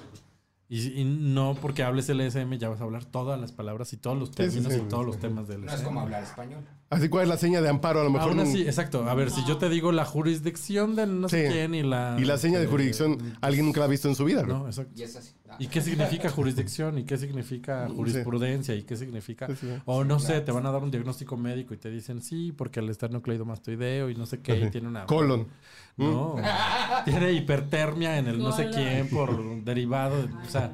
[SPEAKER 9] Y, y no porque hables LSM ya vas a hablar todas las palabras y todos los
[SPEAKER 11] sí,
[SPEAKER 9] términos
[SPEAKER 11] sí.
[SPEAKER 9] y todos los temas de LSM.
[SPEAKER 13] No es como hablar español.
[SPEAKER 11] Así cuál es la seña de amparo, a lo mejor.
[SPEAKER 9] Aún
[SPEAKER 11] no-
[SPEAKER 9] así, exacto. A ver, si yo te digo la jurisdicción de no sé
[SPEAKER 11] Sí.
[SPEAKER 9] quién y la...
[SPEAKER 11] Y la seña de
[SPEAKER 9] eh,
[SPEAKER 11] jurisdicción, alguien nunca la ha visto en su vida, ¿no?
[SPEAKER 9] No, exacto.
[SPEAKER 13] Y es así. Ah.
[SPEAKER 9] ¿Y qué significa jurisdicción? ¿Y qué significa
[SPEAKER 11] Sí.
[SPEAKER 9] jurisprudencia? ¿Y qué significa?
[SPEAKER 11] Sí, sí.
[SPEAKER 9] O
[SPEAKER 11] Sí,
[SPEAKER 9] no
[SPEAKER 11] claro.
[SPEAKER 9] sé, te van a dar un diagnóstico médico y te dicen sí, porque el esternocleidomastoideo y no sé qué, y
[SPEAKER 11] Ajá.
[SPEAKER 9] tiene una...
[SPEAKER 11] Colon.
[SPEAKER 9] No. [LAUGHS] tiene hipertermia en el no sé quién por derivado. de- O sea...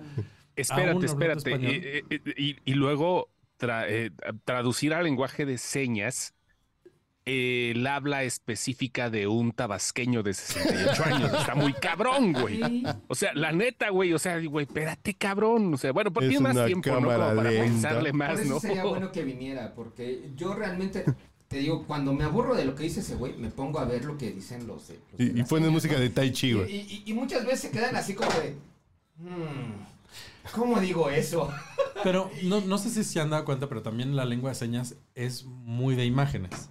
[SPEAKER 12] Espérate,
[SPEAKER 9] aún hablando
[SPEAKER 12] espérate.
[SPEAKER 9] español.
[SPEAKER 12] eh, eh, eh, Y, y luego tra- eh, traducir al lenguaje de señas eh, el habla específica de un tabasqueño de
[SPEAKER 9] [LAUGHS]
[SPEAKER 12] 68 años. Está muy cabrón, güey. O sea, la neta, güey. O sea, güey, espérate, cabrón. O sea, bueno, por
[SPEAKER 11] Es
[SPEAKER 12] ti más
[SPEAKER 11] una
[SPEAKER 12] tiempo, ¿no? Como
[SPEAKER 11] cámara
[SPEAKER 12] para
[SPEAKER 11] lenta.
[SPEAKER 12] pensarle
[SPEAKER 13] Por
[SPEAKER 12] más,
[SPEAKER 13] eso
[SPEAKER 12] ¿no?
[SPEAKER 13] sería bueno que viniera, porque yo realmente, te digo, cuando me aburro de lo que dice ese güey, me pongo a ver lo que dicen los... de- los de
[SPEAKER 11] Y, y
[SPEAKER 13] las
[SPEAKER 11] ponen
[SPEAKER 13] señas,
[SPEAKER 11] música
[SPEAKER 13] ¿no?
[SPEAKER 11] de Tai Chi,
[SPEAKER 13] Y-
[SPEAKER 11] güey.
[SPEAKER 13] Y, y muchas veces se quedan así como de... "Hmm, ¿Cómo digo eso?
[SPEAKER 9] Pero no, no sé si se han dado cuenta, pero también la lengua de señas es muy de imágenes.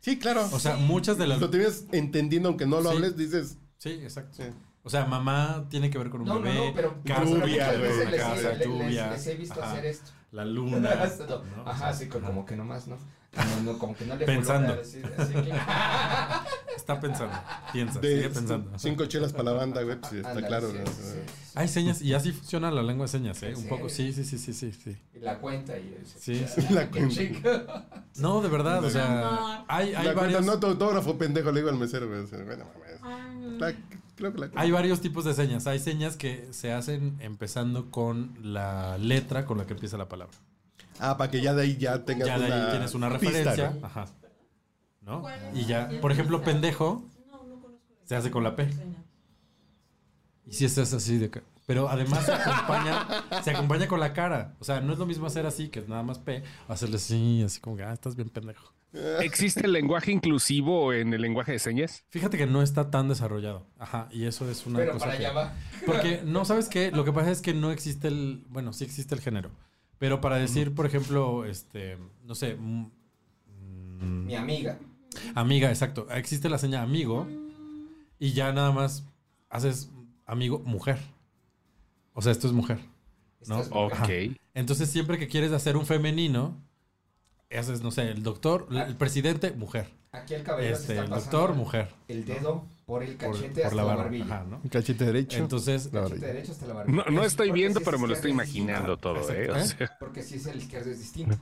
[SPEAKER 11] Sí, claro.
[SPEAKER 9] O sea, muchas de las...
[SPEAKER 11] Lo tienes entendiendo, aunque no lo
[SPEAKER 9] Sí.
[SPEAKER 11] hables, dices.
[SPEAKER 9] Sí, exacto. O sea, mamá tiene que ver con un
[SPEAKER 13] No, no,
[SPEAKER 9] bebé.
[SPEAKER 13] no, pero-
[SPEAKER 9] casa,
[SPEAKER 13] pero
[SPEAKER 9] tiene que
[SPEAKER 13] muchas
[SPEAKER 9] ver con
[SPEAKER 13] veces
[SPEAKER 9] una
[SPEAKER 13] les-
[SPEAKER 9] casa,
[SPEAKER 13] les- les-
[SPEAKER 9] lluvia,
[SPEAKER 13] les he visto hacer esto. [LAUGHS]
[SPEAKER 9] La luna.
[SPEAKER 13] Hasta lo-
[SPEAKER 9] ¿no?
[SPEAKER 13] Ajá, así como, como que nomás, ¿no? Como, no- como que no le
[SPEAKER 9] Pensando.
[SPEAKER 13] colora, así-
[SPEAKER 11] [LAUGHS]
[SPEAKER 13] así, claro.
[SPEAKER 9] Está pensando. Piensa,
[SPEAKER 11] de
[SPEAKER 9] sigue pensando.
[SPEAKER 11] Cinco chelas para la banda, güey. Pues, está
[SPEAKER 13] Ándale,
[SPEAKER 11] claro.
[SPEAKER 13] sí,
[SPEAKER 11] ¿no?
[SPEAKER 13] sí, sí.
[SPEAKER 9] Hay señas y así funciona la lengua de señas, ¿eh?
[SPEAKER 13] ¿En
[SPEAKER 9] Un poco.
[SPEAKER 13] serio?
[SPEAKER 9] Sí, sí, sí, sí, sí. sí.
[SPEAKER 13] Y la cuenta y el-
[SPEAKER 9] Sí,
[SPEAKER 11] [LAUGHS] La cuenta.
[SPEAKER 9] No, de verdad, o
[SPEAKER 14] Amor.
[SPEAKER 9] sea, hay, hay
[SPEAKER 11] La cuenta,
[SPEAKER 9] varios...
[SPEAKER 11] No, tu autógrafo, pendejo, le digo al mesero, güey. Dice, Bueno, mames. La- creo que la
[SPEAKER 9] Hay varios tipos de señas. Hay señas que se hacen empezando con la letra con la que empieza la palabra.
[SPEAKER 11] Ah, para que ya de ahí ya tengas
[SPEAKER 9] Ya de
[SPEAKER 13] pues
[SPEAKER 9] ahí
[SPEAKER 11] una
[SPEAKER 9] tienes una
[SPEAKER 11] pista,
[SPEAKER 9] referencia.
[SPEAKER 11] ¿no?
[SPEAKER 9] Ajá. ¿No? Y ya, por ejemplo, pendejo se hace con la P. Y si estás así de ca- Pero además se acompaña, [LAUGHS] se acompaña con la cara. O sea, no es lo mismo hacer así, que es nada más P, o hacerle así, así como que, ah, estás bien pendejo.
[SPEAKER 12] ¿Existe el lenguaje inclusivo en el lenguaje de señas?
[SPEAKER 9] Fíjate que no está tan desarrollado. Ajá, y eso es
[SPEAKER 13] [LAUGHS]
[SPEAKER 9] una
[SPEAKER 13] Pero
[SPEAKER 9] cosa
[SPEAKER 13] para
[SPEAKER 9] que-
[SPEAKER 13] allá va.
[SPEAKER 9] Porque no sabes qué, lo que pasa es que no existe el, bueno, sí existe el género. Pero para decir, por ejemplo, este, no sé, mm, mm,
[SPEAKER 13] Mi amiga.
[SPEAKER 9] amiga, exacto, existe la seña amigo y ya nada más haces amigo mujer. O sea, esto es mujer, ¿no?
[SPEAKER 13] Esto
[SPEAKER 9] Oh,
[SPEAKER 13] es mujer.
[SPEAKER 9] Ajá.
[SPEAKER 12] Ok.
[SPEAKER 9] Entonces, siempre que quieres hacer un femenino, haces, no sé, el doctor, la- el presidente, mujer.
[SPEAKER 13] Aquí el cabello
[SPEAKER 9] Este,
[SPEAKER 13] se está
[SPEAKER 9] el
[SPEAKER 13] pasando ¿eh?
[SPEAKER 9] doctor, mujer.
[SPEAKER 13] El dedo por el
[SPEAKER 9] Por,
[SPEAKER 13] cachete
[SPEAKER 9] por
[SPEAKER 13] hasta
[SPEAKER 9] la
[SPEAKER 13] la,
[SPEAKER 9] barba,
[SPEAKER 13] barbilla.
[SPEAKER 9] ajá, ¿no?
[SPEAKER 11] Un Cachete derecho.
[SPEAKER 9] Entonces,
[SPEAKER 11] La
[SPEAKER 13] Cachete
[SPEAKER 11] barbilla.
[SPEAKER 13] derecho hasta la barbilla.
[SPEAKER 12] No, no estoy
[SPEAKER 13] Porque
[SPEAKER 12] viendo,
[SPEAKER 13] si
[SPEAKER 12] pero me lo
[SPEAKER 13] izquierda
[SPEAKER 12] estoy
[SPEAKER 13] es
[SPEAKER 12] imaginando
[SPEAKER 13] distinto.
[SPEAKER 12] todo, ¿eh? O
[SPEAKER 9] ¿Eh?
[SPEAKER 12] sea,
[SPEAKER 13] Porque si es el izquierdo es
[SPEAKER 9] [LAUGHS]
[SPEAKER 13] distinto.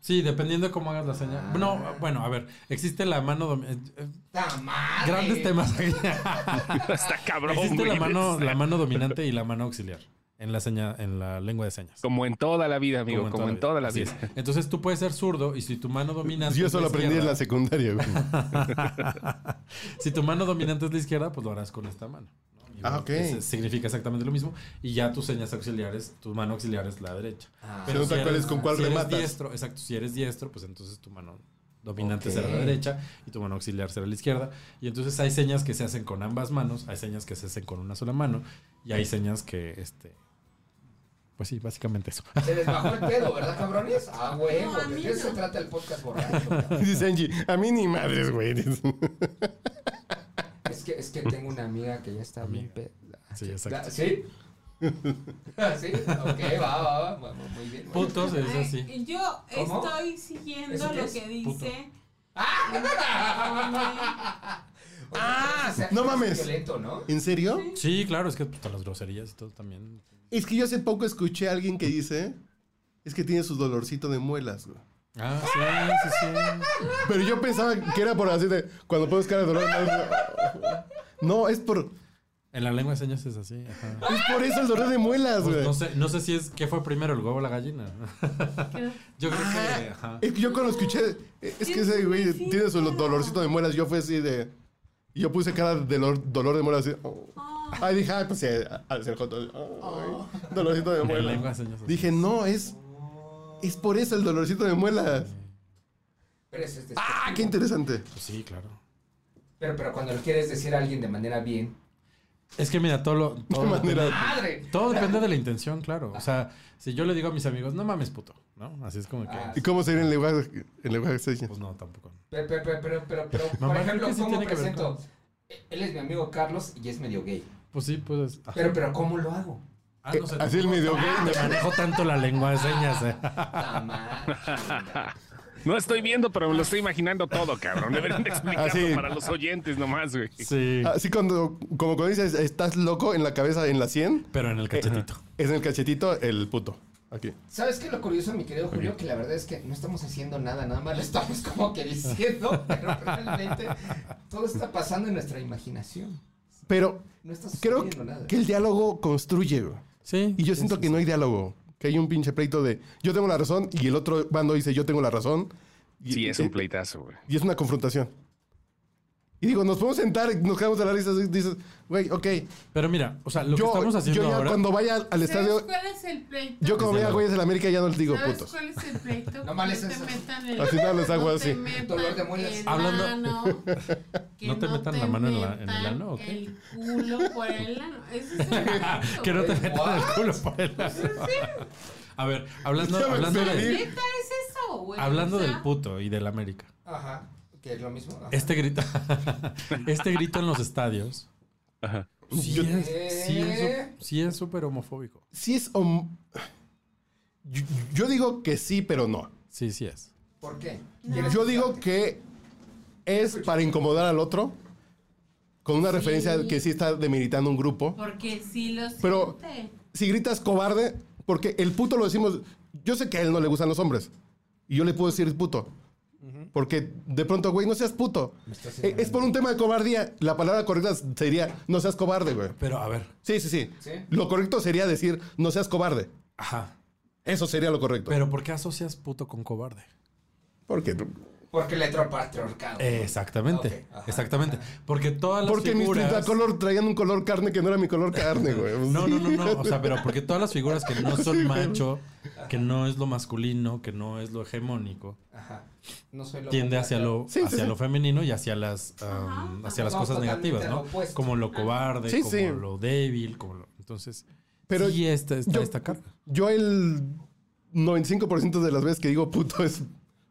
[SPEAKER 9] Sí, dependiendo de cómo hagas la seña.
[SPEAKER 13] Ah.
[SPEAKER 9] No, bueno, a ver, existe la mano. dom- eh, eh,
[SPEAKER 13] ¡Ta madre!
[SPEAKER 9] Grandes temas.
[SPEAKER 12] [LAUGHS]
[SPEAKER 13] [LAUGHS]
[SPEAKER 12] Está cabrón.
[SPEAKER 9] existe la
[SPEAKER 12] güey.
[SPEAKER 9] mano, la mano dominante y la mano auxiliar en la seña, en la lengua de señas.
[SPEAKER 12] Como en toda la vida, amigo, como en toda la
[SPEAKER 9] Así
[SPEAKER 12] vida.
[SPEAKER 9] es. Entonces tú puedes ser zurdo y si tu mano dominante.
[SPEAKER 11] Yo
[SPEAKER 9] es
[SPEAKER 11] eso lo aprendí en la
[SPEAKER 9] izquierda-
[SPEAKER 11] secundaria, güey. [LAUGHS]
[SPEAKER 9] [LAUGHS] si tu mano dominante es la izquierda, pues lo harás con esta mano. ¿no? Igual,
[SPEAKER 11] Ah, ok.
[SPEAKER 9] ese significa exactamente lo mismo. Y ya tus señas auxiliares, tu mano auxiliar es la derecha.
[SPEAKER 13] Ah.
[SPEAKER 11] Se nota cuál es con cuál
[SPEAKER 9] si eres
[SPEAKER 11] rematas.
[SPEAKER 9] diestro, exacto. Si eres diestro, pues entonces tu mano dominante
[SPEAKER 13] Ok.
[SPEAKER 9] será la derecha y tu mano auxiliar será la izquierda. Y entonces hay señas que se hacen con ambas manos, hay señas que se hacen con una sola mano y hay señas que, este, pues sí, básicamente eso.
[SPEAKER 13] Se les bajó el pedo, ¿verdad, cabrones? Ah, huevo.
[SPEAKER 14] No, a mí
[SPEAKER 13] de eso
[SPEAKER 14] no.
[SPEAKER 13] se trata el podcast borracho.
[SPEAKER 11] Dice Angie, a mí ni madres, güey.
[SPEAKER 13] Es que, es que tengo una amiga que ya está bien peda.
[SPEAKER 9] Sí, exacto.
[SPEAKER 13] Da- ¿Sí? [LAUGHS] ¿Sí? Ok, va, va, va. Mu- mu- Muy bien. muy bien.
[SPEAKER 9] Putos es así.
[SPEAKER 14] Ay, Yo
[SPEAKER 13] ¿Cómo?
[SPEAKER 14] estoy siguiendo
[SPEAKER 13] ¿Eso qué
[SPEAKER 14] lo
[SPEAKER 13] es?
[SPEAKER 14] que
[SPEAKER 9] Puto.
[SPEAKER 14] dice.
[SPEAKER 13] [LAUGHS] Ah, o sea,
[SPEAKER 11] No
[SPEAKER 13] es
[SPEAKER 11] mames.
[SPEAKER 13] Violento, ¿no?
[SPEAKER 11] ¿En serio?
[SPEAKER 9] Sí, claro, es que todas las groserías y todo también.
[SPEAKER 11] Es que yo hace poco escuché a alguien que dice, es que tiene su dolorcito de muelas, güey.
[SPEAKER 9] Ah, sí, sí, sí.
[SPEAKER 11] Pero [LAUGHS] yo pensaba que era por así de, cuando puedes cara de dolor. no, No, es por
[SPEAKER 9] En la lengua de señas es así. ajá.
[SPEAKER 11] Es por eso el dolor de muelas,
[SPEAKER 9] Pues
[SPEAKER 11] güey.
[SPEAKER 9] no, sé, no sé si es qué fue primero, el huevo o la gallina. [LAUGHS] Yo creo que. ajá.
[SPEAKER 11] Es que yo cuando escuché, eh, es que ese güey tiene su dolorcito de muelas, yo fui así de... y Yo puse cara de dolor, dolor de muelas así. oh.
[SPEAKER 13] Ah.
[SPEAKER 11] Ay, dije, ay, pues sí, al ser joto.
[SPEAKER 13] Ah.
[SPEAKER 11] ay, Dolorcito de
[SPEAKER 9] En la
[SPEAKER 11] muelas.
[SPEAKER 9] lengua de señas.
[SPEAKER 11] Dije, no, es... Es por eso el dolorcito de muelas.
[SPEAKER 13] Pero ese es despectivo.
[SPEAKER 11] Ah, qué interesante.
[SPEAKER 9] Pues sí, claro.
[SPEAKER 13] Pero, pero cuando lo quieres decir a alguien de manera bien.
[SPEAKER 9] Es que mira, todo lo. Todo,
[SPEAKER 11] manera-
[SPEAKER 13] ¡Madre!
[SPEAKER 9] todo depende de la intención, claro. O sea, si yo le digo a mis amigos, no mames, puto, ¿no? Así es como que.
[SPEAKER 11] ¿Y cómo sería el lenguaje, el lenguaje de señas?
[SPEAKER 9] Pues no, tampoco.
[SPEAKER 13] Pero, pero, pero, pero, pero, pero, por
[SPEAKER 9] Mamá, creo
[SPEAKER 13] ejemplo,
[SPEAKER 9] que sí
[SPEAKER 13] ¿cómo
[SPEAKER 9] tiene que ver
[SPEAKER 13] presento? Eh, Él es mi amigo Carlos y es medio gay.
[SPEAKER 9] Pues sí, pues. ajá.
[SPEAKER 13] Pero, pero, ¿cómo lo
[SPEAKER 9] [LAUGHS]
[SPEAKER 13] hago?
[SPEAKER 9] Ah, no sé,
[SPEAKER 11] Ah. Así el medio gay.
[SPEAKER 9] Te manejo tanto la lengua de
[SPEAKER 11] [LAUGHS]
[SPEAKER 9] señas. eh.
[SPEAKER 12] No estoy viendo, pero me lo estoy imaginando todo, cabrón. Deberían de explicarlo
[SPEAKER 11] Así.
[SPEAKER 12] para los oyentes nomás, güey.
[SPEAKER 9] Sí.
[SPEAKER 11] Así Ah, cuando, como cuando dices, estás loco en la cabeza, en la sien.
[SPEAKER 9] Pero en el cachetito.
[SPEAKER 11] Es en el cachetito el puto. Aquí.
[SPEAKER 13] ¿Sabes qué es lo curioso, mi querido Julio? Que la verdad es que no estamos haciendo nada, nada más lo estamos como que
[SPEAKER 9] [LAUGHS]
[SPEAKER 13] diciendo, pero realmente todo está pasando en nuestra imaginación.
[SPEAKER 11] Pero
[SPEAKER 13] No está
[SPEAKER 11] creo
[SPEAKER 13] sucediendo nada.
[SPEAKER 11] que el diálogo construye. güey.
[SPEAKER 9] Sí.
[SPEAKER 11] Y yo siento que no hay diálogo. Que hay un pinche pleito de yo tengo la razón y el otro bando dice yo tengo la razón. Y, eh,
[SPEAKER 12] Sí, es un pleitazo, güey.
[SPEAKER 11] y es una confrontación. Y digo, nos podemos sentar, y nos quedamos de la risa. y Dices, güey, ok.
[SPEAKER 9] Pero mira, o sea, lo
[SPEAKER 11] yo,
[SPEAKER 9] que estamos haciendo
[SPEAKER 11] yo ya
[SPEAKER 9] ahora.
[SPEAKER 11] cuando vaya al
[SPEAKER 14] ¿Sabes
[SPEAKER 11] estadio,
[SPEAKER 14] cuál es el pleito?
[SPEAKER 11] yo como
[SPEAKER 9] Desde
[SPEAKER 11] vea
[SPEAKER 9] luego.
[SPEAKER 11] güeyes de la América ya no les digo
[SPEAKER 14] ¿Sabes
[SPEAKER 11] putos.
[SPEAKER 14] cuál es el pleito?
[SPEAKER 13] No mames,
[SPEAKER 14] Que
[SPEAKER 13] eso.
[SPEAKER 14] te metan el
[SPEAKER 11] Así no les hago
[SPEAKER 14] te
[SPEAKER 11] así.
[SPEAKER 14] metan
[SPEAKER 13] Dolor de muelas.
[SPEAKER 14] el
[SPEAKER 9] Hablando-
[SPEAKER 14] ano, Ah,
[SPEAKER 9] [LAUGHS]
[SPEAKER 14] que
[SPEAKER 9] ¿No te metan la mano en la- en el
[SPEAKER 14] metan
[SPEAKER 9] ano, o qué?
[SPEAKER 14] El culo por el ano. Ese
[SPEAKER 9] [LAUGHS]
[SPEAKER 14] es el pleito.
[SPEAKER 9] que no te
[SPEAKER 13] ¿What?
[SPEAKER 9] metan el culo por el
[SPEAKER 14] Pues
[SPEAKER 9] A ver, hablando,
[SPEAKER 11] Ya me
[SPEAKER 9] hablando, de-
[SPEAKER 11] perdí.
[SPEAKER 14] Neta es eso, güey.
[SPEAKER 9] hablando
[SPEAKER 14] O sea,
[SPEAKER 9] del puto y del América.
[SPEAKER 13] Ajá, que es lo mismo. Ajá.
[SPEAKER 9] Este grito, [LAUGHS] este grito en los estadios.
[SPEAKER 12] Ajá.
[SPEAKER 9] Sí,
[SPEAKER 11] Yo-
[SPEAKER 9] es, sí es
[SPEAKER 14] ¿Eh?
[SPEAKER 9] su- sí es súper homofóbico.
[SPEAKER 11] Sí es... hom- Yo, yo digo que sí, pero no.
[SPEAKER 9] Sí, sí es.
[SPEAKER 13] ¿Por qué?
[SPEAKER 11] Yo digo que es para incomodar al otro con una referencia que sí está demeritando un grupo.
[SPEAKER 14] Porque sí lo
[SPEAKER 11] Pero-
[SPEAKER 14] siente.
[SPEAKER 11] Si gritas cobarde, porque el puto lo decimos, yo sé que a él no le gustan los hombres. Y yo le puedo decir puto. Porque de pronto, güey, no seas puto. Eh, Es por un tema de cobardía. La palabra correcta sería no seas cobarde, güey.
[SPEAKER 9] Pero a ver,
[SPEAKER 11] Sí, sí, sí.
[SPEAKER 13] ¿Sí?
[SPEAKER 11] Lo correcto sería decir no seas cobarde.
[SPEAKER 9] ajá.
[SPEAKER 11] Eso sería lo correcto.
[SPEAKER 9] Pero ¿por qué asocias puto con cobarde?
[SPEAKER 11] Porque
[SPEAKER 13] Porque le patriarcado.
[SPEAKER 9] Exactamente,
[SPEAKER 13] Ok, ajá.
[SPEAKER 9] exactamente. Porque todas las
[SPEAKER 11] porque mis
[SPEAKER 9] figuras.
[SPEAKER 11] tricolor traían un color carne que no era mi color carne, güey.
[SPEAKER 9] No, no, no, no. O sea, pero porque todas las figuras que no son macho, que no es lo masculino, que no es lo hegemónico,
[SPEAKER 13] Ajá. No soy lo
[SPEAKER 9] tiende hacia lo,
[SPEAKER 11] Sí, sí,
[SPEAKER 9] hacia
[SPEAKER 11] sí.
[SPEAKER 9] lo femenino y hacia las, um, hacia las
[SPEAKER 13] Vamos
[SPEAKER 9] cosas
[SPEAKER 13] totalmente
[SPEAKER 9] negativas,
[SPEAKER 13] a lo
[SPEAKER 9] ¿no?
[SPEAKER 13] opuesto.
[SPEAKER 9] Como lo cobarde,
[SPEAKER 11] Sí,
[SPEAKER 9] como
[SPEAKER 11] sí.
[SPEAKER 9] lo débil, como lo. Entonces,
[SPEAKER 11] Pero
[SPEAKER 9] sí está, está
[SPEAKER 11] yo-
[SPEAKER 9] esta carga.
[SPEAKER 11] Yo el 95% de las veces que digo puto es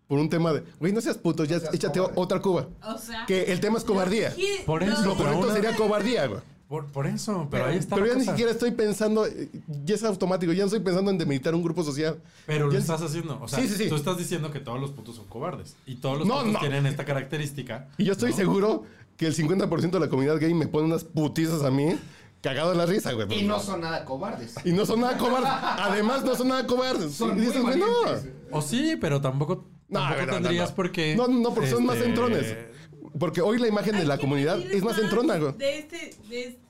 [SPEAKER 11] por un tema de, güey, no seas puto, ya
[SPEAKER 13] seas
[SPEAKER 11] échate
[SPEAKER 13] cobarde.
[SPEAKER 11] otra cuba.
[SPEAKER 14] O sea.
[SPEAKER 11] Que el tema es cobardía.
[SPEAKER 14] ¿qué-
[SPEAKER 9] Por
[SPEAKER 14] no,
[SPEAKER 9] eso-
[SPEAKER 11] Lo
[SPEAKER 9] Pero
[SPEAKER 11] correcto
[SPEAKER 9] una-
[SPEAKER 11] sería cobardía, güey.
[SPEAKER 9] Por, por eso, pero, ahí está.
[SPEAKER 11] Pero
[SPEAKER 9] la
[SPEAKER 11] ya ni
[SPEAKER 9] cosa.
[SPEAKER 11] siquiera estoy pensando, eh, ya es automático, ya no estoy pensando en demilitar un grupo social.
[SPEAKER 9] Pero lo
[SPEAKER 11] Ya-
[SPEAKER 9] estás haciendo. O sea,
[SPEAKER 11] Sí, sí, sí.
[SPEAKER 9] tú estás diciendo que todos los putos son cobardes. Y todos los
[SPEAKER 11] No,
[SPEAKER 9] putos
[SPEAKER 11] no.
[SPEAKER 9] tienen esta característica.
[SPEAKER 11] Y yo estoy
[SPEAKER 9] ¿no?
[SPEAKER 11] seguro que el 50% de la comunidad gay me pone unas putizas a mí, cagado en la risa, güey.
[SPEAKER 13] Y no son nada cobardes.
[SPEAKER 11] Y no son nada cobardes. Además, no son nada cobardes.
[SPEAKER 13] Son
[SPEAKER 11] y
[SPEAKER 13] muy
[SPEAKER 11] dices, güey, no.
[SPEAKER 13] valientes.
[SPEAKER 9] O sí, pero tampoco,
[SPEAKER 11] No,
[SPEAKER 9] tampoco
[SPEAKER 11] no, no,
[SPEAKER 9] tendrías
[SPEAKER 11] no.
[SPEAKER 9] por qué.
[SPEAKER 11] No, no, porque son más
[SPEAKER 9] este,
[SPEAKER 11] entrones. Porque hoy la imagen de
[SPEAKER 14] Hay
[SPEAKER 11] la
[SPEAKER 14] que
[SPEAKER 11] comunidad
[SPEAKER 14] pedir
[SPEAKER 11] es más entrona, güey.
[SPEAKER 14] De este, de este.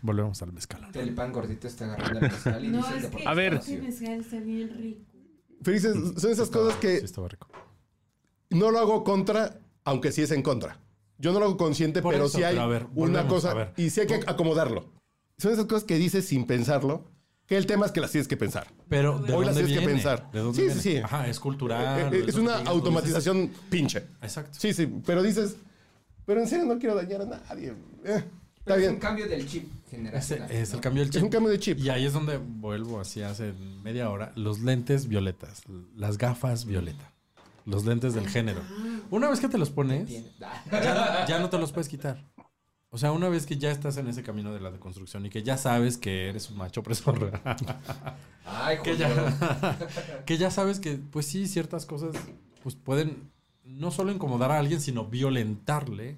[SPEAKER 9] Volvemos al mezcal.
[SPEAKER 13] Telipán gordito está agarrando el mezcal y
[SPEAKER 14] No,
[SPEAKER 13] dice
[SPEAKER 14] es
[SPEAKER 13] que
[SPEAKER 14] que
[SPEAKER 12] A ver.
[SPEAKER 14] este mezcal está bien rico.
[SPEAKER 11] Pero dices, son esas cosas
[SPEAKER 9] Mm, Sí,
[SPEAKER 11] que
[SPEAKER 9] estaba rico.
[SPEAKER 11] no lo hago contra, aunque sí es en contra. Yo no lo hago consciente,
[SPEAKER 9] Por
[SPEAKER 11] pero
[SPEAKER 9] eso,
[SPEAKER 11] sí hay
[SPEAKER 9] pero a ver,
[SPEAKER 11] una
[SPEAKER 9] volvemos, a
[SPEAKER 11] cosa
[SPEAKER 9] ver.
[SPEAKER 11] y sí hay que acomodarlo. Son esas cosas que dices sin pensarlo, que el tema es que las tienes que pensar.
[SPEAKER 9] Pero ¿de
[SPEAKER 11] Hoy
[SPEAKER 9] dónde
[SPEAKER 11] las tienes
[SPEAKER 9] viene?
[SPEAKER 11] que pensar.
[SPEAKER 9] ¿De dónde
[SPEAKER 11] Sí,
[SPEAKER 9] viene?
[SPEAKER 11] sí, sí.
[SPEAKER 9] Ajá, es
[SPEAKER 11] Eh,
[SPEAKER 9] cultural.
[SPEAKER 11] eh,
[SPEAKER 9] es
[SPEAKER 11] es
[SPEAKER 9] Ah, lo que
[SPEAKER 11] una
[SPEAKER 9] digas, tú dices,
[SPEAKER 11] automatización pinche.
[SPEAKER 9] Exacto.
[SPEAKER 11] Sí, sí, pero dices, pero en serio no quiero dañar a nadie. Eh, está
[SPEAKER 13] Pero es un
[SPEAKER 11] bien.
[SPEAKER 13] cambio del chip
[SPEAKER 9] Ese
[SPEAKER 13] generacional.
[SPEAKER 9] es el
[SPEAKER 13] ¿no?
[SPEAKER 9] cambio del
[SPEAKER 11] Es un
[SPEAKER 9] chip.
[SPEAKER 11] cambio de chip.
[SPEAKER 9] Y ahí es donde vuelvo así hace media hora. Los lentes violetas. Las gafas violeta. Los lentes del género. Una vez que te los pones,
[SPEAKER 13] Tiene- [LAUGHS] Ah,
[SPEAKER 9] ya, ya no te los puedes quitar. O sea, una vez que ya estás en ese camino de la deconstrucción y que ya sabes que eres un macho [LAUGHS] opresor,
[SPEAKER 13] Ay,
[SPEAKER 9] que,
[SPEAKER 13] Julio.
[SPEAKER 9] ya, [LAUGHS] que ya sabes que, pues sí, ciertas cosas pues pueden no solo incomodar a alguien, sino violentarle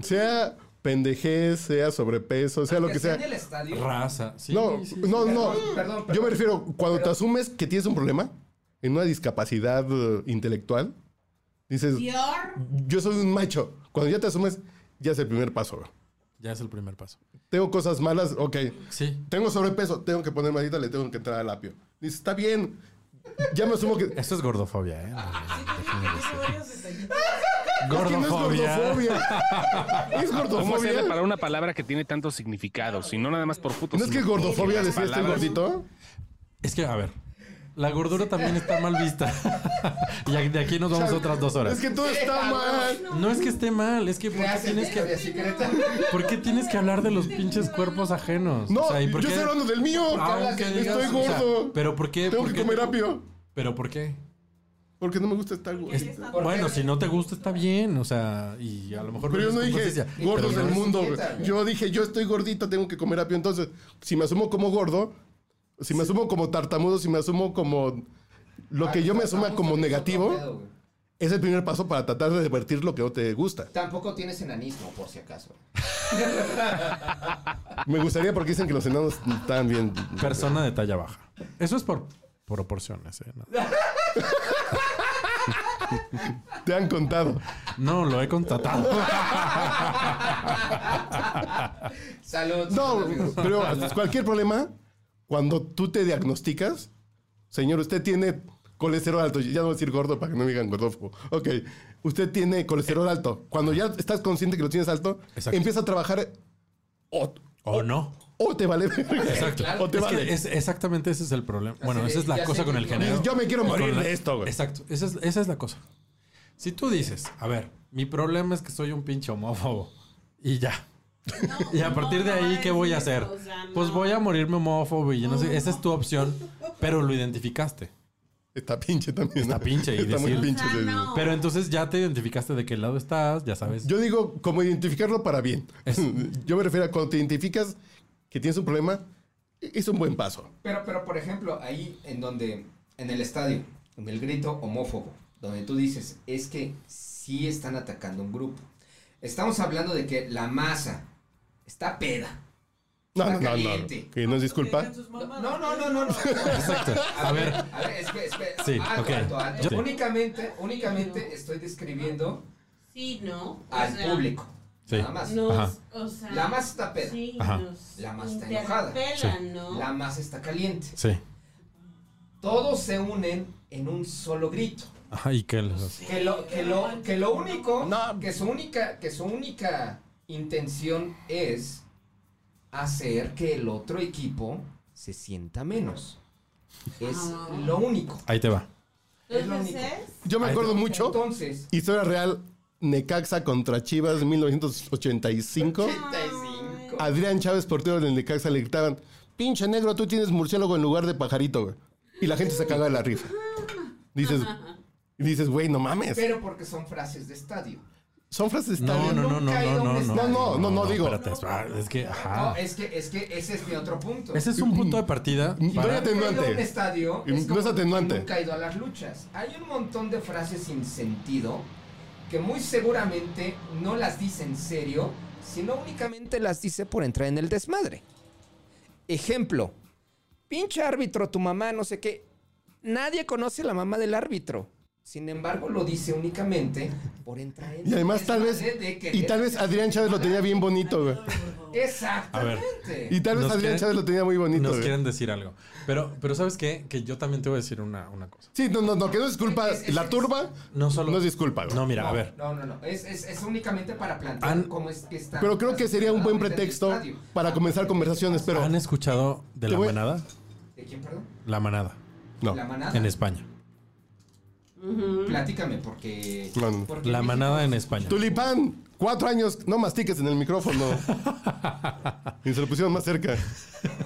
[SPEAKER 11] Sea pendejez, sea sobrepeso, sea lo que sea.
[SPEAKER 13] en el estadio.
[SPEAKER 9] raza. Sí,
[SPEAKER 11] no,
[SPEAKER 9] sí,
[SPEAKER 11] no,
[SPEAKER 13] sí.
[SPEAKER 11] no.
[SPEAKER 13] Perdón, perdón,
[SPEAKER 11] Yo me
[SPEAKER 13] perdón.
[SPEAKER 11] refiero, cuando te
[SPEAKER 13] Pero-
[SPEAKER 11] asumes que tienes un problema, en una discapacidad eh, intelectual, dices,
[SPEAKER 14] Dior.
[SPEAKER 11] yo soy un macho. Cuando ya te asumes, ya es el primer paso. güey.
[SPEAKER 9] Ya es el primer paso.
[SPEAKER 11] Tengo cosas malas, ok.
[SPEAKER 9] Sí.
[SPEAKER 11] Tengo sobrepeso, tengo que ponerme dieta, le tengo que entrar al apio. Dice, está bien. Ya me
[SPEAKER 9] [LAUGHS]
[SPEAKER 11] asumo que.
[SPEAKER 9] Esto es gordofobia, ¿eh?
[SPEAKER 11] Es que no es
[SPEAKER 12] Gordofobia.
[SPEAKER 11] gordofobia. Es
[SPEAKER 12] ¿Cómo hacerle
[SPEAKER 11] gordofobia.
[SPEAKER 12] para una palabra que tiene tantos significados? Y no nada más por putos.
[SPEAKER 11] ¿No es que gordofobia decía este gordito?
[SPEAKER 9] Es que, a ver, la gordura también está mal vista. [LAUGHS] y a- de aquí nos vamos otras dos horas.
[SPEAKER 11] Es que todo está mal.
[SPEAKER 9] No es que esté mal, es que ¿por qué, tienes que, [LAUGHS] ¿por qué tienes que hablar de los pinches cuerpos ajenos?
[SPEAKER 11] No,
[SPEAKER 9] O sea, ¿y por
[SPEAKER 11] yo
[SPEAKER 9] qué-
[SPEAKER 11] estoy hablando del mío.
[SPEAKER 9] Aunque Ah, digas,
[SPEAKER 11] Estoy
[SPEAKER 9] o sea,
[SPEAKER 11] gordo.
[SPEAKER 9] pero ¿por qué?
[SPEAKER 11] Tengo
[SPEAKER 9] ¿Por
[SPEAKER 11] que
[SPEAKER 9] qué?
[SPEAKER 11] comer apio.
[SPEAKER 9] ¿Pero por qué?
[SPEAKER 11] Porque no me gusta estar gordo.
[SPEAKER 9] Bueno, si no te gusta está bien, o sea, y a lo mejor...
[SPEAKER 11] Pero yo no
[SPEAKER 9] tienes
[SPEAKER 11] dije
[SPEAKER 9] conciencia,
[SPEAKER 11] gordos
[SPEAKER 9] pero
[SPEAKER 11] del
[SPEAKER 9] no es-
[SPEAKER 11] mundo. güey. Yo dije, yo estoy gordito, tengo que comer apio. Entonces, si me asumo como gordo, si me asumo como tartamudo, si me asumo como lo que yo me asuma como negativo, es el primer paso para tratar de divertir lo que no te gusta.
[SPEAKER 13] Tampoco tienes enanismo, por si
[SPEAKER 11] [LAUGHS]
[SPEAKER 13] acaso.
[SPEAKER 11] Me gustaría porque dicen que los enanos están bien.
[SPEAKER 9] Persona de talla baja. Eso es por proporciones, ¿eh? No.
[SPEAKER 11] Te han contado.
[SPEAKER 9] No, lo
[SPEAKER 11] [LAUGHS]
[SPEAKER 9] he contratado.
[SPEAKER 13] Salud.
[SPEAKER 11] No,
[SPEAKER 13] salud, amigos.
[SPEAKER 11] pero cualquier problema, cuando tú te diagnosticas, señor, usted tiene colesterol alto. Ya no voy a decir gordo para que no me digan gordófobo. Ok, usted tiene colesterol alto. Cuando ya estás consciente que lo tienes alto, empieza a trabajar o,
[SPEAKER 9] ¿O no?
[SPEAKER 11] o te vale. Exacto. Eh, O te
[SPEAKER 9] Es
[SPEAKER 11] vale.
[SPEAKER 9] que es- exactamente ese es el problema. Bueno,
[SPEAKER 11] Así
[SPEAKER 9] esa
[SPEAKER 11] de,
[SPEAKER 9] es la
[SPEAKER 11] ya
[SPEAKER 9] cosa
[SPEAKER 11] sé
[SPEAKER 9] con
[SPEAKER 11] que
[SPEAKER 9] el
[SPEAKER 11] no.
[SPEAKER 9] género.
[SPEAKER 11] Yo me quiero
[SPEAKER 9] Con
[SPEAKER 11] morir
[SPEAKER 9] la-
[SPEAKER 11] de esto, güey.
[SPEAKER 9] Exacto, esa es, esa es la cosa. Si tú dices, a ver, mi problema es que soy un pinche homófobo y ya. y a partir de ahí, ¿qué voy a hacer? Pues voy a morirme homófobo y yo no sé, esa es tu opción, pero lo identificaste.
[SPEAKER 11] Está pinche también.
[SPEAKER 9] Está pinche y
[SPEAKER 11] Está muy
[SPEAKER 9] decir-
[SPEAKER 11] pinche, sí, sí.
[SPEAKER 9] Pero entonces ya te identificaste de qué lado estás, ya sabes.
[SPEAKER 11] Yo digo como identificarlo para bien. [LAUGHS] Yo me refiero a cuando te identificas que tienes un problema, es un buen paso.
[SPEAKER 13] Pero, pero, por ejemplo, ahí en donde, en el estadio, en el grito homófobo, donde tú dices, es que sí están atacando un grupo. Estamos hablando de que la masa está peda.
[SPEAKER 11] No,
[SPEAKER 13] está
[SPEAKER 11] no, no, no.
[SPEAKER 13] caliente.
[SPEAKER 11] Que no es disculpa.
[SPEAKER 13] No, no, no, no. no.
[SPEAKER 11] Exacto.
[SPEAKER 13] A
[SPEAKER 11] A
[SPEAKER 13] ver,
[SPEAKER 11] ver.
[SPEAKER 13] a ver, espera, espera.
[SPEAKER 11] Sí,
[SPEAKER 13] alto,
[SPEAKER 11] ok.
[SPEAKER 13] alto, alto.
[SPEAKER 11] Sí.
[SPEAKER 13] Únicamente, únicamente estoy describiendo
[SPEAKER 14] Sí, ¿no?
[SPEAKER 13] al
[SPEAKER 14] O sea,
[SPEAKER 13] público.
[SPEAKER 9] Sí.
[SPEAKER 13] Nada más.
[SPEAKER 14] Nos,
[SPEAKER 9] Ajá.
[SPEAKER 14] o sea,
[SPEAKER 13] La masa está peda.
[SPEAKER 14] Sí,
[SPEAKER 9] Ajá.
[SPEAKER 14] nos
[SPEAKER 13] La masa está enojada.
[SPEAKER 14] interpela, ¿no?
[SPEAKER 13] La masa está caliente.
[SPEAKER 9] Sí.
[SPEAKER 13] Todos se unen en un solo grito.
[SPEAKER 9] Ajá, y qué
[SPEAKER 13] Que lo, que lo, que lo único, que su única, que su única intención es hacer que el otro equipo se sienta menos. Es
[SPEAKER 14] Ah.
[SPEAKER 13] lo único.
[SPEAKER 9] Ahí te va.
[SPEAKER 13] Es lo único.
[SPEAKER 11] Yo me acuerdo mucho.
[SPEAKER 13] Entonces,
[SPEAKER 11] Historia real. Necaxa contra Chivas 1985. Adrián Chávez, portero del Necaxa, le gritaban: Pinche negro, tú tienes murciélago en lugar de pajarito, güey. Y la gente se caga de la risa. Dices, dices, güey, no mames.
[SPEAKER 13] pero porque son frases de estadio.
[SPEAKER 11] Son frases de
[SPEAKER 9] No,
[SPEAKER 11] estadio.
[SPEAKER 9] no, no, no, no, no,
[SPEAKER 11] no, no, no, digo.
[SPEAKER 9] espérate, espérate, es que,
[SPEAKER 13] No,
[SPEAKER 9] ajá.
[SPEAKER 13] es que, es que ese es mi otro punto.
[SPEAKER 9] Ese es un punto de partida.
[SPEAKER 11] Estoy
[SPEAKER 9] para-
[SPEAKER 13] Nunca he ido a un
[SPEAKER 11] atenuante. Mm,
[SPEAKER 13] estadio
[SPEAKER 11] no es
[SPEAKER 13] como
[SPEAKER 11] atenuante.
[SPEAKER 13] que nunca he ido a las luchas. Hay un montón de frases sin sentido que muy seguramente no las dice en serio, sino únicamente las dice por entrar en el desmadre. Ejemplo, pinche árbitro, tu mamá, no sé qué. Nadie conoce a la mamá del árbitro. Sin embargo, lo dice únicamente por entrar en
[SPEAKER 11] Y además, tal vez.
[SPEAKER 13] desmadre ¿eh? de que
[SPEAKER 11] Y tal vez Adrián Chávez lo tenía bien bonito, güey.
[SPEAKER 9] A ver.
[SPEAKER 13] Exactamente.
[SPEAKER 11] Y tal vez
[SPEAKER 9] Nos
[SPEAKER 11] Adrián
[SPEAKER 9] quieren-
[SPEAKER 11] Chávez lo tenía muy bonito.
[SPEAKER 9] Nos
[SPEAKER 11] güey.
[SPEAKER 9] quieren decir algo. Pero, pero ¿sabes qué? Que yo también te voy a decir una, una cosa.
[SPEAKER 11] Sí, no, no, no, que no es culpa. La turba
[SPEAKER 9] No solo.
[SPEAKER 11] no es disculpa, güey.
[SPEAKER 9] No, mira, a ver.
[SPEAKER 13] No, no, no. Es, es, es únicamente para plantear
[SPEAKER 9] Han-
[SPEAKER 13] cómo es que está.
[SPEAKER 11] Pero creo que sería un buen
[SPEAKER 13] Realmente en el
[SPEAKER 11] pretexto
[SPEAKER 13] estadio. Ah,
[SPEAKER 11] para comenzar conversaciones, pero.
[SPEAKER 9] ¿Han escuchado de
[SPEAKER 11] Te
[SPEAKER 9] la
[SPEAKER 11] voy-
[SPEAKER 9] manada?
[SPEAKER 13] ¿De quién, perdón?
[SPEAKER 9] La manada.
[SPEAKER 11] No.
[SPEAKER 13] La manada.
[SPEAKER 9] En España.
[SPEAKER 13] Platícame, porque.
[SPEAKER 11] No, no.
[SPEAKER 13] porque
[SPEAKER 9] Mm. La
[SPEAKER 13] México-
[SPEAKER 9] manada en España.
[SPEAKER 11] Tulipán, cuatro años, no mastiques en el
[SPEAKER 13] [LAUGHS]
[SPEAKER 11] micrófono. y se lo pusieron más cerca.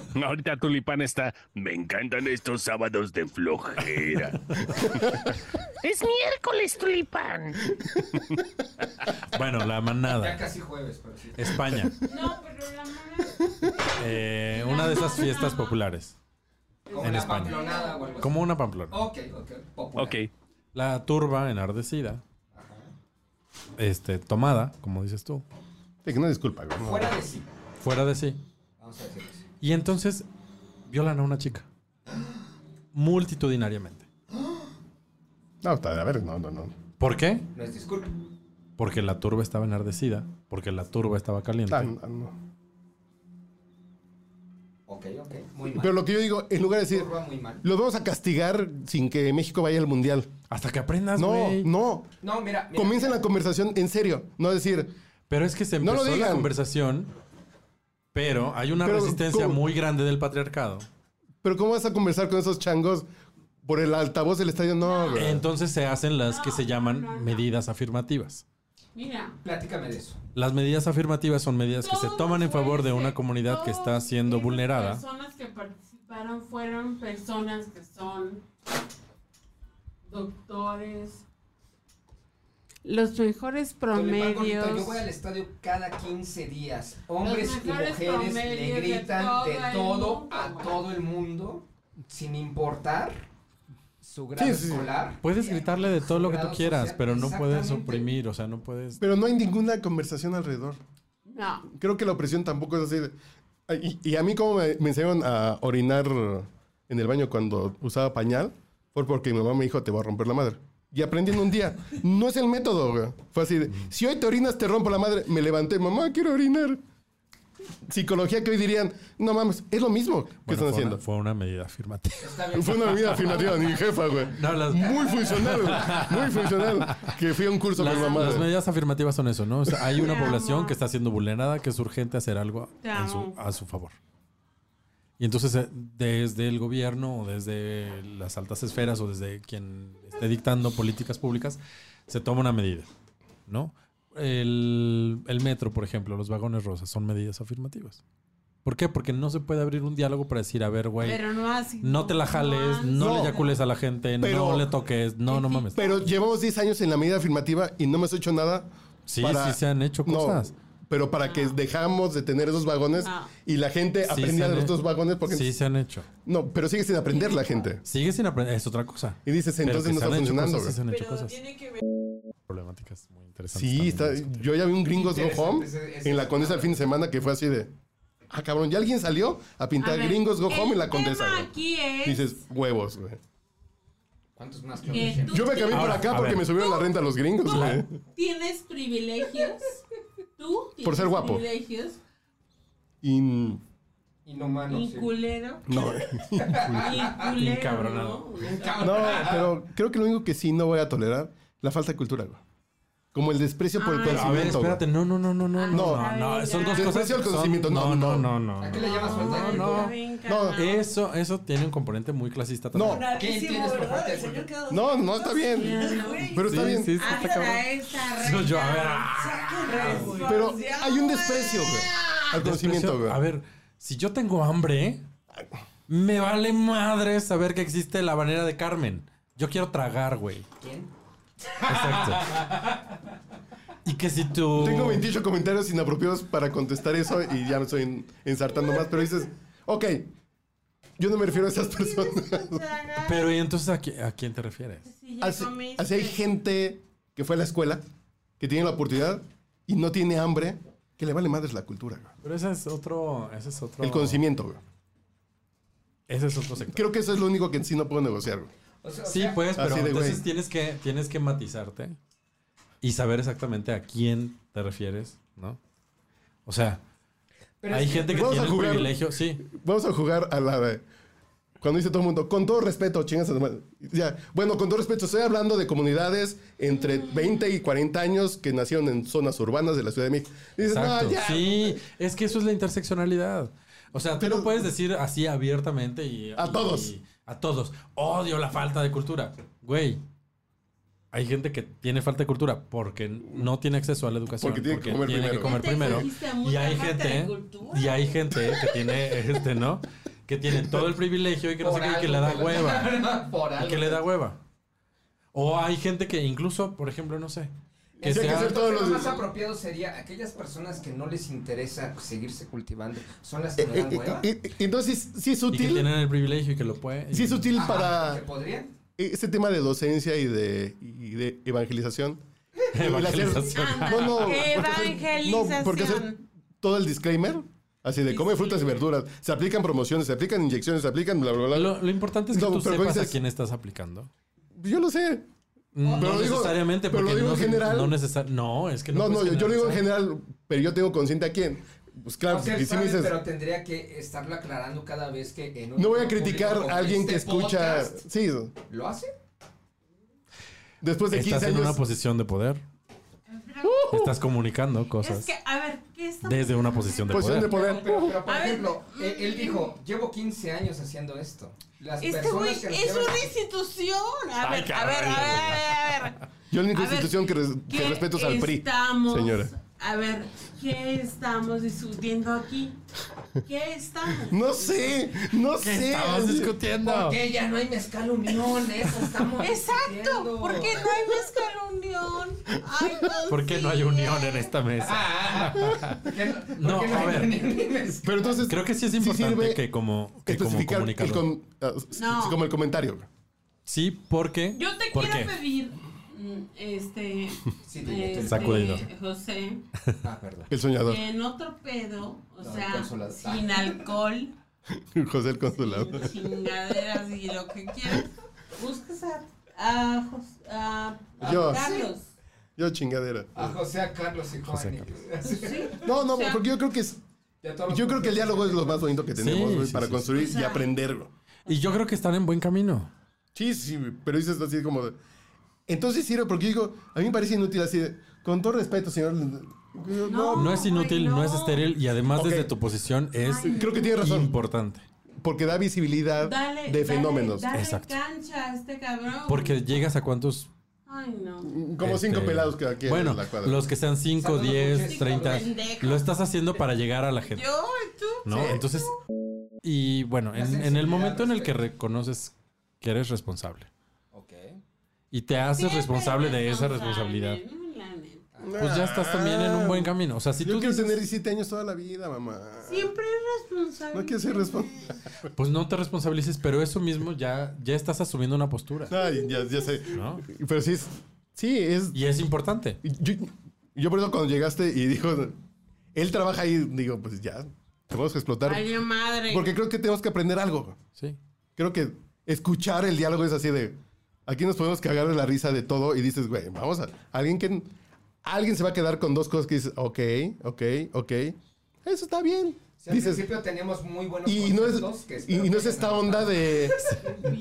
[SPEAKER 12] [LAUGHS] Ahorita Tulipán está. Me encantan estos sábados de flojera.
[SPEAKER 4] Es miércoles, tulipán.
[SPEAKER 9] Bueno, la
[SPEAKER 13] Ya
[SPEAKER 9] manada.
[SPEAKER 13] casi jueves, pero sí. [LAUGHS]
[SPEAKER 9] España.
[SPEAKER 14] No, pero la masa
[SPEAKER 9] Eh, una de esas fiestas populares.
[SPEAKER 13] Como
[SPEAKER 9] En
[SPEAKER 13] la
[SPEAKER 9] España.
[SPEAKER 13] pamplonada Ah, o algo así.
[SPEAKER 9] Como una pamplona.
[SPEAKER 13] Ok, ok. popular.
[SPEAKER 12] Ok.
[SPEAKER 9] La turba enardecida. Este, tomada, como dices tú.
[SPEAKER 11] Sí, que no disculpa, güey.
[SPEAKER 13] Fuera de sí.
[SPEAKER 9] Fuera de sí.
[SPEAKER 13] Vamos a decir eso.
[SPEAKER 9] Y entonces violan a una chica. Multitudinariamente.
[SPEAKER 11] No, está- a ver, no, no, no.
[SPEAKER 9] ¿Por qué?
[SPEAKER 13] No es disculpa.
[SPEAKER 9] Porque la turba estaba enardecida, porque la turba estaba caliente.
[SPEAKER 11] Ah, no, no.
[SPEAKER 13] Ok, ok. Muy mal.
[SPEAKER 11] Pero lo que yo digo, en lugar de decir,
[SPEAKER 13] Turba muy mal.
[SPEAKER 11] los vamos a castigar sin que México vaya al mundial.
[SPEAKER 9] Hasta que aprendas,
[SPEAKER 11] No,
[SPEAKER 9] güey.
[SPEAKER 11] no.
[SPEAKER 13] No, mira, mira,
[SPEAKER 11] Comiencen la conversación en serio. No decir,
[SPEAKER 9] Pero es que se
[SPEAKER 11] No
[SPEAKER 9] empezó
[SPEAKER 11] lo
[SPEAKER 9] la
[SPEAKER 11] digan.
[SPEAKER 9] conversación, pero hay una
[SPEAKER 11] Pero,
[SPEAKER 9] resistencia
[SPEAKER 11] ¿cómo?
[SPEAKER 9] muy grande del patriarcado.
[SPEAKER 11] pero ¿cómo vas a conversar con esos changos por el altavoz del estadio? No, güey.
[SPEAKER 9] Entonces se hacen las que se llaman medidas afirmativas.
[SPEAKER 14] Mira,
[SPEAKER 13] platícame de eso.
[SPEAKER 9] Las medidas afirmativas son medidas que se toman en favor de una comunidad que está siendo vulnerada.
[SPEAKER 14] las personas que participaron fueron personas que son doctores. Los mejores promedios.
[SPEAKER 13] Yo voy al estadio cada 15 días. Hombres
[SPEAKER 14] Los
[SPEAKER 13] y
[SPEAKER 14] mejores
[SPEAKER 13] mujeres le
[SPEAKER 14] promedios de
[SPEAKER 13] gritan
[SPEAKER 14] todo
[SPEAKER 13] de
[SPEAKER 14] el
[SPEAKER 13] todo
[SPEAKER 14] mundo,
[SPEAKER 13] a
[SPEAKER 14] güey.
[SPEAKER 13] todo el mundo, sin importar su grado
[SPEAKER 11] Sí, sí.
[SPEAKER 13] escolar.
[SPEAKER 9] Puedes gritarle de todo lo que tú
[SPEAKER 13] Grado
[SPEAKER 9] quieras,
[SPEAKER 13] social,
[SPEAKER 9] pero no puedes
[SPEAKER 13] exactamente.
[SPEAKER 9] oprimir, o sea, no puedes...
[SPEAKER 11] Pero no hay ninguna conversación alrededor.
[SPEAKER 14] No,
[SPEAKER 11] Creo que la opresión tampoco es así. de- Ay, Y, y a mí como me, me enseñaron a orinar en el baño cuando usaba pañal, fue porque mi mamá me dijo, te voy a romper la madre. Y aprendí en un día. No es el método, güey. Fue así de, si hoy te orinas, te rompo la madre. Me levanté, mamá, quiero orinar. Psicología que hoy dirían, no mames, es lo mismo que
[SPEAKER 9] Bueno,
[SPEAKER 11] están
[SPEAKER 9] fue,
[SPEAKER 11] haciendo.
[SPEAKER 9] una, fue una
[SPEAKER 13] [LAUGHS]
[SPEAKER 9] medida afirmativa.
[SPEAKER 13] Está bien.
[SPEAKER 11] Fue una medida afirmativa de mi jefa, güey.
[SPEAKER 9] No, las,
[SPEAKER 11] Muy funcional, güey. Muy funcional. Que fui a un curso con
[SPEAKER 9] las-
[SPEAKER 11] mi mamá.
[SPEAKER 9] las medidas afirmativas son eso, ¿no? O sea, hay una
[SPEAKER 14] Te amo.
[SPEAKER 9] población que está siendo vulnerada, que es urgente hacer algo
[SPEAKER 14] Te
[SPEAKER 9] en su-
[SPEAKER 14] amo.
[SPEAKER 9] a su favor. Y entonces, eh, desde el gobierno, o desde las altas esferas, o desde quien esté dictando políticas públicas, se toma una medida, ¿no? El, el metro, por ejemplo, los vagones rosas, son medidas afirmativas. ¿Por qué? Porque no se puede abrir un diálogo para decir, a ver, güey,
[SPEAKER 14] pero no así.
[SPEAKER 9] no te la jales, no,
[SPEAKER 11] No.
[SPEAKER 9] le eyacules a la gente, no
[SPEAKER 11] Pero-
[SPEAKER 9] le toques, no, no mames.
[SPEAKER 11] Pero llevamos 10 años en la medida afirmativa y no hemos hecho nada.
[SPEAKER 9] Sí, sí se han hecho cosas.
[SPEAKER 11] No, pero para que dejamos de tener esos vagones
[SPEAKER 14] No.
[SPEAKER 11] y la gente
[SPEAKER 9] Sí se
[SPEAKER 11] aprendía
[SPEAKER 9] han
[SPEAKER 11] de los
[SPEAKER 9] hecho.
[SPEAKER 11] dos vagones porque...
[SPEAKER 9] Sí se han hecho.
[SPEAKER 11] No, pero sigue sin aprender la gente.
[SPEAKER 9] Sigue sin aprender, es otra cosa.
[SPEAKER 11] Y dices,
[SPEAKER 9] Pero
[SPEAKER 11] entonces
[SPEAKER 9] que
[SPEAKER 11] no
[SPEAKER 9] se
[SPEAKER 11] está
[SPEAKER 9] han hecho
[SPEAKER 11] funcionando,
[SPEAKER 9] cosas,
[SPEAKER 11] güey.
[SPEAKER 9] se han hecho
[SPEAKER 14] Pero
[SPEAKER 9] cosas.
[SPEAKER 14] tiene que ver.
[SPEAKER 9] Problemáticas muy interesantes.
[SPEAKER 11] Sí,
[SPEAKER 9] también
[SPEAKER 11] está,
[SPEAKER 9] de discutir.
[SPEAKER 11] yo ya vi un Gringos Go Home
[SPEAKER 13] Interesante, ese-
[SPEAKER 11] en la
[SPEAKER 13] ese-
[SPEAKER 11] Condesa el fin de semana que fue así de... Ah, cabrón, ya alguien salió a pintar
[SPEAKER 14] A ver,
[SPEAKER 11] Gringos Go
[SPEAKER 14] el
[SPEAKER 11] Home en la Condesa.
[SPEAKER 14] tema
[SPEAKER 11] güey.
[SPEAKER 14] aquí es-
[SPEAKER 11] Dices, huevos, güey.
[SPEAKER 13] ¿Cuántos más?
[SPEAKER 14] Que tú
[SPEAKER 11] Yo me cambié
[SPEAKER 14] tienes-
[SPEAKER 11] por
[SPEAKER 9] Ahora,
[SPEAKER 11] acá
[SPEAKER 9] a
[SPEAKER 11] porque
[SPEAKER 9] ver.
[SPEAKER 11] me subieron la renta a los gringos,
[SPEAKER 14] tú
[SPEAKER 11] güey.
[SPEAKER 14] tienes privilegios. Tú tienes
[SPEAKER 11] ser guapo.
[SPEAKER 14] privilegios.
[SPEAKER 11] Y...
[SPEAKER 13] Inhumanos. sí.
[SPEAKER 14] Inculero.
[SPEAKER 11] No,
[SPEAKER 13] Ah,
[SPEAKER 14] Inculero.
[SPEAKER 9] Encabronado.
[SPEAKER 14] ¿no?
[SPEAKER 11] No, pero creo que lo único que sí no voy a tolerar, la falta de cultura, güey. Como el desprecio por el
[SPEAKER 14] Ay.
[SPEAKER 9] A ver,
[SPEAKER 11] conocimiento. güey.
[SPEAKER 9] espérate, no, no, no, no, no,
[SPEAKER 14] Ay,
[SPEAKER 9] no,
[SPEAKER 11] Pues, no,
[SPEAKER 9] no, no, son dos
[SPEAKER 14] ya.
[SPEAKER 9] cosas.
[SPEAKER 11] Desprecio al
[SPEAKER 9] que son-
[SPEAKER 11] conocimiento, no,
[SPEAKER 9] no, no, no,
[SPEAKER 11] no.
[SPEAKER 9] no.
[SPEAKER 13] ¿A qué le llamas falta de
[SPEAKER 9] No,
[SPEAKER 13] cultura?
[SPEAKER 9] no.
[SPEAKER 11] No,
[SPEAKER 9] Eso, eso tiene un componente muy clasista también.
[SPEAKER 11] No.
[SPEAKER 13] ¿Qué entiendes por falta de cultura?
[SPEAKER 11] No, no, está bien. Pero está
[SPEAKER 9] Sí,
[SPEAKER 11] bien.
[SPEAKER 9] sí, sí, está cabrón.
[SPEAKER 14] Hasta esa
[SPEAKER 9] No,
[SPEAKER 14] reina.
[SPEAKER 9] yo, a ver, ah,
[SPEAKER 11] Pero hay un desprecio, güey. Al conocimiento,
[SPEAKER 9] desprecio.
[SPEAKER 11] güey.
[SPEAKER 9] A ver, si yo tengo hambre, me vale madre saber que existe la banera de Carmen. Yo quiero tragar, güey.
[SPEAKER 13] ¿Quién?
[SPEAKER 9] Exacto. Y que si tú...
[SPEAKER 11] Tengo 28 comentarios inapropiados para contestar eso y ya me estoy en- ensartando más. Pero dices, ok, yo no me refiero a esas
[SPEAKER 14] [LAUGHS]
[SPEAKER 11] personas.
[SPEAKER 9] Pero ¿y entonces a, qui- a quién te refieres?
[SPEAKER 14] Si ya
[SPEAKER 11] Así,
[SPEAKER 14] comiste.
[SPEAKER 11] así hay gente que fue a la escuela, que tiene la oportunidad y no tiene hambre, que le vale madres la cultura, güey.
[SPEAKER 9] Pero ese es otro... Ese es otro...
[SPEAKER 11] El conocimiento, güey.
[SPEAKER 9] Ese es otro sector.
[SPEAKER 11] Creo que eso es lo único que sí no puedo negociar, güey.
[SPEAKER 13] O sea, o
[SPEAKER 9] Sí,
[SPEAKER 13] sea,
[SPEAKER 9] pues, pero
[SPEAKER 11] Así de,
[SPEAKER 9] entonces
[SPEAKER 11] güey.
[SPEAKER 9] tienes que, tienes que matizarte y saber exactamente a quién te refieres, ¿no? O sea,
[SPEAKER 13] pero
[SPEAKER 9] hay
[SPEAKER 13] es que-
[SPEAKER 9] gente que
[SPEAKER 11] vamos a
[SPEAKER 9] tiene el
[SPEAKER 11] jugar.
[SPEAKER 9] privilegio, sí.
[SPEAKER 11] Vamos a jugar a la de. Cuando dice todo el mundo, con todo respeto, chingas a tu madre". Ya, bueno, con todo respeto, estoy hablando de comunidades entre 20 y 40 años que nacieron en zonas urbanas de la Ciudad de México. Y dices,
[SPEAKER 9] Exacto.
[SPEAKER 11] no, ya.
[SPEAKER 9] Sí, es que eso es la interseccionalidad. O sea, tú
[SPEAKER 11] Pero-
[SPEAKER 9] no puedes decir así abiertamente y
[SPEAKER 11] A
[SPEAKER 9] y-
[SPEAKER 11] todos.
[SPEAKER 9] a todos. Odio la falta de cultura, güey. Hay gente que tiene falta de cultura porque no tiene acceso a la educación,
[SPEAKER 11] Porque tiene que comer primero.
[SPEAKER 9] comer
[SPEAKER 14] Te
[SPEAKER 9] primero.
[SPEAKER 14] exigiste
[SPEAKER 9] Y
[SPEAKER 14] mucha
[SPEAKER 9] hay
[SPEAKER 14] falta de
[SPEAKER 9] gente
[SPEAKER 14] cultura.
[SPEAKER 9] y hay gente que tiene
[SPEAKER 14] [LAUGHS]
[SPEAKER 9] este, ¿no? Que tiene todo el privilegio y que no sé
[SPEAKER 13] por
[SPEAKER 9] qué, y que le
[SPEAKER 13] algo
[SPEAKER 9] da
[SPEAKER 13] te la-
[SPEAKER 9] hueva.
[SPEAKER 13] [LAUGHS] Por
[SPEAKER 9] Y
[SPEAKER 13] algo
[SPEAKER 9] que le
[SPEAKER 13] te-
[SPEAKER 9] da hueva. O hay gente que incluso, por ejemplo, no sé, que
[SPEAKER 11] Sí, hay que
[SPEAKER 9] sea-
[SPEAKER 11] ser
[SPEAKER 13] Entonces,
[SPEAKER 11] todos
[SPEAKER 13] lo
[SPEAKER 11] los-
[SPEAKER 13] más apropiado sería aquellas personas que no les interesa seguirse cultivando, son las que no dan hueva.
[SPEAKER 11] Eh, eh, eh, Entonces, sí es
[SPEAKER 9] y que
[SPEAKER 11] útil.
[SPEAKER 9] tienen el privilegio y que lo pueden.
[SPEAKER 11] Sí es útil
[SPEAKER 13] Ajá,
[SPEAKER 11] para
[SPEAKER 13] que podrían.
[SPEAKER 11] ese tema de docencia y de, y de evangelización. [LAUGHS]
[SPEAKER 9] Evangelización.
[SPEAKER 11] El hacer- No, no, porque hacer- no, porque hacer
[SPEAKER 14] Evangelización.
[SPEAKER 11] todo el disclaimer. Así de come frutas y verduras. Se aplican promociones, se aplican inyecciones, se aplican bla, bla, bla.
[SPEAKER 9] Lo, lo importante es que
[SPEAKER 11] No,
[SPEAKER 9] tú
[SPEAKER 11] pero
[SPEAKER 9] sepas a
[SPEAKER 11] dices-
[SPEAKER 9] quién estás aplicando.
[SPEAKER 11] Yo lo sé.
[SPEAKER 9] No
[SPEAKER 11] Pero lo digo-
[SPEAKER 9] necesariamente,
[SPEAKER 11] pero lo
[SPEAKER 9] porque
[SPEAKER 11] digo
[SPEAKER 9] no,
[SPEAKER 11] en general.
[SPEAKER 9] no necesar- no, es que
[SPEAKER 11] No, no,
[SPEAKER 9] puedes
[SPEAKER 11] yo, yo lo digo en
[SPEAKER 9] generalizar.
[SPEAKER 11] general, pero yo tengo consciente a quién. Pues claro,
[SPEAKER 13] O sea,
[SPEAKER 11] porque si me
[SPEAKER 13] sabe,
[SPEAKER 11] dices,
[SPEAKER 13] pero tendría que estarlo aclarando cada vez que en un
[SPEAKER 11] no voy a
[SPEAKER 13] público
[SPEAKER 11] criticar
[SPEAKER 13] como
[SPEAKER 11] a alguien que
[SPEAKER 13] este
[SPEAKER 11] escucha.
[SPEAKER 13] podcast,
[SPEAKER 11] Sí,
[SPEAKER 13] ¿Lo hace?
[SPEAKER 11] después de 15
[SPEAKER 9] Estás en una
[SPEAKER 11] años.
[SPEAKER 9] posición de poder. Estás comunicando cosas
[SPEAKER 14] Es que, a ver, ¿qué está
[SPEAKER 9] desde una posición de
[SPEAKER 11] Posición
[SPEAKER 9] poder.
[SPEAKER 11] de poder.
[SPEAKER 13] Pero, pero, por
[SPEAKER 14] A ver,
[SPEAKER 13] ejemplo, eh,
[SPEAKER 14] mm.
[SPEAKER 13] él, él dijo, llevo 15 años haciendo esto. Las
[SPEAKER 14] Este
[SPEAKER 13] personas
[SPEAKER 14] güey
[SPEAKER 13] que lo
[SPEAKER 14] es
[SPEAKER 13] llevan-
[SPEAKER 14] una institución. A
[SPEAKER 11] Ay,
[SPEAKER 14] ver, a ver, a ver, a ver, a ver.
[SPEAKER 11] Yo la única
[SPEAKER 14] A ver,
[SPEAKER 11] institución que, res- que
[SPEAKER 14] ¿qué
[SPEAKER 11] respeto es al PRI.
[SPEAKER 14] estamos-
[SPEAKER 11] Señora.
[SPEAKER 14] A ver, ¿qué estamos discutiendo aquí? ¿Qué estamos?
[SPEAKER 11] No sé, no
[SPEAKER 14] ¿Qué
[SPEAKER 11] sé.
[SPEAKER 14] estabas discutiendo?
[SPEAKER 13] Porque ya no hay mezcal unión, eso estamos
[SPEAKER 14] [LAUGHS] Exacto, ¿por qué no hay mezcal unión? Ay, no
[SPEAKER 9] ¿Por qué no hay unión en esta
[SPEAKER 13] Ah,
[SPEAKER 9] mesa? no,
[SPEAKER 11] qué no
[SPEAKER 9] a
[SPEAKER 11] hay
[SPEAKER 9] ver.
[SPEAKER 11] Pero entonces.
[SPEAKER 9] Creo que sí es
[SPEAKER 11] sí
[SPEAKER 9] importante
[SPEAKER 11] sirve
[SPEAKER 9] que como, que como
[SPEAKER 11] especificar el
[SPEAKER 9] comunicador.
[SPEAKER 11] con- ah,
[SPEAKER 14] No.
[SPEAKER 11] sí, como el comentario.
[SPEAKER 9] Sí, porque.
[SPEAKER 14] Yo te
[SPEAKER 9] ¿Por
[SPEAKER 14] quiero
[SPEAKER 9] qué?
[SPEAKER 14] pedir, mm, este,
[SPEAKER 13] Sí, te-
[SPEAKER 14] este,
[SPEAKER 9] Sacudido.
[SPEAKER 14] José,
[SPEAKER 13] Ah, perdón.
[SPEAKER 11] El soñador.
[SPEAKER 14] que en otro pedo, o
[SPEAKER 13] No,
[SPEAKER 14] sea,
[SPEAKER 13] consolado.
[SPEAKER 14] sin alcohol, Eh.
[SPEAKER 11] [LAUGHS] José el Consolador.
[SPEAKER 14] chingaderas y lo que quieras, busques a, a, Jos- a- a
[SPEAKER 11] Yo.
[SPEAKER 14] Carlos.
[SPEAKER 11] Yo chingadera.
[SPEAKER 13] A José, a Carlos y Juan.
[SPEAKER 11] No, no,
[SPEAKER 14] Ah. O sea,
[SPEAKER 11] porque yo creo que es.
[SPEAKER 13] Ya todos los
[SPEAKER 11] Yo creo que el diálogo es lo más bonito que
[SPEAKER 9] Sí,
[SPEAKER 11] tenemos güey,
[SPEAKER 9] sí,
[SPEAKER 11] para
[SPEAKER 9] sí,
[SPEAKER 11] construir
[SPEAKER 9] sí.
[SPEAKER 11] y aprenderlo.
[SPEAKER 9] Y yo creo que están en buen camino.
[SPEAKER 11] Sí, sí, güey, pero dices así como. de- Entonces sirve porque digo, a mí me parece inútil así de. Con todo respeto, señor. No,
[SPEAKER 9] No, es inútil, no. es estéril y además
[SPEAKER 11] Ok.
[SPEAKER 9] desde tu posición es
[SPEAKER 11] Creo que tiene razón.
[SPEAKER 9] importante.
[SPEAKER 11] Porque da visibilidad
[SPEAKER 14] Dale,
[SPEAKER 11] de
[SPEAKER 14] dale-
[SPEAKER 11] fenómenos.
[SPEAKER 14] Dale,
[SPEAKER 9] Exacto.
[SPEAKER 14] cancha a este cabrón.
[SPEAKER 9] Porque llegas a cuántos...
[SPEAKER 14] Ay, no.
[SPEAKER 11] Como
[SPEAKER 9] este,
[SPEAKER 11] cinco pelados que aquí
[SPEAKER 9] Bueno,
[SPEAKER 11] en la cuadra.
[SPEAKER 9] los que sean 5,
[SPEAKER 11] Saludos,
[SPEAKER 9] 10,
[SPEAKER 11] muchachos.
[SPEAKER 9] 30.
[SPEAKER 14] Pendejo.
[SPEAKER 9] Lo estás haciendo para llegar a la gente.
[SPEAKER 14] Yo, tú.
[SPEAKER 9] ¿no? Entonces, y bueno,
[SPEAKER 13] La
[SPEAKER 9] en, en el
[SPEAKER 13] sensibilidad
[SPEAKER 9] momento en el que
[SPEAKER 13] respecto.
[SPEAKER 9] reconoces que eres responsable
[SPEAKER 13] Ok.
[SPEAKER 9] y te haces
[SPEAKER 14] Siempre
[SPEAKER 9] responsable de esa
[SPEAKER 14] responsable,
[SPEAKER 9] responsabilidad,
[SPEAKER 14] ¿no? La neta.
[SPEAKER 9] pues ya estás también en un buen camino. O sea, si
[SPEAKER 11] Ah. Yo
[SPEAKER 9] tú
[SPEAKER 11] quiero
[SPEAKER 9] dices,
[SPEAKER 11] tener 17 años toda la vida, mamá.
[SPEAKER 14] Siempre es responsable.
[SPEAKER 11] No quiero ser responsable.
[SPEAKER 9] pues no te responsabilices, pero eso mismo ya, ya estás asumiendo una postura,
[SPEAKER 11] Ay, ya, ya sé.
[SPEAKER 9] ¿no?
[SPEAKER 11] Pero sí es. Sí, es.
[SPEAKER 9] Y es importante.
[SPEAKER 11] Yo, yo por eso cuando llegaste y dijo. Él trabaja ahí, digo, pues ya. Tenemos que explotar.
[SPEAKER 14] Valió madre.
[SPEAKER 11] Porque creo que tenemos que aprender algo.
[SPEAKER 9] Sí.
[SPEAKER 11] Creo que escuchar el diálogo es así de. Aquí nos podemos cagar de la risa de todo y dices, güey, vamos a. Alguien que. Alguien se va a quedar con dos cosas que dices, ok, ok, ok. Eso está bien.
[SPEAKER 13] Si al
[SPEAKER 11] Dices,
[SPEAKER 13] principio tenemos muy buenos
[SPEAKER 11] y no es,
[SPEAKER 13] conceptos que
[SPEAKER 11] y
[SPEAKER 13] espero
[SPEAKER 11] no
[SPEAKER 13] que
[SPEAKER 11] es esta
[SPEAKER 13] hayan
[SPEAKER 11] onda de,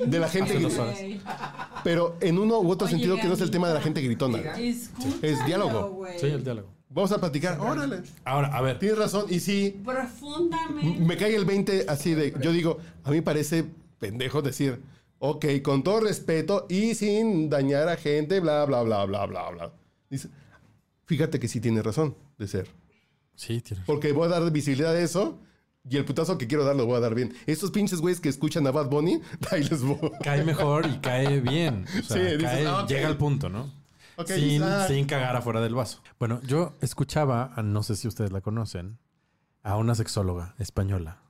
[SPEAKER 11] de la gente
[SPEAKER 9] Hace dos
[SPEAKER 11] gritona.
[SPEAKER 9] horas.
[SPEAKER 11] Pero en uno u otro
[SPEAKER 14] Oye,
[SPEAKER 11] sentido que no es el tema de la gente
[SPEAKER 13] Mira.
[SPEAKER 11] gritona. Es diálogo.
[SPEAKER 14] güey.
[SPEAKER 9] Sí, el diálogo.
[SPEAKER 11] Vamos a platicar. Órale.
[SPEAKER 9] Ahora, a ver,
[SPEAKER 11] Tienes razón. Y sí,
[SPEAKER 14] Profundamente.
[SPEAKER 11] me cae el 20 así de. Yo digo, a mí parece pendejo decir, ok, con todo respeto y sin dañar a gente, bla, bla, bla, bla, bla, bla. Dice, fíjate que sí tiene razón de ser.
[SPEAKER 9] sí, tienes.
[SPEAKER 11] Porque voy a dar visibilidad a eso y el putazo que quiero dar lo voy a dar bien. Estos pinches güeyes que escuchan a Bad Bunny, [LAUGHS] ahí les voy.
[SPEAKER 9] Cae mejor y cae bien. O sea,
[SPEAKER 11] Sí, dices,
[SPEAKER 9] cae-
[SPEAKER 11] ah, ok.
[SPEAKER 9] llega al punto, ¿no?
[SPEAKER 11] Ok, ah.
[SPEAKER 9] sin,
[SPEAKER 11] Isaac.
[SPEAKER 9] sin cagar afuera del vaso. Bueno, yo escuchaba, a- no sé si ustedes la conocen, a una sexóloga española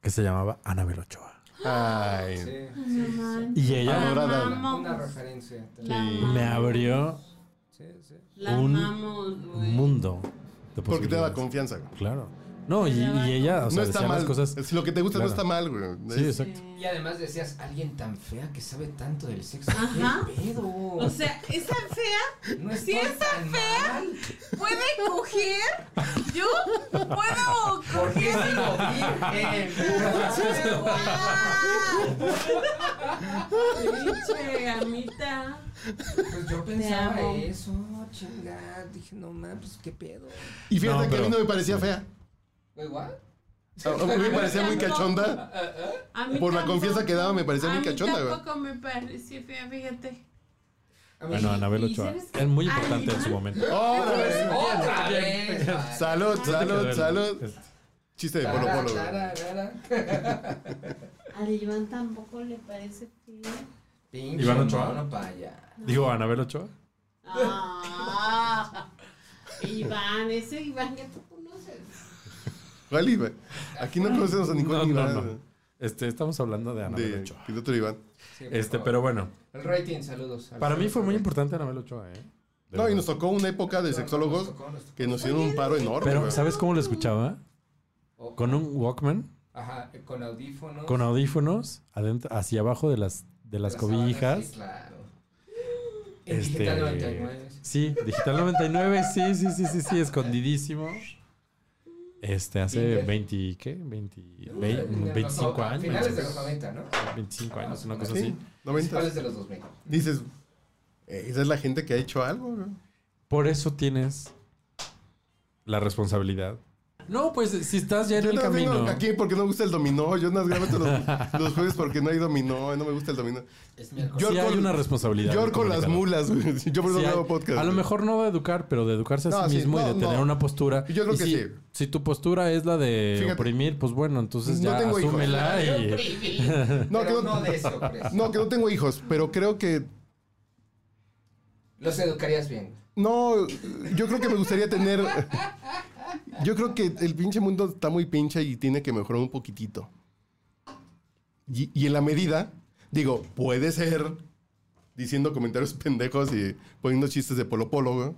[SPEAKER 9] que se llamaba Anabel Ochoa.
[SPEAKER 11] Ay.
[SPEAKER 13] Sí,
[SPEAKER 9] Y ella
[SPEAKER 11] Adorada.
[SPEAKER 13] una referencia.
[SPEAKER 9] me abrió
[SPEAKER 13] Ah. Sí, sí.
[SPEAKER 14] La
[SPEAKER 9] un
[SPEAKER 14] amamos, güey.
[SPEAKER 9] mundo de
[SPEAKER 11] Porque te da
[SPEAKER 9] posibilidades.
[SPEAKER 11] confianza. güey.
[SPEAKER 9] Claro. No, y, y ella, Ah, o sea,
[SPEAKER 11] no está
[SPEAKER 9] decía
[SPEAKER 11] mal.
[SPEAKER 9] las cosas.
[SPEAKER 11] Es Lo que te gusta no
[SPEAKER 9] Claro.
[SPEAKER 11] está mal, güey.
[SPEAKER 9] Sí,
[SPEAKER 11] Es-
[SPEAKER 9] exacto.
[SPEAKER 13] Y además decías, alguien tan fea que sabe tanto del sexo.
[SPEAKER 14] Ajá.
[SPEAKER 13] ¿Qué pedo?
[SPEAKER 14] O sea, esa fea
[SPEAKER 13] no
[SPEAKER 14] si
[SPEAKER 13] estoy
[SPEAKER 14] esa
[SPEAKER 13] tan
[SPEAKER 14] fea-
[SPEAKER 13] mal.
[SPEAKER 14] puede coger. Yo puedo
[SPEAKER 13] Porque
[SPEAKER 14] coger.
[SPEAKER 13] si lo
[SPEAKER 14] [LAUGHS]
[SPEAKER 13] virgen.
[SPEAKER 14] Guau. Pinche gamita.
[SPEAKER 13] Pues yo pensaba
[SPEAKER 14] amo.
[SPEAKER 13] eso, chingada. Dije, no mames, pues, qué pedo.
[SPEAKER 11] Y fíjate
[SPEAKER 9] No,
[SPEAKER 11] que a mí
[SPEAKER 9] pero-
[SPEAKER 11] no me parecía fea.
[SPEAKER 13] Güey, what?
[SPEAKER 11] A a mí me parecía muy cachonda.
[SPEAKER 14] A mí
[SPEAKER 11] Por la
[SPEAKER 14] tampoco-
[SPEAKER 11] confianza que daba, me parecía
[SPEAKER 14] a
[SPEAKER 11] muy
[SPEAKER 14] mí
[SPEAKER 11] cachonda, güey.
[SPEAKER 14] Tampoco me pareció fea, fíjate.
[SPEAKER 13] A mí-
[SPEAKER 9] Bueno, Anabel
[SPEAKER 14] ¿Y
[SPEAKER 9] Ochoa.
[SPEAKER 14] sabes qué?
[SPEAKER 9] Es muy
[SPEAKER 14] Ay,
[SPEAKER 9] importante en su
[SPEAKER 14] man.
[SPEAKER 9] momento.
[SPEAKER 11] ¡Otra vez!
[SPEAKER 13] Otra vez. man.
[SPEAKER 11] Salud,
[SPEAKER 9] No te quedó
[SPEAKER 11] salud,
[SPEAKER 9] el-
[SPEAKER 11] salud.
[SPEAKER 9] es-
[SPEAKER 11] Chiste de polo polo, güey.
[SPEAKER 13] Tara, tara, tara.
[SPEAKER 14] A Iván tampoco le parece fea.
[SPEAKER 13] Pinche
[SPEAKER 9] Iván Ochoa.
[SPEAKER 13] mono pa' allá.
[SPEAKER 9] Digo, Anabel Ochoa.
[SPEAKER 14] Ah, Iván, ese Iván que tú conoces.
[SPEAKER 11] Vale, güey. Aquí no conocemos a ningún
[SPEAKER 9] No, no,
[SPEAKER 11] Iván.
[SPEAKER 9] no. Este, estamos hablando de Anabel
[SPEAKER 11] De,
[SPEAKER 9] Ochoa.
[SPEAKER 11] y de otro Iván.
[SPEAKER 13] Sí, por
[SPEAKER 9] Este,
[SPEAKER 13] favor.
[SPEAKER 9] pero bueno,
[SPEAKER 13] El rating, saludos.
[SPEAKER 9] para mí fue muy importante Anabel Ochoa, ¿eh? De
[SPEAKER 11] No, y
[SPEAKER 9] verdad.
[SPEAKER 11] nos tocó una época de sexólogos que nos hicieron un paro enorme.
[SPEAKER 9] Pero,
[SPEAKER 11] güey.
[SPEAKER 9] ¿sabes cómo lo escuchaba?
[SPEAKER 13] Oh.
[SPEAKER 9] Con un Walkman,
[SPEAKER 13] Ajá, con audífonos.
[SPEAKER 9] con audífonos, adentro, hacia abajo de las, de las
[SPEAKER 13] sábanas,
[SPEAKER 9] cobijas.
[SPEAKER 13] sí, claro. En
[SPEAKER 9] Este,
[SPEAKER 13] Digital 99.
[SPEAKER 9] Sí, Digital 99, sí, sí, sí, sí, sí, escondidísimo. Este, hace
[SPEAKER 13] Inter.
[SPEAKER 9] 20, ¿qué? 20, vein-
[SPEAKER 13] En los
[SPEAKER 9] 25
[SPEAKER 13] no-
[SPEAKER 9] años.
[SPEAKER 13] Finales de los 90, ¿no? Ah,
[SPEAKER 9] 25 años, una cosa
[SPEAKER 11] Sí,
[SPEAKER 9] así.
[SPEAKER 11] 90.
[SPEAKER 13] Principales de los
[SPEAKER 9] [LAUGHS]
[SPEAKER 13] 2000.
[SPEAKER 11] Dices, eh, esa es la gente que ha hecho algo, ¿no?
[SPEAKER 9] Por eso tienes la responsabilidad. No, pues si estás ya en
[SPEAKER 11] Yo
[SPEAKER 9] el
[SPEAKER 11] no vengo
[SPEAKER 9] camino.
[SPEAKER 11] aquí porque no me gusta el dominó. Yo no grabo todos los, los jueves porque no hay dominó. No me gusta el dominó.
[SPEAKER 9] Sí hay
[SPEAKER 11] con-
[SPEAKER 9] una responsabilidad
[SPEAKER 11] Yo
[SPEAKER 9] del
[SPEAKER 11] con las mulas,
[SPEAKER 9] comunicador.
[SPEAKER 11] güey. [LAUGHS] Yo por eso
[SPEAKER 9] Sí
[SPEAKER 11] no
[SPEAKER 9] hay-
[SPEAKER 11] hago podcast.
[SPEAKER 9] A lo
[SPEAKER 11] güey.
[SPEAKER 9] mejor no de educar, pero de educarse a
[SPEAKER 11] No,
[SPEAKER 9] sí
[SPEAKER 11] sí,
[SPEAKER 9] mismo y
[SPEAKER 11] no,
[SPEAKER 9] de tener
[SPEAKER 11] no.
[SPEAKER 9] una postura.
[SPEAKER 11] Yo creo
[SPEAKER 9] Y
[SPEAKER 11] que
[SPEAKER 9] si,
[SPEAKER 11] sí.
[SPEAKER 9] Si tu postura es la de
[SPEAKER 11] Fíjate.
[SPEAKER 9] oprimir, pues bueno, entonces
[SPEAKER 11] No
[SPEAKER 9] ya
[SPEAKER 11] tengo hijos.
[SPEAKER 9] asúmela y. [LAUGHS]
[SPEAKER 11] No, que no, [LAUGHS]
[SPEAKER 13] pues.
[SPEAKER 11] no, que no tengo hijos, pero creo que.
[SPEAKER 13] Los educarías bien.
[SPEAKER 11] No, yo creo que me gustaría tener. Yo creo que el pinche mundo está muy pinche y tiene que mejorar un poquitito. Y, y en la medida, digo, puede ser diciendo comentarios pendejos y poniendo chistes de polo polo, güey.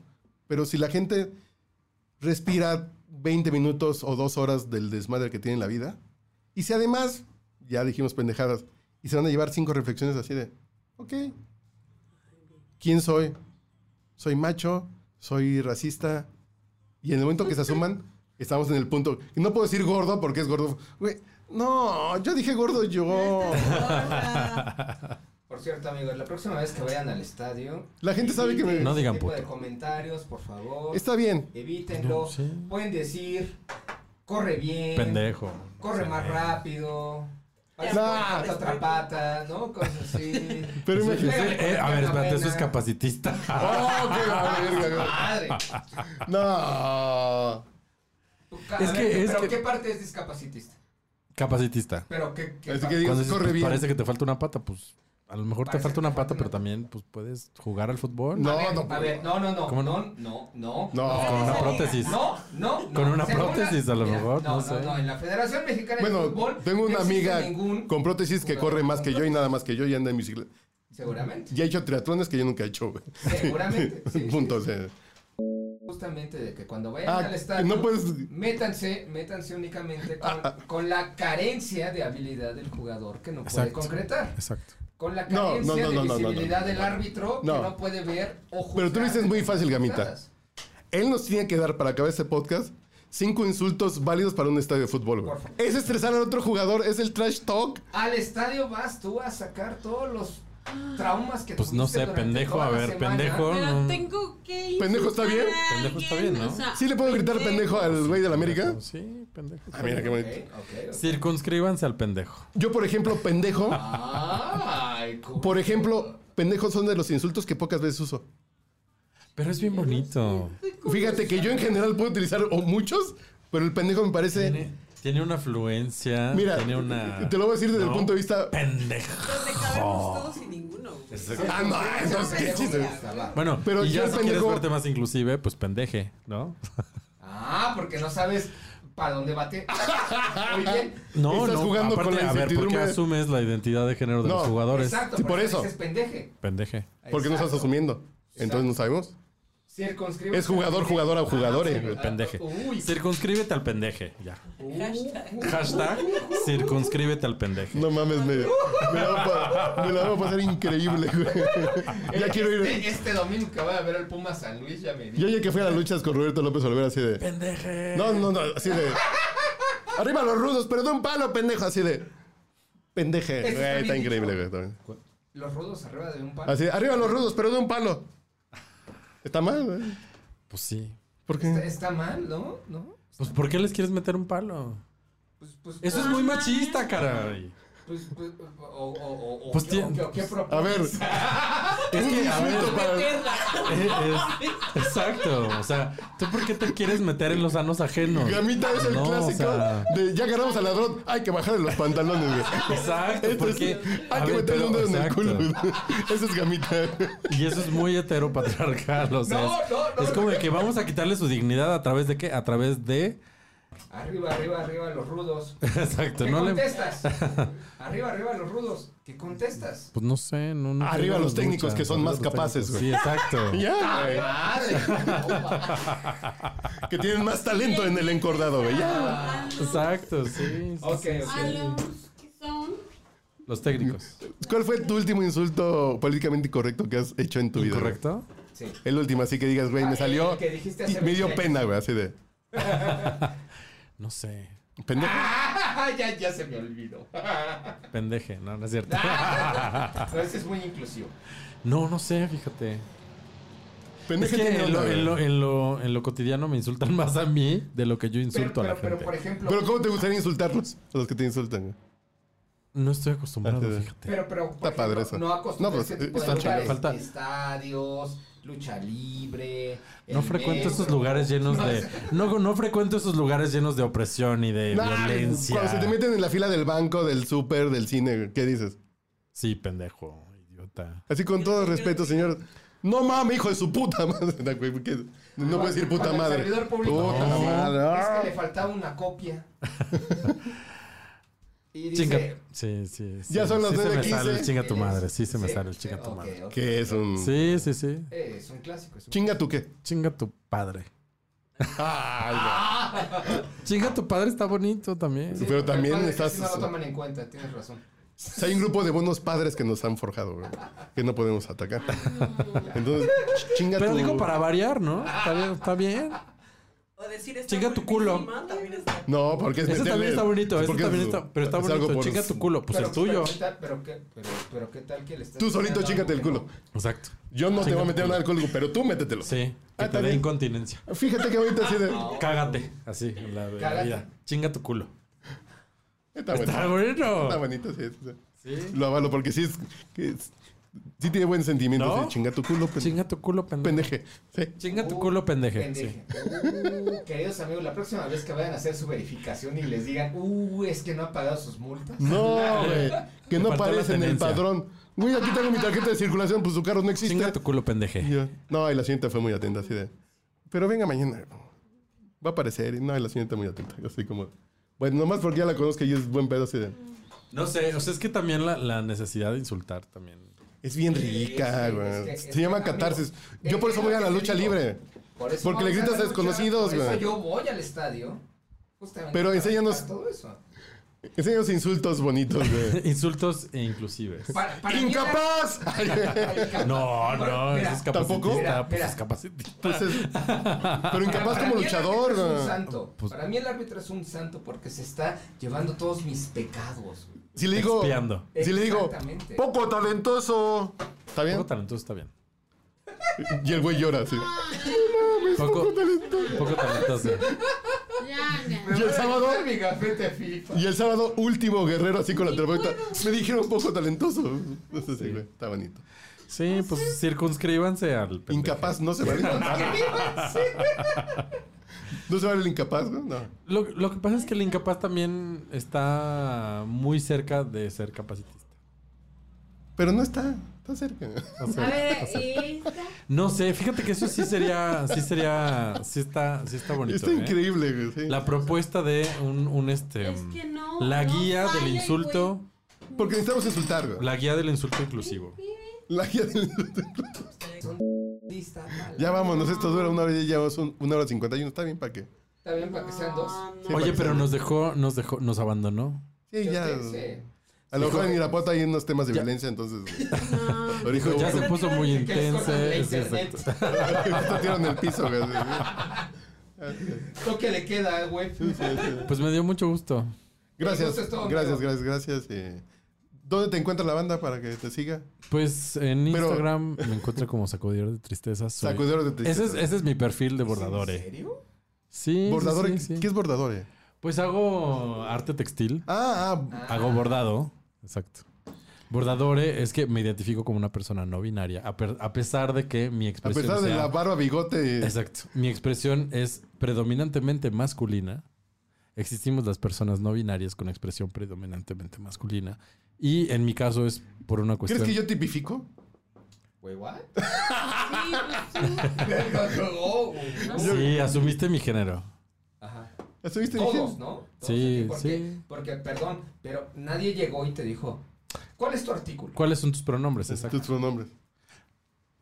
[SPEAKER 11] Pero si la gente respira 20 minutos o dos horas del desmadre que tiene en la vida, y si además, ya dijimos pendejadas, y se van a llevar cinco reflexiones así de, ok, ¿quién soy? Soy macho, soy racista, y en el momento que se
[SPEAKER 13] [LAUGHS]
[SPEAKER 11] asuman, estamos en el punto, y no puedo decir gordo porque es gordo, güey, no, yo dije gordo
[SPEAKER 13] [LAUGHS]
[SPEAKER 11] yo.
[SPEAKER 13] Por cierto, amigos, la próxima vez que vayan al estadio.
[SPEAKER 11] La gente sabe que me-
[SPEAKER 13] eviten
[SPEAKER 11] No
[SPEAKER 13] ese
[SPEAKER 11] digan
[SPEAKER 13] tipo de
[SPEAKER 11] puto.
[SPEAKER 13] comentarios, por favor.
[SPEAKER 11] Está bien.
[SPEAKER 13] Evítenlo.
[SPEAKER 11] No, sí.
[SPEAKER 13] Pueden decir. Corre bien.
[SPEAKER 9] Pendejo.
[SPEAKER 13] Corre más rápido. Patas, patas, trapatas, ¿no? Cosas así.
[SPEAKER 9] [LAUGHS] Pero
[SPEAKER 13] Sí,
[SPEAKER 9] imagínate.
[SPEAKER 13] pégale
[SPEAKER 9] eh,
[SPEAKER 13] con
[SPEAKER 9] a ver,
[SPEAKER 13] la
[SPEAKER 9] espérate, eso es
[SPEAKER 13] buena.
[SPEAKER 9] capacitista. [LAUGHS]
[SPEAKER 11] ¡Oh, qué
[SPEAKER 13] [LAUGHS]
[SPEAKER 11] la verga,
[SPEAKER 13] Madre.
[SPEAKER 11] güey! No.
[SPEAKER 13] A
[SPEAKER 9] Es
[SPEAKER 13] ver,
[SPEAKER 9] que- es
[SPEAKER 13] ¿Pero
[SPEAKER 9] que-
[SPEAKER 13] qué parte es discapacitista?
[SPEAKER 9] Capacitista.
[SPEAKER 13] Pero que- que-
[SPEAKER 11] Así que digas,
[SPEAKER 9] Cuando dices,
[SPEAKER 11] corre
[SPEAKER 9] pues,
[SPEAKER 11] bien.
[SPEAKER 9] Parece que te falta una pata, pues. A lo mejor te
[SPEAKER 13] Parece
[SPEAKER 9] falta una pata, pero también pues puedes jugar al fútbol.
[SPEAKER 13] a ver, A ver, no, no, no.
[SPEAKER 9] ¿Cómo no?
[SPEAKER 13] No, no, no.
[SPEAKER 9] No, con una prótesis.
[SPEAKER 13] No, no. no.
[SPEAKER 9] Con una
[SPEAKER 13] Según la-
[SPEAKER 9] prótesis, a lo
[SPEAKER 13] Mira,
[SPEAKER 9] mejor, no
[SPEAKER 13] No,
[SPEAKER 9] sé.
[SPEAKER 13] no, no. En la Federación Mexicana de
[SPEAKER 11] Bueno,
[SPEAKER 13] Fútbol.
[SPEAKER 11] tengo una
[SPEAKER 13] no existe
[SPEAKER 11] amiga
[SPEAKER 13] ningún-
[SPEAKER 11] con prótesis que corre más que yo y nada más que yo y anda en bicicleta.
[SPEAKER 13] Seguramente.
[SPEAKER 11] Ya he hecho triatlones que yo nunca he hecho, güey. [LAUGHS]
[SPEAKER 13] Seguramente,
[SPEAKER 11] Punto. o sea.
[SPEAKER 13] Justamente de que cuando vayan
[SPEAKER 11] Ah,
[SPEAKER 13] al estadio.
[SPEAKER 11] no Ah, puedes-
[SPEAKER 13] Métanse, métanse únicamente con, con la carencia de habilidad del jugador que no puede
[SPEAKER 9] Exacto.
[SPEAKER 13] concretar.
[SPEAKER 9] Exacto.
[SPEAKER 13] Con la
[SPEAKER 11] No,
[SPEAKER 13] carencia
[SPEAKER 11] no, no,
[SPEAKER 13] de
[SPEAKER 11] no, no, no,
[SPEAKER 13] visibilidad
[SPEAKER 11] no,
[SPEAKER 13] del
[SPEAKER 11] no.
[SPEAKER 13] árbitro
[SPEAKER 11] No.
[SPEAKER 13] que no puede ver o juzgar.
[SPEAKER 11] Pero tú lo dices muy fácil, Gamita.
[SPEAKER 13] jugadas.
[SPEAKER 11] Él nos tiene que dar, para acabar este podcast, cinco insultos válidos para un estadio de fútbol, güey. Es estresar al otro jugador, es el trash talk.
[SPEAKER 13] Al estadio vas tú a sacar todos los traumas que
[SPEAKER 9] Pues no
[SPEAKER 13] tuviste
[SPEAKER 9] sé,
[SPEAKER 13] durante
[SPEAKER 9] pendejo,
[SPEAKER 13] toda
[SPEAKER 9] a
[SPEAKER 13] la
[SPEAKER 9] ver,
[SPEAKER 13] semana.
[SPEAKER 9] pendejo,
[SPEAKER 14] Pero
[SPEAKER 9] no.
[SPEAKER 14] tengo que
[SPEAKER 11] ¿Pendejo está bien?
[SPEAKER 14] insultar a
[SPEAKER 9] Pendejo está bien,
[SPEAKER 14] alguien,
[SPEAKER 9] ¿no?
[SPEAKER 14] o sea,
[SPEAKER 11] ¿Sí le puedo gritar pendejo al güey de la América?
[SPEAKER 9] Sí, pendejo.
[SPEAKER 11] Ah, mira, qué bonito.
[SPEAKER 9] Circunscríbanse al pendejo.
[SPEAKER 11] Yo, por ejemplo, pendejo.
[SPEAKER 13] Ay, cómo-
[SPEAKER 11] Por ejemplo, pendejos son de los insultos que pocas veces uso.
[SPEAKER 9] Pero es bien bonito.
[SPEAKER 11] Fíjate que yo en general puedo utilizar o muchos, pero el pendejo me parece.
[SPEAKER 9] Tiene una afluencia.
[SPEAKER 11] Mira,
[SPEAKER 9] tiene una.
[SPEAKER 11] te lo voy a decir desde el punto de
[SPEAKER 9] [LAUGHS]
[SPEAKER 11] vista.
[SPEAKER 9] Pendejo.
[SPEAKER 11] Ah, no, entonces, qué chiste.
[SPEAKER 9] Bueno,
[SPEAKER 11] Pero
[SPEAKER 9] pero y
[SPEAKER 11] yo
[SPEAKER 9] ya
[SPEAKER 11] el
[SPEAKER 9] si quieres
[SPEAKER 11] pendejo-
[SPEAKER 9] verte más inclusive, pues pendeje, ¿no?
[SPEAKER 13] Ah, porque no sabes para dónde bate. [LAUGHS] Oye,
[SPEAKER 9] [LAUGHS] No,
[SPEAKER 11] Estás
[SPEAKER 9] no.
[SPEAKER 11] jugando con
[SPEAKER 9] aparte,
[SPEAKER 11] la
[SPEAKER 9] a ver, ¿por qué
[SPEAKER 11] incertidumbre.
[SPEAKER 9] asumes la identidad de género de
[SPEAKER 11] No,
[SPEAKER 9] los jugadores?
[SPEAKER 13] exacto,
[SPEAKER 11] Sí,
[SPEAKER 13] por,
[SPEAKER 11] por
[SPEAKER 13] eso
[SPEAKER 11] eso.
[SPEAKER 13] dices pendeje.
[SPEAKER 9] Pendeje.
[SPEAKER 11] ¿Por qué no estás asumiendo? Entonces no sabemos.
[SPEAKER 13] Circunscribe.
[SPEAKER 11] Es jugador, jugador a jugadores.
[SPEAKER 9] Pendeje. Circunscríbete al pendeje, ya.
[SPEAKER 14] Hashtag.
[SPEAKER 9] Hashtag circunscríbete al pendeje.
[SPEAKER 11] No mames, me, me la va a pa- me la va a pasar increíble,
[SPEAKER 9] [LAUGHS]
[SPEAKER 11] güey. Ya quiero ir.
[SPEAKER 13] Este, este domingo que voy a ver al Puma San Luis, ya me di.
[SPEAKER 11] Yo ya que fui a las luchas con Roberto López Olvera, así de.
[SPEAKER 9] Pendeje.
[SPEAKER 11] No, no, no, así de. Arriba los rudos, pero de un palo, pendejo, así de. Pendeje.
[SPEAKER 13] Eso está
[SPEAKER 11] Güey, está
[SPEAKER 13] bien
[SPEAKER 11] increíble, güey. también.
[SPEAKER 13] Los rudos arriba de un palo.
[SPEAKER 11] Así, arriba los rudos, pero de un palo. Está mal, güey.
[SPEAKER 9] Pues sí.
[SPEAKER 11] ¿Por
[SPEAKER 13] Está,
[SPEAKER 11] qué?
[SPEAKER 13] está mal, ¿no? ¿No?
[SPEAKER 9] Pues ¿por qué les quieres meter un palo?
[SPEAKER 13] pues,
[SPEAKER 9] Eso es muy machista, caray.
[SPEAKER 13] Pues, pues, o, o, o, o,
[SPEAKER 9] Pues
[SPEAKER 13] ¿qué-
[SPEAKER 9] tien-
[SPEAKER 13] o qué- o qué propones?
[SPEAKER 11] A ver.
[SPEAKER 9] Es que, a ver,
[SPEAKER 11] insulto para-
[SPEAKER 9] [LAUGHS] es- es- exacto. O sea, ¿tú por qué te quieres meter en los anos ajenos?
[SPEAKER 11] Gamita es el
[SPEAKER 9] No, o
[SPEAKER 11] clásico
[SPEAKER 9] sea,
[SPEAKER 11] de ya agarramos al ladrón, hay que bajarle los pantalones, güey.
[SPEAKER 9] Exacto,
[SPEAKER 11] Esto Este es-
[SPEAKER 9] porque-
[SPEAKER 11] hay
[SPEAKER 9] a
[SPEAKER 11] que
[SPEAKER 9] ver,
[SPEAKER 11] meterle un
[SPEAKER 9] pero-
[SPEAKER 11] dedo en el
[SPEAKER 9] exacto.
[SPEAKER 11] culo. [LAUGHS] güey. Eso es gamita.
[SPEAKER 9] y eso es muy heteropatriarcal. O sea,
[SPEAKER 13] No,
[SPEAKER 9] es,
[SPEAKER 13] no, no.
[SPEAKER 9] es como de que vamos a quitarle su dignidad a través de qué? A través de. [LAUGHS]
[SPEAKER 13] Arriba, arriba, arriba los rudos.
[SPEAKER 9] Exacto,
[SPEAKER 13] ¿Qué
[SPEAKER 9] no le.
[SPEAKER 13] contestas? arriba, arriba los rudos. ¿Qué contestas?
[SPEAKER 9] Pues no sé, no. no
[SPEAKER 11] Arriba
[SPEAKER 9] tengo
[SPEAKER 11] los técnicos que son
[SPEAKER 9] Arriba
[SPEAKER 11] más
[SPEAKER 9] los
[SPEAKER 11] capaces,
[SPEAKER 9] técnicos.
[SPEAKER 11] güey.
[SPEAKER 9] Sí,
[SPEAKER 11] [LAUGHS]
[SPEAKER 9] exacto.
[SPEAKER 11] Ya,
[SPEAKER 13] Eh,
[SPEAKER 11] güey.
[SPEAKER 13] Madre.
[SPEAKER 11] Que tienen más talento en el encordado, güey. Ya.
[SPEAKER 9] Exacto, sí. sí,
[SPEAKER 13] [LAUGHS] Ok,
[SPEAKER 9] sí,
[SPEAKER 13] ok.
[SPEAKER 9] sí.
[SPEAKER 14] A los que son
[SPEAKER 9] Los técnicos.
[SPEAKER 11] ¿Cuál fue tu último insulto políticamente incorrecto que has hecho en tu vida?
[SPEAKER 9] ¿Incorrecto?
[SPEAKER 11] Sí. El último, así que digas, güey,
[SPEAKER 13] Ah,
[SPEAKER 11] me
[SPEAKER 13] el
[SPEAKER 11] salió.
[SPEAKER 13] que dijiste
[SPEAKER 11] y
[SPEAKER 13] hace
[SPEAKER 11] me dio
[SPEAKER 13] 20
[SPEAKER 11] pena, güey, así de.
[SPEAKER 9] No sé.
[SPEAKER 11] Pendejo.
[SPEAKER 13] [LAUGHS] Ah, ya, ya se me olvidó.
[SPEAKER 9] Pendeje, no, no
[SPEAKER 13] [LAUGHS]
[SPEAKER 9] es cierto.
[SPEAKER 13] No, ese es muy inclusivo.
[SPEAKER 9] No, no sé, fíjate.
[SPEAKER 11] Pendeje
[SPEAKER 9] es que
[SPEAKER 11] tiene
[SPEAKER 9] en lo,
[SPEAKER 11] onda,
[SPEAKER 9] en lo-
[SPEAKER 11] güey.
[SPEAKER 9] en lo- en lo cotidiano me insultan [LAUGHS] más a mí de lo que yo insulto a la gente.
[SPEAKER 13] ejemplo.
[SPEAKER 11] Pero ¿cómo te gustaría insultarlos? A los que te insultan, güey.
[SPEAKER 9] No estoy acostumbrado,
[SPEAKER 11] Así de-
[SPEAKER 9] fíjate.
[SPEAKER 13] Pero, pero, por
[SPEAKER 11] Está padre
[SPEAKER 13] ejemplo,
[SPEAKER 11] eso.
[SPEAKER 13] no acostumbra
[SPEAKER 11] No,
[SPEAKER 13] este
[SPEAKER 11] pues,
[SPEAKER 13] tipo de
[SPEAKER 11] está chido.
[SPEAKER 13] lugares,
[SPEAKER 9] Falta-
[SPEAKER 13] estadios, lucha libre.
[SPEAKER 9] No
[SPEAKER 13] el
[SPEAKER 9] frecuento
[SPEAKER 13] metro.
[SPEAKER 9] esos lugares llenos
[SPEAKER 13] No,
[SPEAKER 9] de.
[SPEAKER 13] es-
[SPEAKER 9] No, no frecuento esos lugares llenos de opresión y de
[SPEAKER 11] Nah,
[SPEAKER 9] violencia.
[SPEAKER 11] Cuando se te meten en la fila del banco, del súper, del cine, güey, ¿qué dices?
[SPEAKER 9] Sí, pendejo, idiota.
[SPEAKER 11] Así con todo respeto, señor. No mames, hijo de su puta madre. [LAUGHS] No, güey, porque No puedes decir puta
[SPEAKER 13] Cuando el
[SPEAKER 11] madre.
[SPEAKER 13] servidor público
[SPEAKER 11] Puta
[SPEAKER 13] dice,
[SPEAKER 11] madre.
[SPEAKER 13] Es que
[SPEAKER 11] ah".
[SPEAKER 13] le faltaba una copia. y dice,
[SPEAKER 9] Chinga. Sí, sí. sí
[SPEAKER 11] Ya son las
[SPEAKER 9] sí se me
[SPEAKER 11] 9:15.
[SPEAKER 9] sale el chinga tu madre. Sí, se me
[SPEAKER 13] Sí,
[SPEAKER 9] sale el chinga tu
[SPEAKER 13] ok,
[SPEAKER 9] madre.
[SPEAKER 13] ok.
[SPEAKER 11] Que es un.
[SPEAKER 9] Sí, sí, sí.
[SPEAKER 13] eh, es un clásico. Es un...
[SPEAKER 11] Chinga tu qué.
[SPEAKER 9] Chinga tu padre.
[SPEAKER 11] Ay, güey.
[SPEAKER 9] Chinga tu padre está bonito también.
[SPEAKER 11] Sí, pero también
[SPEAKER 13] Padre,
[SPEAKER 11] estás.
[SPEAKER 13] casi no lo toman en cuenta, tienes razón.
[SPEAKER 11] Hay un grupo de buenos padres que nos han forjado, güey, que no podemos atacar. Entonces, ch- chinga
[SPEAKER 9] Pero
[SPEAKER 11] tu-
[SPEAKER 9] digo para variar, ¿no? Está bien. Está bien.
[SPEAKER 14] O decir está
[SPEAKER 9] Chinga tu culo.
[SPEAKER 14] buenísima, también está-
[SPEAKER 11] No, porque es
[SPEAKER 9] Ese
[SPEAKER 11] meterle-
[SPEAKER 9] también está bonito. Ese
[SPEAKER 11] porque
[SPEAKER 9] también
[SPEAKER 11] es-
[SPEAKER 9] está. Pero está
[SPEAKER 11] es algo
[SPEAKER 9] bonito.
[SPEAKER 11] por-
[SPEAKER 9] Chinga tu culo. Pues
[SPEAKER 13] pero,
[SPEAKER 9] el tuyo.
[SPEAKER 13] Pero, ¿qué tal- pero, qué, pero, pero qué tal que le estás
[SPEAKER 11] Tú solito
[SPEAKER 13] diciendo
[SPEAKER 11] chingate el
[SPEAKER 13] algo que
[SPEAKER 11] culo.
[SPEAKER 9] Exacto.
[SPEAKER 11] Yo no te
[SPEAKER 9] Chinga
[SPEAKER 11] voy a
[SPEAKER 9] tu
[SPEAKER 11] meter
[SPEAKER 9] culo.
[SPEAKER 11] nada al culo, pero tú métetelo.
[SPEAKER 9] Sí. Que
[SPEAKER 11] Ah,
[SPEAKER 9] te dé
[SPEAKER 11] también.
[SPEAKER 9] incontinencia.
[SPEAKER 11] Fíjate que ahorita así de.
[SPEAKER 9] Cágate. Así. en La, en la
[SPEAKER 11] Cágate.
[SPEAKER 9] vida. Chinga tu culo.
[SPEAKER 11] Está
[SPEAKER 9] Está
[SPEAKER 11] bonito.
[SPEAKER 9] bonito.
[SPEAKER 11] Está bonito, sí. sí, sí.
[SPEAKER 9] Sí.
[SPEAKER 11] Lo avalo porque sí es. que es- sí tiene buen sentimiento.
[SPEAKER 9] ¿No?
[SPEAKER 11] sí, Chinga tu culo, pendeje.
[SPEAKER 9] Chinga tu culo, pendejo.
[SPEAKER 11] pendeje. Oh, Sí.
[SPEAKER 9] Chinga tu culo, pendeje. Sí.
[SPEAKER 13] pendeje. Uh, queridos amigos, la próxima vez que vayan a hacer su verificación y les digan, uh, es que no ha pagado sus multas.
[SPEAKER 9] [LAUGHS]
[SPEAKER 11] No, güey. Que
[SPEAKER 9] Le
[SPEAKER 11] no
[SPEAKER 9] faltó la
[SPEAKER 11] aparece en el
[SPEAKER 9] tenencia.
[SPEAKER 11] padrón. Güey, aquí tengo mi tarjeta de circulación, pues su carro no existe.
[SPEAKER 9] Chinga tu culo, pendeje.
[SPEAKER 11] Y yo, no, y la siguiente fue muy atenta, así de. Pero venga mañana. Va a aparecer. Y no, y la siguiente muy atenta. Así como. Bueno, nomás porque ya la conozco y es buen pedo, así de.
[SPEAKER 9] No sé, o sea, es que también la, la necesidad de insultar también.
[SPEAKER 11] Es bien
[SPEAKER 13] Sí,
[SPEAKER 11] rica,
[SPEAKER 13] es
[SPEAKER 11] güey.
[SPEAKER 13] que- es
[SPEAKER 11] Se
[SPEAKER 13] que,
[SPEAKER 11] llama
[SPEAKER 13] amigo,
[SPEAKER 11] catarsis.
[SPEAKER 13] es
[SPEAKER 11] Yo por
[SPEAKER 13] que
[SPEAKER 11] eso
[SPEAKER 13] es
[SPEAKER 11] voy
[SPEAKER 13] lo
[SPEAKER 11] a la
[SPEAKER 13] que te
[SPEAKER 11] lucha
[SPEAKER 13] digo.
[SPEAKER 11] libre.
[SPEAKER 13] Por eso
[SPEAKER 11] Porque le
[SPEAKER 13] vamos
[SPEAKER 11] gritas
[SPEAKER 13] la
[SPEAKER 11] a desconocidos,
[SPEAKER 13] lucha, Por
[SPEAKER 11] güey.
[SPEAKER 13] eso yo voy al estadio. Justamente
[SPEAKER 11] Pero
[SPEAKER 13] para
[SPEAKER 11] enséñanos-
[SPEAKER 13] evitar Todo eso.
[SPEAKER 11] Enséñanos insultos bonitos, güey.
[SPEAKER 9] Insultos e inclusives.
[SPEAKER 13] Para, para mí era-
[SPEAKER 11] ¡Incapaz! Ay,
[SPEAKER 9] No, no,
[SPEAKER 13] Mira,
[SPEAKER 9] eso es capacitista.
[SPEAKER 11] ¿tampoco?
[SPEAKER 13] Mira,
[SPEAKER 9] pues
[SPEAKER 13] mira.
[SPEAKER 9] es capacitista.
[SPEAKER 11] pues es- pero incapaz
[SPEAKER 13] Para
[SPEAKER 11] como
[SPEAKER 13] mí el árbitro
[SPEAKER 11] luchador,
[SPEAKER 13] es un
[SPEAKER 11] güey.
[SPEAKER 13] santo.
[SPEAKER 9] Pues-
[SPEAKER 13] Para mí el árbitro es un santo porque se está llevando todos mis pecados. güey.
[SPEAKER 11] Si le digo.
[SPEAKER 9] Expiando.
[SPEAKER 11] Si le digo.
[SPEAKER 13] Exactamente.
[SPEAKER 11] Poco talentoso. ¿Está bien?
[SPEAKER 9] Poco talentoso está bien.
[SPEAKER 11] Y el güey llora, sí.
[SPEAKER 9] Poco, poco talentoso.
[SPEAKER 11] Y el sábado.
[SPEAKER 13] Ese es mi gafete FIFA.
[SPEAKER 11] Y el sábado, último guerrero, así con la terapeuta. Me dijeron poco talentoso. No sé si, güey. Está bonito.
[SPEAKER 9] Sí, pues circunscríbanse al pendeje.
[SPEAKER 11] Incapaz, no se vale. [LAUGHS] No se vale el incapaz, güey. No.
[SPEAKER 9] Lo, lo que pasa es que el incapaz también está muy cerca de ser capacitista.
[SPEAKER 11] Pero no está. Está cerca.
[SPEAKER 9] O sea,
[SPEAKER 15] A ver, y...
[SPEAKER 9] no sé, fíjate que eso sí sería, sí sería, sí está, sí está bonito.
[SPEAKER 11] Está
[SPEAKER 9] ¿eh?
[SPEAKER 11] increíble, güey. sí.
[SPEAKER 9] La propuesta de un, un este,
[SPEAKER 14] Es que no,
[SPEAKER 9] la
[SPEAKER 14] no
[SPEAKER 9] guía
[SPEAKER 14] sale,
[SPEAKER 9] del insulto.
[SPEAKER 14] güey.
[SPEAKER 11] Porque necesitamos insultar, güey.
[SPEAKER 9] La guía del insulto inclusivo.
[SPEAKER 11] La guía del-
[SPEAKER 13] Lista, mal.
[SPEAKER 11] Ya vámonos, esto dura una hora y ya llevamos un- una hora cincuenta y uno. Está bien para qué.
[SPEAKER 13] Está bien para que sean dos.
[SPEAKER 11] Sí, para
[SPEAKER 9] Oye,
[SPEAKER 11] que
[SPEAKER 9] pero
[SPEAKER 11] sea-
[SPEAKER 9] nos dejó, nos dejó, nos abandonó.
[SPEAKER 11] Sí,
[SPEAKER 13] Yo
[SPEAKER 11] ya.
[SPEAKER 13] te-
[SPEAKER 11] A lo mejor en Irapuato hay unos temas de violencia, [LAUGHS] entonces. Ahorita
[SPEAKER 9] Dijo, ya se
[SPEAKER 11] [LAUGHS]
[SPEAKER 9] puso muy
[SPEAKER 13] Que les
[SPEAKER 9] intenso. eh,
[SPEAKER 13] cortan la
[SPEAKER 9] Sí,
[SPEAKER 13] internet.
[SPEAKER 9] exacto.
[SPEAKER 11] Te tiran el piso, güey.
[SPEAKER 13] Toque de queda, güey.
[SPEAKER 11] Sí, sí, sí.
[SPEAKER 9] Pues me dio mucho gusto.
[SPEAKER 11] Gracias,
[SPEAKER 13] Entonces, todo,
[SPEAKER 11] gracias,
[SPEAKER 13] amigo.
[SPEAKER 11] gracias, gracias. eh. ¿Dónde te encuentra la banda para que te siga?
[SPEAKER 9] Pues en
[SPEAKER 11] Pero-
[SPEAKER 9] Instagram me encuentro como sacudidor de tristezas. soy-
[SPEAKER 11] Sacudidor de tristezas.
[SPEAKER 9] Ese es, ese es mi perfil de
[SPEAKER 13] ¿En
[SPEAKER 9] bordadore.
[SPEAKER 13] serio?
[SPEAKER 9] Sí. sí,
[SPEAKER 11] ¿Bordador?
[SPEAKER 9] sí,
[SPEAKER 11] ¿Qué-
[SPEAKER 9] sí.
[SPEAKER 11] ¿Qué es bordador? eh?
[SPEAKER 9] Pues hago arte textil.
[SPEAKER 11] Ah, ah,
[SPEAKER 9] Hago bordado. Exacto. Bordadore es que me identifico como una persona no binaria, a, per- a pesar de que mi
[SPEAKER 11] a
[SPEAKER 9] expresión
[SPEAKER 11] pesar de
[SPEAKER 9] sea-
[SPEAKER 11] la barba, bigote.
[SPEAKER 9] Exacto. Mi expresión es predominantemente masculina. Existimos las personas no binarias con expresión predominantemente masculina. Y en mi caso es por una cuestión.
[SPEAKER 11] ¿Crees que yo tipifico?
[SPEAKER 13] Güey, what?
[SPEAKER 14] Sí, pues, sí.
[SPEAKER 13] Oh,
[SPEAKER 9] Sí, asumiste mi género.
[SPEAKER 13] Ajá.
[SPEAKER 11] ¿Estuviste
[SPEAKER 13] Todos, ¿no? Todos
[SPEAKER 9] Sí,
[SPEAKER 13] aquí, porque,
[SPEAKER 9] sí.
[SPEAKER 13] Porque, perdón, pero nadie llegó y te dijo, ¿cuál es tu artículo?
[SPEAKER 9] ¿Cuáles son tus pronombres? Pues, Exacto.
[SPEAKER 11] Tus pronombres.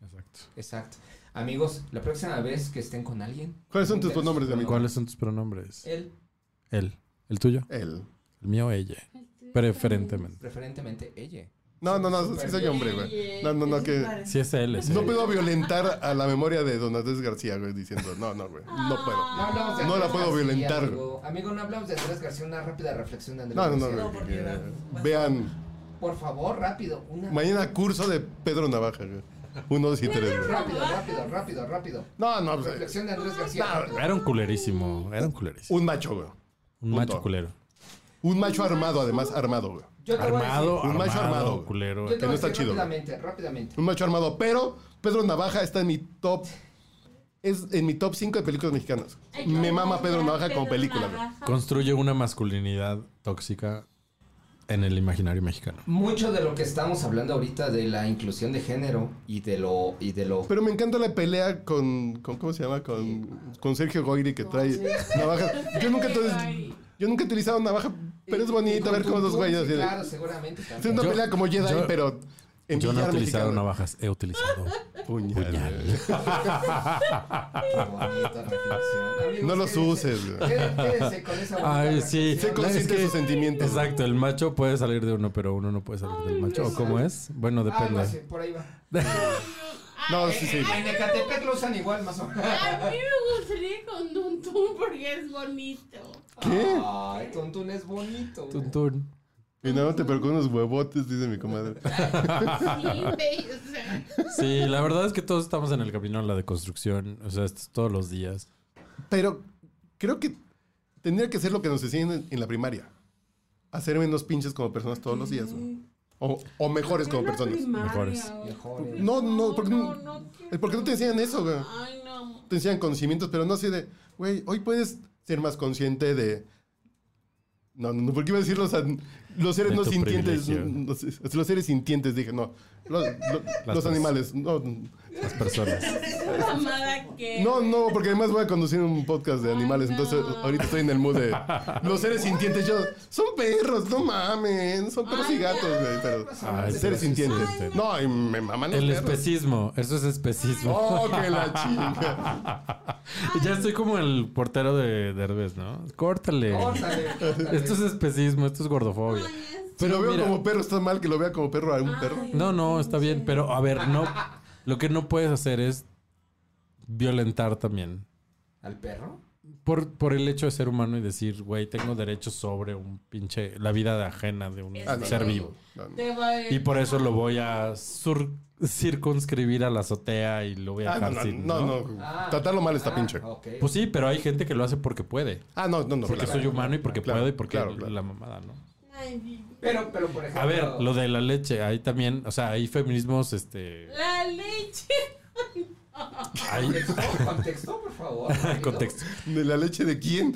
[SPEAKER 9] Exacto.
[SPEAKER 13] Exacto. Amigos, la próxima vez que estén con alguien.
[SPEAKER 11] ¿Cuáles son tus
[SPEAKER 13] pregúntenle
[SPEAKER 11] pronombres,
[SPEAKER 13] sus
[SPEAKER 11] amigo?
[SPEAKER 9] ¿Cuáles son tus pronombres?
[SPEAKER 13] Él.
[SPEAKER 9] Él. ¿El tuyo?
[SPEAKER 11] Él.
[SPEAKER 9] El mío, ella.
[SPEAKER 15] Sí.
[SPEAKER 9] Preferentemente.
[SPEAKER 13] Preferentemente ella.
[SPEAKER 11] No, no, no, sí soy hombre, güey. No, no, no, que.
[SPEAKER 9] Sí es él, es
[SPEAKER 11] No
[SPEAKER 9] él.
[SPEAKER 11] puedo violentar a la memoria de Donatés García, güey, diciendo, no, no, güey, no
[SPEAKER 13] hablamos de
[SPEAKER 11] puedo. No la
[SPEAKER 13] Andrés
[SPEAKER 11] puedo
[SPEAKER 13] García,
[SPEAKER 11] violentar, güey.
[SPEAKER 13] Amigo. Amigo, no hablamos de Andrés García, una rápida reflexión de Andrés
[SPEAKER 11] No, no,
[SPEAKER 13] García.
[SPEAKER 11] no, güey. que- Vean,
[SPEAKER 13] Por favor, rápido. Una...
[SPEAKER 11] mañana curso de Pedro Navaja, güey. Uno, dos y tres, güey.
[SPEAKER 13] Rápido, rápido, rápido, rápido.
[SPEAKER 11] No, no, pues,
[SPEAKER 13] Reflexión de Andrés García. rápido.
[SPEAKER 9] Era un culerísimo. Era un culerísimo.
[SPEAKER 11] Un macho, güey.
[SPEAKER 9] Un macho culero.
[SPEAKER 11] Un macho armado, además, armado, güey.
[SPEAKER 13] Yo te voy a
[SPEAKER 9] Armado,
[SPEAKER 11] Un macho armado,
[SPEAKER 9] armado,
[SPEAKER 11] güey.
[SPEAKER 9] culero.
[SPEAKER 13] Yo te
[SPEAKER 11] que
[SPEAKER 13] voy
[SPEAKER 11] no
[SPEAKER 13] a
[SPEAKER 11] está
[SPEAKER 13] decir
[SPEAKER 11] chido. güey.
[SPEAKER 13] Rápidamente, rápidamente.
[SPEAKER 11] Un macho armado, pero Pedro Navaja está en mi top. Es en mi top 5 de películas mexicanas. Me mama Pedro Navaja como película, güey.
[SPEAKER 9] Construye una masculinidad tóxica en el imaginario mexicano.
[SPEAKER 13] Mucho de lo que estamos hablando ahorita de la inclusión de género y de lo y de lo
[SPEAKER 11] Pero me encanta la pelea con, con- ¿cómo se llama? Con, con Sergio Goyri que trae navajas. Yo nunca, he- yo nunca he utilizado navaja, pero es bonito ver cómo dos güeyes. así de-
[SPEAKER 13] Claro, seguramente.
[SPEAKER 11] Es una
[SPEAKER 9] Yo-
[SPEAKER 11] pelea como Jedi,
[SPEAKER 9] yo-
[SPEAKER 11] pero en
[SPEAKER 9] Yo no he
[SPEAKER 11] billar
[SPEAKER 9] utilizado
[SPEAKER 11] mexicano.
[SPEAKER 9] navajas, he utilizado
[SPEAKER 11] [LAUGHS] Puñal.
[SPEAKER 13] Amigos,
[SPEAKER 11] No los uses. güey.
[SPEAKER 13] Quédense con esa bonita
[SPEAKER 9] Ay, sí.
[SPEAKER 11] Sé
[SPEAKER 9] No,
[SPEAKER 11] consciente
[SPEAKER 9] es
[SPEAKER 11] de sus sentimientos.
[SPEAKER 9] Exacto, el macho puede salir de uno, pero uno no puede salir del macho. ¿O cómo es? Bueno,
[SPEAKER 13] Algo
[SPEAKER 9] depende.
[SPEAKER 13] así, por ahí va.
[SPEAKER 11] No,
[SPEAKER 13] Eh,
[SPEAKER 11] sí, sí.
[SPEAKER 13] En Ecatepec lo usan igual, más o menos.
[SPEAKER 14] A mí me gustaría con Tuntún porque es bonito.
[SPEAKER 11] ¿Qué?
[SPEAKER 13] Ay, Tuntún es bonito. güey.
[SPEAKER 9] Tuntún.
[SPEAKER 11] Y nada, te pero con unos huevotes, dice mi comadre.
[SPEAKER 14] Sí, güey, o sea,
[SPEAKER 9] Sí, la verdad es que todos estamos en el camino a la deconstrucción. O sea, esto es todos los días.
[SPEAKER 11] Pero creo que tendría que ser lo que nos enseñan en, en la primaria. Hacer menos pinches como personas todos los días. güey. O, o mejores como personas.
[SPEAKER 9] Mejores.
[SPEAKER 13] Mejores.
[SPEAKER 11] No, no, porque no, porque no te enseñan eso, güey.
[SPEAKER 14] Ay, no.
[SPEAKER 11] Te enseñan conocimientos, pero no así de, güey, hoy puedes ser más consciente de... No, no, no, porque iba a decir los, an- los seres
[SPEAKER 9] De
[SPEAKER 11] no
[SPEAKER 9] tu
[SPEAKER 11] sintientes.
[SPEAKER 9] privilegio.
[SPEAKER 11] no, no, los seres sintientes, dije, no. Los, lo- los
[SPEAKER 9] pers-
[SPEAKER 11] animales. No, no.
[SPEAKER 9] Las personas.
[SPEAKER 14] Es una mamada que.
[SPEAKER 11] no, no, porque además voy a conducir un podcast de animales, entonces ahorita estoy en el mood de... Los seres sintientes, yo... Son perros, no mamen. Son perros y gatos, güey, pero...
[SPEAKER 9] Ay, pero
[SPEAKER 11] seres
[SPEAKER 9] sí
[SPEAKER 11] sintientes.
[SPEAKER 9] sienten.
[SPEAKER 11] No, y me maman los
[SPEAKER 9] El
[SPEAKER 11] perros.
[SPEAKER 9] especismo. Eso es especismo.
[SPEAKER 11] Oh, que la chinga.
[SPEAKER 9] Ya estoy como el portero de Derbez, ¿no? Córtale.
[SPEAKER 13] Córtale, córtale.
[SPEAKER 9] Esto es especismo, esto es gordofobia.
[SPEAKER 11] Si lo veo
[SPEAKER 9] mira-
[SPEAKER 11] como perro, está mal que lo vea como perro a un perro.
[SPEAKER 9] No, no, está bien, pero a ver, no. Lo que no puedes hacer es violentar también.
[SPEAKER 13] ¿Al perro?
[SPEAKER 9] Por, por el hecho de ser humano y decir, güey, tengo derechos sobre un pinche. la vida de ajena de un
[SPEAKER 14] Ah, no,
[SPEAKER 9] ser
[SPEAKER 11] no,
[SPEAKER 9] vivo.
[SPEAKER 11] no, no.
[SPEAKER 14] Te va a-
[SPEAKER 9] Y por eso lo voy a sur- circunscribir a la azotea y lo voy a
[SPEAKER 11] Ah,
[SPEAKER 9] dejar
[SPEAKER 11] no, no,
[SPEAKER 9] sin.
[SPEAKER 11] no,
[SPEAKER 9] ¿no?
[SPEAKER 11] no.
[SPEAKER 13] Ah.
[SPEAKER 11] Tratarlo mal está pinche.
[SPEAKER 13] Ok.
[SPEAKER 9] Pues sí, pero hay gente que lo hace porque puede.
[SPEAKER 11] Ah, no, no, no.
[SPEAKER 9] Porque
[SPEAKER 11] claro.
[SPEAKER 9] soy humano y porque
[SPEAKER 11] Claro,
[SPEAKER 9] puedo y porque
[SPEAKER 11] claro, claro.
[SPEAKER 9] la mamada, ¿no?
[SPEAKER 14] Ay, mi-
[SPEAKER 13] Pero, pero por ejemplo.
[SPEAKER 9] A ver, lo de la leche, ahí también, o sea, hay feminismos, este.
[SPEAKER 14] La leche.
[SPEAKER 9] Hay,
[SPEAKER 13] Contexto, contexto, por
[SPEAKER 9] [LAUGHS]
[SPEAKER 13] favor. amigo.
[SPEAKER 9] contexto.
[SPEAKER 11] ¿De la leche de quién?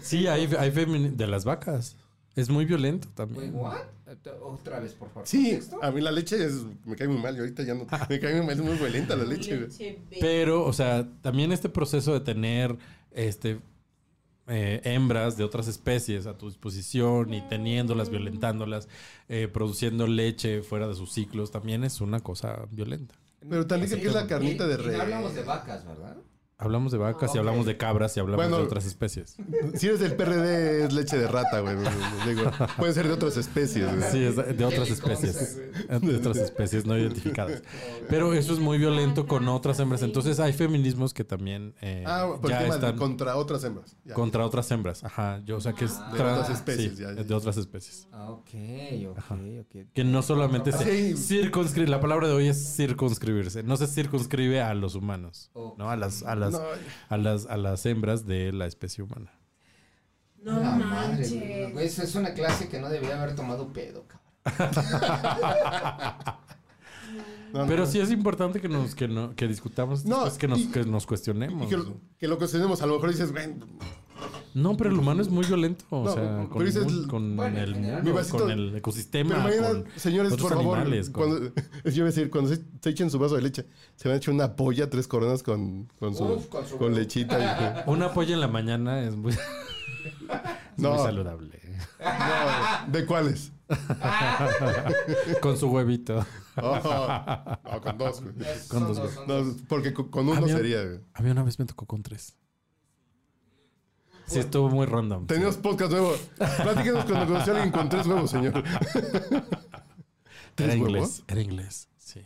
[SPEAKER 9] Sí, hay, hay femini- de las vacas. Es muy violento
[SPEAKER 13] Wait,
[SPEAKER 9] también.
[SPEAKER 13] what? Otra vez, por favor.
[SPEAKER 11] Sí,
[SPEAKER 13] ¿Contexto?
[SPEAKER 11] a mí la leche es, me cae muy mal. Yo ahorita ya no. Me cae muy mal, es muy violenta la leche. güey.
[SPEAKER 14] ve.
[SPEAKER 9] Pero, o sea, también este proceso de tener este eh, hembras de otras especies a tu disposición y teniéndolas, violentándolas, eh, produciendo leche fuera de sus ciclos, también es una cosa violenta.
[SPEAKER 11] Pero también que es la carnita
[SPEAKER 13] Y-
[SPEAKER 11] de
[SPEAKER 13] y no hablamos de
[SPEAKER 11] rey.
[SPEAKER 13] vacas, ¿verdad?
[SPEAKER 9] Hablamos de vacas
[SPEAKER 13] Ok.
[SPEAKER 9] y hablamos de cabras y hablamos
[SPEAKER 11] Bueno.
[SPEAKER 9] de otras especies.
[SPEAKER 11] [LAUGHS] Si eres del PRD, es leche de rata, güey. Digo, pueden ser [LAUGHS] de otras especies. güey.
[SPEAKER 9] Sí, es de otras especies. De otras especies no identificadas. Pero eso es muy violento con otras hembras. Entonces hay feminismos que también eh,
[SPEAKER 11] Ah, por el
[SPEAKER 9] ya
[SPEAKER 11] tema de
[SPEAKER 9] están
[SPEAKER 11] contra otras hembras. ya.
[SPEAKER 9] contra otras hembras. Ajá, yo, o sea que es
[SPEAKER 11] Ah, De
[SPEAKER 9] tra-
[SPEAKER 11] otras especies,
[SPEAKER 9] sí,
[SPEAKER 11] ya, ya,
[SPEAKER 9] de
[SPEAKER 11] ya.
[SPEAKER 9] otras especies.
[SPEAKER 13] Ah, ok, ok, ok.
[SPEAKER 9] Que no solamente se
[SPEAKER 11] Sí.
[SPEAKER 9] circunscribe, la palabra de hoy es circunscribirse, no se circunscribe a los humanos,
[SPEAKER 13] Ok.
[SPEAKER 9] ¿no? A las, a las,
[SPEAKER 11] No,
[SPEAKER 9] a las, a las hembras de la especie humana.
[SPEAKER 14] No
[SPEAKER 13] La madre,
[SPEAKER 14] manches.
[SPEAKER 13] güey. Güey, Eso es una clase que no debía haber tomado pedo, cabrón.
[SPEAKER 11] no,
[SPEAKER 9] Pero
[SPEAKER 11] no.
[SPEAKER 9] sí es importante que nos, que no, que discutamos,
[SPEAKER 11] No,
[SPEAKER 9] es que nos,
[SPEAKER 11] y-
[SPEAKER 9] que nos
[SPEAKER 11] Y
[SPEAKER 9] cuestionemos.
[SPEAKER 11] que, lo- que lo cuestionemos, a lo mejor dices, güey,
[SPEAKER 9] No, pero el humano es muy violento. O
[SPEAKER 11] No,
[SPEAKER 9] sea,
[SPEAKER 11] pero
[SPEAKER 9] con,
[SPEAKER 11] dices-
[SPEAKER 9] mu- con
[SPEAKER 13] Bueno,
[SPEAKER 9] el
[SPEAKER 13] en general.
[SPEAKER 9] mundo,
[SPEAKER 11] Mi vasito-
[SPEAKER 9] con el ecosistema.
[SPEAKER 11] Pero mañana,
[SPEAKER 9] con
[SPEAKER 11] señores,
[SPEAKER 9] otros
[SPEAKER 11] por favor,
[SPEAKER 9] animales, con-
[SPEAKER 11] cuando, [LAUGHS] yo iba a decir, cuando se, se echen su vaso de leche, se van a echar una polla, tres coronas con, con, su,
[SPEAKER 13] Uf,
[SPEAKER 11] con,
[SPEAKER 13] con su- [LAUGHS]
[SPEAKER 11] lechita.
[SPEAKER 9] Una polla en la mañana es muy, [LAUGHS] es
[SPEAKER 11] No.
[SPEAKER 9] muy saludable.
[SPEAKER 11] y- no, ¿De cuáles?
[SPEAKER 9] Con su huevito.
[SPEAKER 11] Oh, no, con dos. güey.
[SPEAKER 13] Son
[SPEAKER 9] dos,
[SPEAKER 13] son
[SPEAKER 11] No, porque con, con
[SPEAKER 9] Ah,
[SPEAKER 11] uno
[SPEAKER 9] mira.
[SPEAKER 11] sería. güey.
[SPEAKER 9] A mí una vez me tocó con tres. Sí, estuvo muy random.
[SPEAKER 11] Tenemos podcast nuevo. Platíquenos cuando conoció a alguien con tres huevos, señor.
[SPEAKER 9] Era
[SPEAKER 11] ¿Tres
[SPEAKER 9] inglés.
[SPEAKER 11] huevos?
[SPEAKER 9] Era inglés. Sí.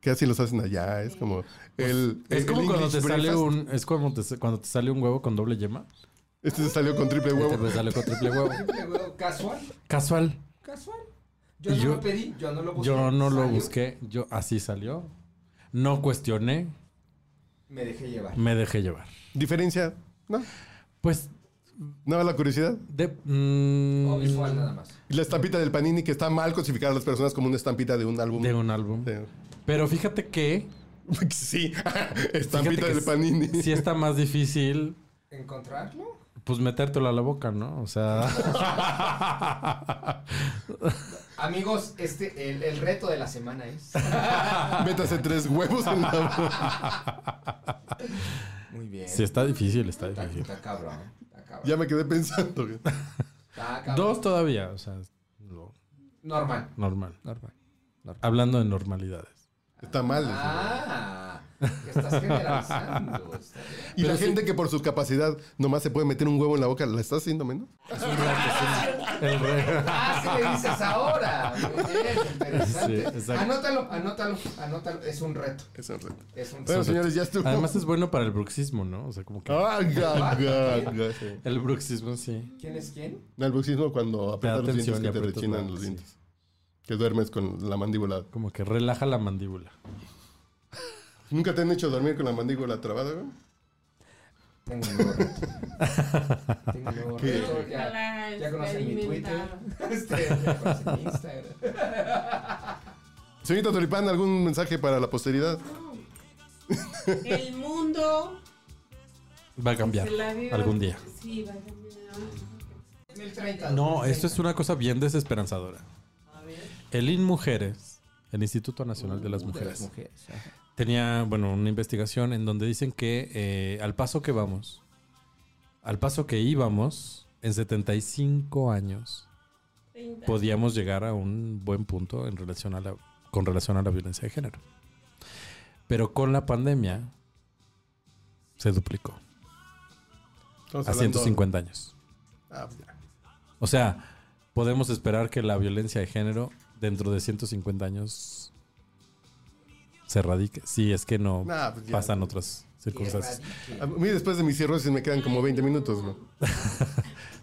[SPEAKER 11] Que así los hacen allá. Es como el.
[SPEAKER 9] Es
[SPEAKER 11] el
[SPEAKER 9] como cuando
[SPEAKER 11] English
[SPEAKER 9] te sale
[SPEAKER 11] breakfast.
[SPEAKER 9] un. Es como te- cuando te sale un huevo con doble yema.
[SPEAKER 11] Este te salió con triple huevo.
[SPEAKER 9] Este me salió con triple huevo.
[SPEAKER 13] ¿Casual?
[SPEAKER 9] Casual.
[SPEAKER 13] ¿Casual? Yo
[SPEAKER 9] Y
[SPEAKER 13] no
[SPEAKER 9] yo-
[SPEAKER 13] lo pedí, yo no lo busqué.
[SPEAKER 9] Yo no lo
[SPEAKER 13] Salió,
[SPEAKER 9] busqué. Yo así salió. No cuestioné.
[SPEAKER 13] Me dejé llevar.
[SPEAKER 9] Me dejé llevar.
[SPEAKER 11] ¿Diferencia? No.
[SPEAKER 9] Pues.
[SPEAKER 11] ¿No la curiosidad?
[SPEAKER 9] De, Mm.
[SPEAKER 13] O visual nada más.
[SPEAKER 11] Y La estampita del Panini que está mal cosificada a las personas como una estampita de un álbum. De
[SPEAKER 9] un álbum. Pero fíjate que.
[SPEAKER 11] [LAUGHS] sí.
[SPEAKER 9] Fíjate
[SPEAKER 11] estampita
[SPEAKER 9] que
[SPEAKER 11] del
[SPEAKER 9] s-
[SPEAKER 11] Panini.
[SPEAKER 9] [LAUGHS] Sí está más difícil,
[SPEAKER 13] ¿Encontrarlo?
[SPEAKER 9] pues metértelo a la boca, ¿no?
[SPEAKER 11] [LAUGHS]
[SPEAKER 9] O sea.
[SPEAKER 13] Amigos, este, el, el reto de la semana es.
[SPEAKER 11] Métase tres huevos
[SPEAKER 9] [LAUGHS]
[SPEAKER 11] en
[SPEAKER 13] la Muy bien.
[SPEAKER 9] Sí, está difícil, está
[SPEAKER 13] Está-
[SPEAKER 9] difícil.
[SPEAKER 13] Está cabrón. Está cabrón.
[SPEAKER 11] Ya me quedé pensando.
[SPEAKER 13] Está cabrón.
[SPEAKER 9] Dos todavía, o sea,
[SPEAKER 13] Normal.
[SPEAKER 9] normal. Hablando de normalidades.
[SPEAKER 11] Está mal.
[SPEAKER 13] Ah, estás generalizando. está bien.
[SPEAKER 11] Y la gente que por su capacidad nomás se puede meter un huevo en la boca, ¿la estás haciendo menos?
[SPEAKER 9] El re-
[SPEAKER 13] Ah, sí le dices ahora. Muy bien, interesante.
[SPEAKER 9] Sí, exacto.
[SPEAKER 13] anótalo, anótalo, anótalo. Es un reto.
[SPEAKER 11] Es un reto.
[SPEAKER 13] Es un
[SPEAKER 11] Bueno,
[SPEAKER 13] reto.
[SPEAKER 11] señores, ya estuvo.
[SPEAKER 9] Además es bueno para el bruxismo, ¿no? O sea, como
[SPEAKER 11] [LAUGHS]
[SPEAKER 9] que...
[SPEAKER 11] Ah, ga- ga- ga- sí.
[SPEAKER 9] El bruxismo, sí.
[SPEAKER 13] ¿Quién es quién?
[SPEAKER 11] No, el bruxismo cuando aprietas los dientes que
[SPEAKER 9] tensión y
[SPEAKER 11] te
[SPEAKER 9] aprietas
[SPEAKER 11] rechinan
[SPEAKER 9] la-
[SPEAKER 11] los
[SPEAKER 9] sí.
[SPEAKER 11] dientes. Que duermes con la mandíbula.
[SPEAKER 9] Como que relaja la mandíbula.
[SPEAKER 11] ¿Nunca te han hecho dormir con la mandíbula trabada, güey?
[SPEAKER 13] Tengo un nuevo reto. Tengo un nuevo
[SPEAKER 11] ¿Qué?
[SPEAKER 13] reto. Ya,
[SPEAKER 14] Ojalá
[SPEAKER 13] ya conocen mi Twitter.
[SPEAKER 14] experimentaron.
[SPEAKER 13] Este, ya conocen mi Instagram.
[SPEAKER 11] Señorita Tulipán, ¿algún mensaje para la posteridad?
[SPEAKER 14] El mundo
[SPEAKER 9] Va a cambiar
[SPEAKER 14] se la vive.
[SPEAKER 9] algún día.
[SPEAKER 14] Sí, va a cambiar.
[SPEAKER 13] El 30.
[SPEAKER 9] No, esto es una cosa bien desesperanzadora. El INMUJERES, el Instituto Nacional de las
[SPEAKER 13] Uh, de las
[SPEAKER 9] Mujeres,
[SPEAKER 13] mujeres, ajá.
[SPEAKER 9] tenía, bueno, una investigación en donde dicen que eh, al paso que vamos, al paso que íbamos, en 75 años, podíamos llegar a un buen punto en relación a la, con relación a la violencia de género. Pero con la pandemia se duplicó
[SPEAKER 11] Estamos
[SPEAKER 9] a
[SPEAKER 11] hablando-
[SPEAKER 9] 150 años.
[SPEAKER 11] Ah, pues ya.
[SPEAKER 9] O sea, podemos esperar que la violencia de género dentro de 150 años se radique. Si es que no
[SPEAKER 11] Nah, pues ya.
[SPEAKER 9] pasan otras circunstancias.
[SPEAKER 11] A mí después de mis cirrosis me quedan como 20 minutos, güey.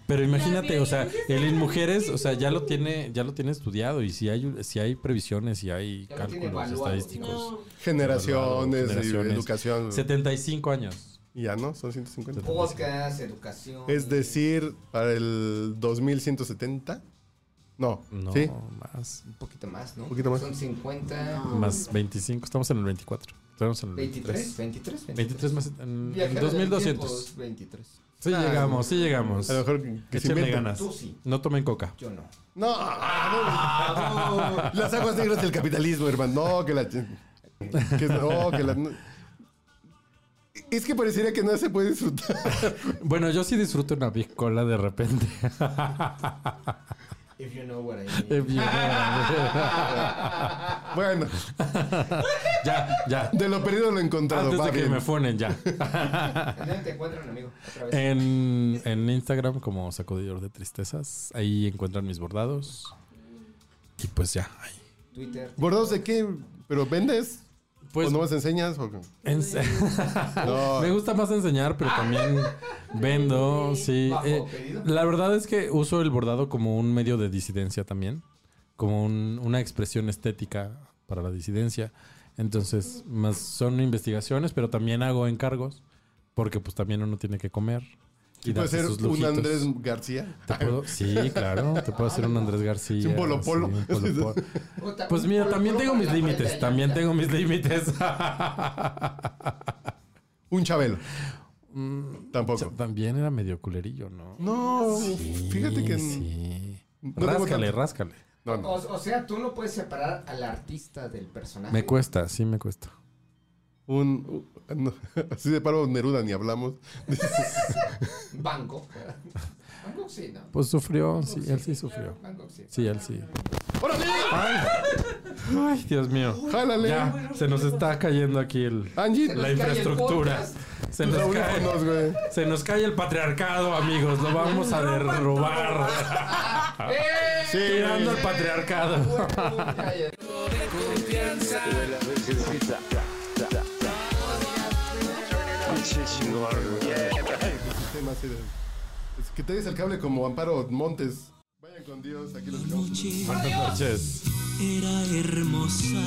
[SPEAKER 9] Pero imagínate, o sea, el in mujeres, o sea, ya lo tiene, ya lo tiene estudiado y si hay, si hay previsiones, si hay
[SPEAKER 13] Ya lo tiene
[SPEAKER 9] cálculos
[SPEAKER 13] evaluado.
[SPEAKER 9] estadísticos,
[SPEAKER 13] No.
[SPEAKER 11] Generaciones, y
[SPEAKER 9] Generaciones.
[SPEAKER 11] educación.
[SPEAKER 9] 75 años.
[SPEAKER 11] Y Ya, ¿no? Son 150.
[SPEAKER 13] Podcast, educación.
[SPEAKER 11] Es decir, para el 2170. No,
[SPEAKER 9] No,
[SPEAKER 11] ¿sí?
[SPEAKER 9] más,
[SPEAKER 13] Un poquito más, ¿no?
[SPEAKER 11] Un poquito más.
[SPEAKER 13] Son 50.
[SPEAKER 9] más 25, estamos en el 24. Estamos en el
[SPEAKER 13] 23, 23, 23.
[SPEAKER 9] 23 más en,
[SPEAKER 13] Viajero
[SPEAKER 9] en
[SPEAKER 13] del
[SPEAKER 9] 2200.
[SPEAKER 13] tiempo, 23.
[SPEAKER 9] Sí
[SPEAKER 11] Ah,
[SPEAKER 9] llegamos, sí llegamos.
[SPEAKER 11] a lo mejor que- que se
[SPEAKER 9] Échenle
[SPEAKER 11] inventen.
[SPEAKER 9] ganas.
[SPEAKER 13] Tú sí.
[SPEAKER 9] No tomen coca.
[SPEAKER 13] Yo no.
[SPEAKER 11] No, no. Las aguas negras del capitalismo, hermano. No, que la. Que, no, que la. Es que parecería que no se puede disfrutar.
[SPEAKER 9] Bueno, yo sí disfruto una big cola de repente.
[SPEAKER 13] If you know what
[SPEAKER 9] [LAUGHS]
[SPEAKER 13] I
[SPEAKER 9] If you know
[SPEAKER 13] mean.
[SPEAKER 11] Bueno,
[SPEAKER 9] ya, ya.
[SPEAKER 11] de lo perdido lo encontrado.
[SPEAKER 9] Antes
[SPEAKER 11] va
[SPEAKER 9] de que
[SPEAKER 11] bien.
[SPEAKER 9] me funen ya.
[SPEAKER 13] ¿Dónde te encuentran, amigo? Otra vez.
[SPEAKER 9] En, en Instagram como sacudidor de tristezas. Ahí encuentran mis bordados. Y pues ya. ahí.
[SPEAKER 13] Twitter.
[SPEAKER 11] ¿Bordados de qué? ¿Pero vendes?
[SPEAKER 9] Pues-
[SPEAKER 11] ¿O no más enseñas?
[SPEAKER 9] [LAUGHS]
[SPEAKER 11] ¿O qué?
[SPEAKER 9] Ense-
[SPEAKER 11] No.
[SPEAKER 9] [LAUGHS] Me gusta más enseñar, pero también vendo, sí.
[SPEAKER 13] Bajo
[SPEAKER 9] Eh,
[SPEAKER 13] pedido.
[SPEAKER 9] la verdad es que uso el bordado como un medio de disidencia también, como un- una expresión estética para la disidencia. Entonces, más son investigaciones, pero también hago encargos, porque pues también uno tiene que comer. Y
[SPEAKER 11] ¿Puede
[SPEAKER 9] darse
[SPEAKER 11] ser
[SPEAKER 9] sus
[SPEAKER 11] un
[SPEAKER 9] lujitos.
[SPEAKER 11] Andrés García?
[SPEAKER 9] ¿Te puedo- [LAUGHS] Sí, claro, te puedo hacer un Andrés García.
[SPEAKER 11] Sí, un polo
[SPEAKER 9] sí,
[SPEAKER 11] polo.
[SPEAKER 9] un polo
[SPEAKER 11] [LAUGHS]
[SPEAKER 9] polo.
[SPEAKER 13] Puta,
[SPEAKER 9] Pues
[SPEAKER 13] un
[SPEAKER 9] mira,
[SPEAKER 13] polo
[SPEAKER 9] también
[SPEAKER 13] polo
[SPEAKER 9] tengo
[SPEAKER 13] con
[SPEAKER 9] mis
[SPEAKER 13] la
[SPEAKER 9] límites,
[SPEAKER 13] frente
[SPEAKER 9] también
[SPEAKER 13] allá.
[SPEAKER 9] tengo mis límites. [LAUGHS]
[SPEAKER 11] Un Chabelo.
[SPEAKER 9] O sea,
[SPEAKER 11] Tampoco.
[SPEAKER 9] También era medio culerillo, ¿no?
[SPEAKER 11] No, fíjate que.
[SPEAKER 9] Sí.
[SPEAKER 11] No tengo
[SPEAKER 9] ráscale,
[SPEAKER 11] tanto.
[SPEAKER 9] ráscale.
[SPEAKER 11] No, no.
[SPEAKER 13] O, o sea, tú no puedes separar al artista del personaje.
[SPEAKER 9] Me cuesta, sí me cuesta.
[SPEAKER 11] Un, un- no, [LAUGHS] así de paro Neruda ni hablamos.
[SPEAKER 13] Van
[SPEAKER 9] [LAUGHS]
[SPEAKER 13] Gogh. Van Gogh sí, ¿no?
[SPEAKER 9] Pues sufrió, sí, él sí sufrió.
[SPEAKER 13] Van Gogh sí.
[SPEAKER 9] Sí, él sí.
[SPEAKER 11] ¡Órale!
[SPEAKER 9] Ay, ay, Dios mío.
[SPEAKER 11] ¡Jálale!
[SPEAKER 9] Ah, Ya, se nos está cayendo aquí el,
[SPEAKER 11] Angie,
[SPEAKER 13] Se nos
[SPEAKER 9] la
[SPEAKER 13] cae el
[SPEAKER 9] infraestructura.
[SPEAKER 13] podcast.
[SPEAKER 9] Se nos,
[SPEAKER 11] audífonos,
[SPEAKER 9] cae, se nos cae el patriarcado, amigos. Lo vamos a derrubar.
[SPEAKER 11] Sí.
[SPEAKER 9] Tirando el [LAUGHS] patriarcado.
[SPEAKER 11] Este Es que te dice el cable como Amparo Montes. Vayan con Dios, aquí los dejamos.
[SPEAKER 9] Buenas noches.
[SPEAKER 15] Era hermosa.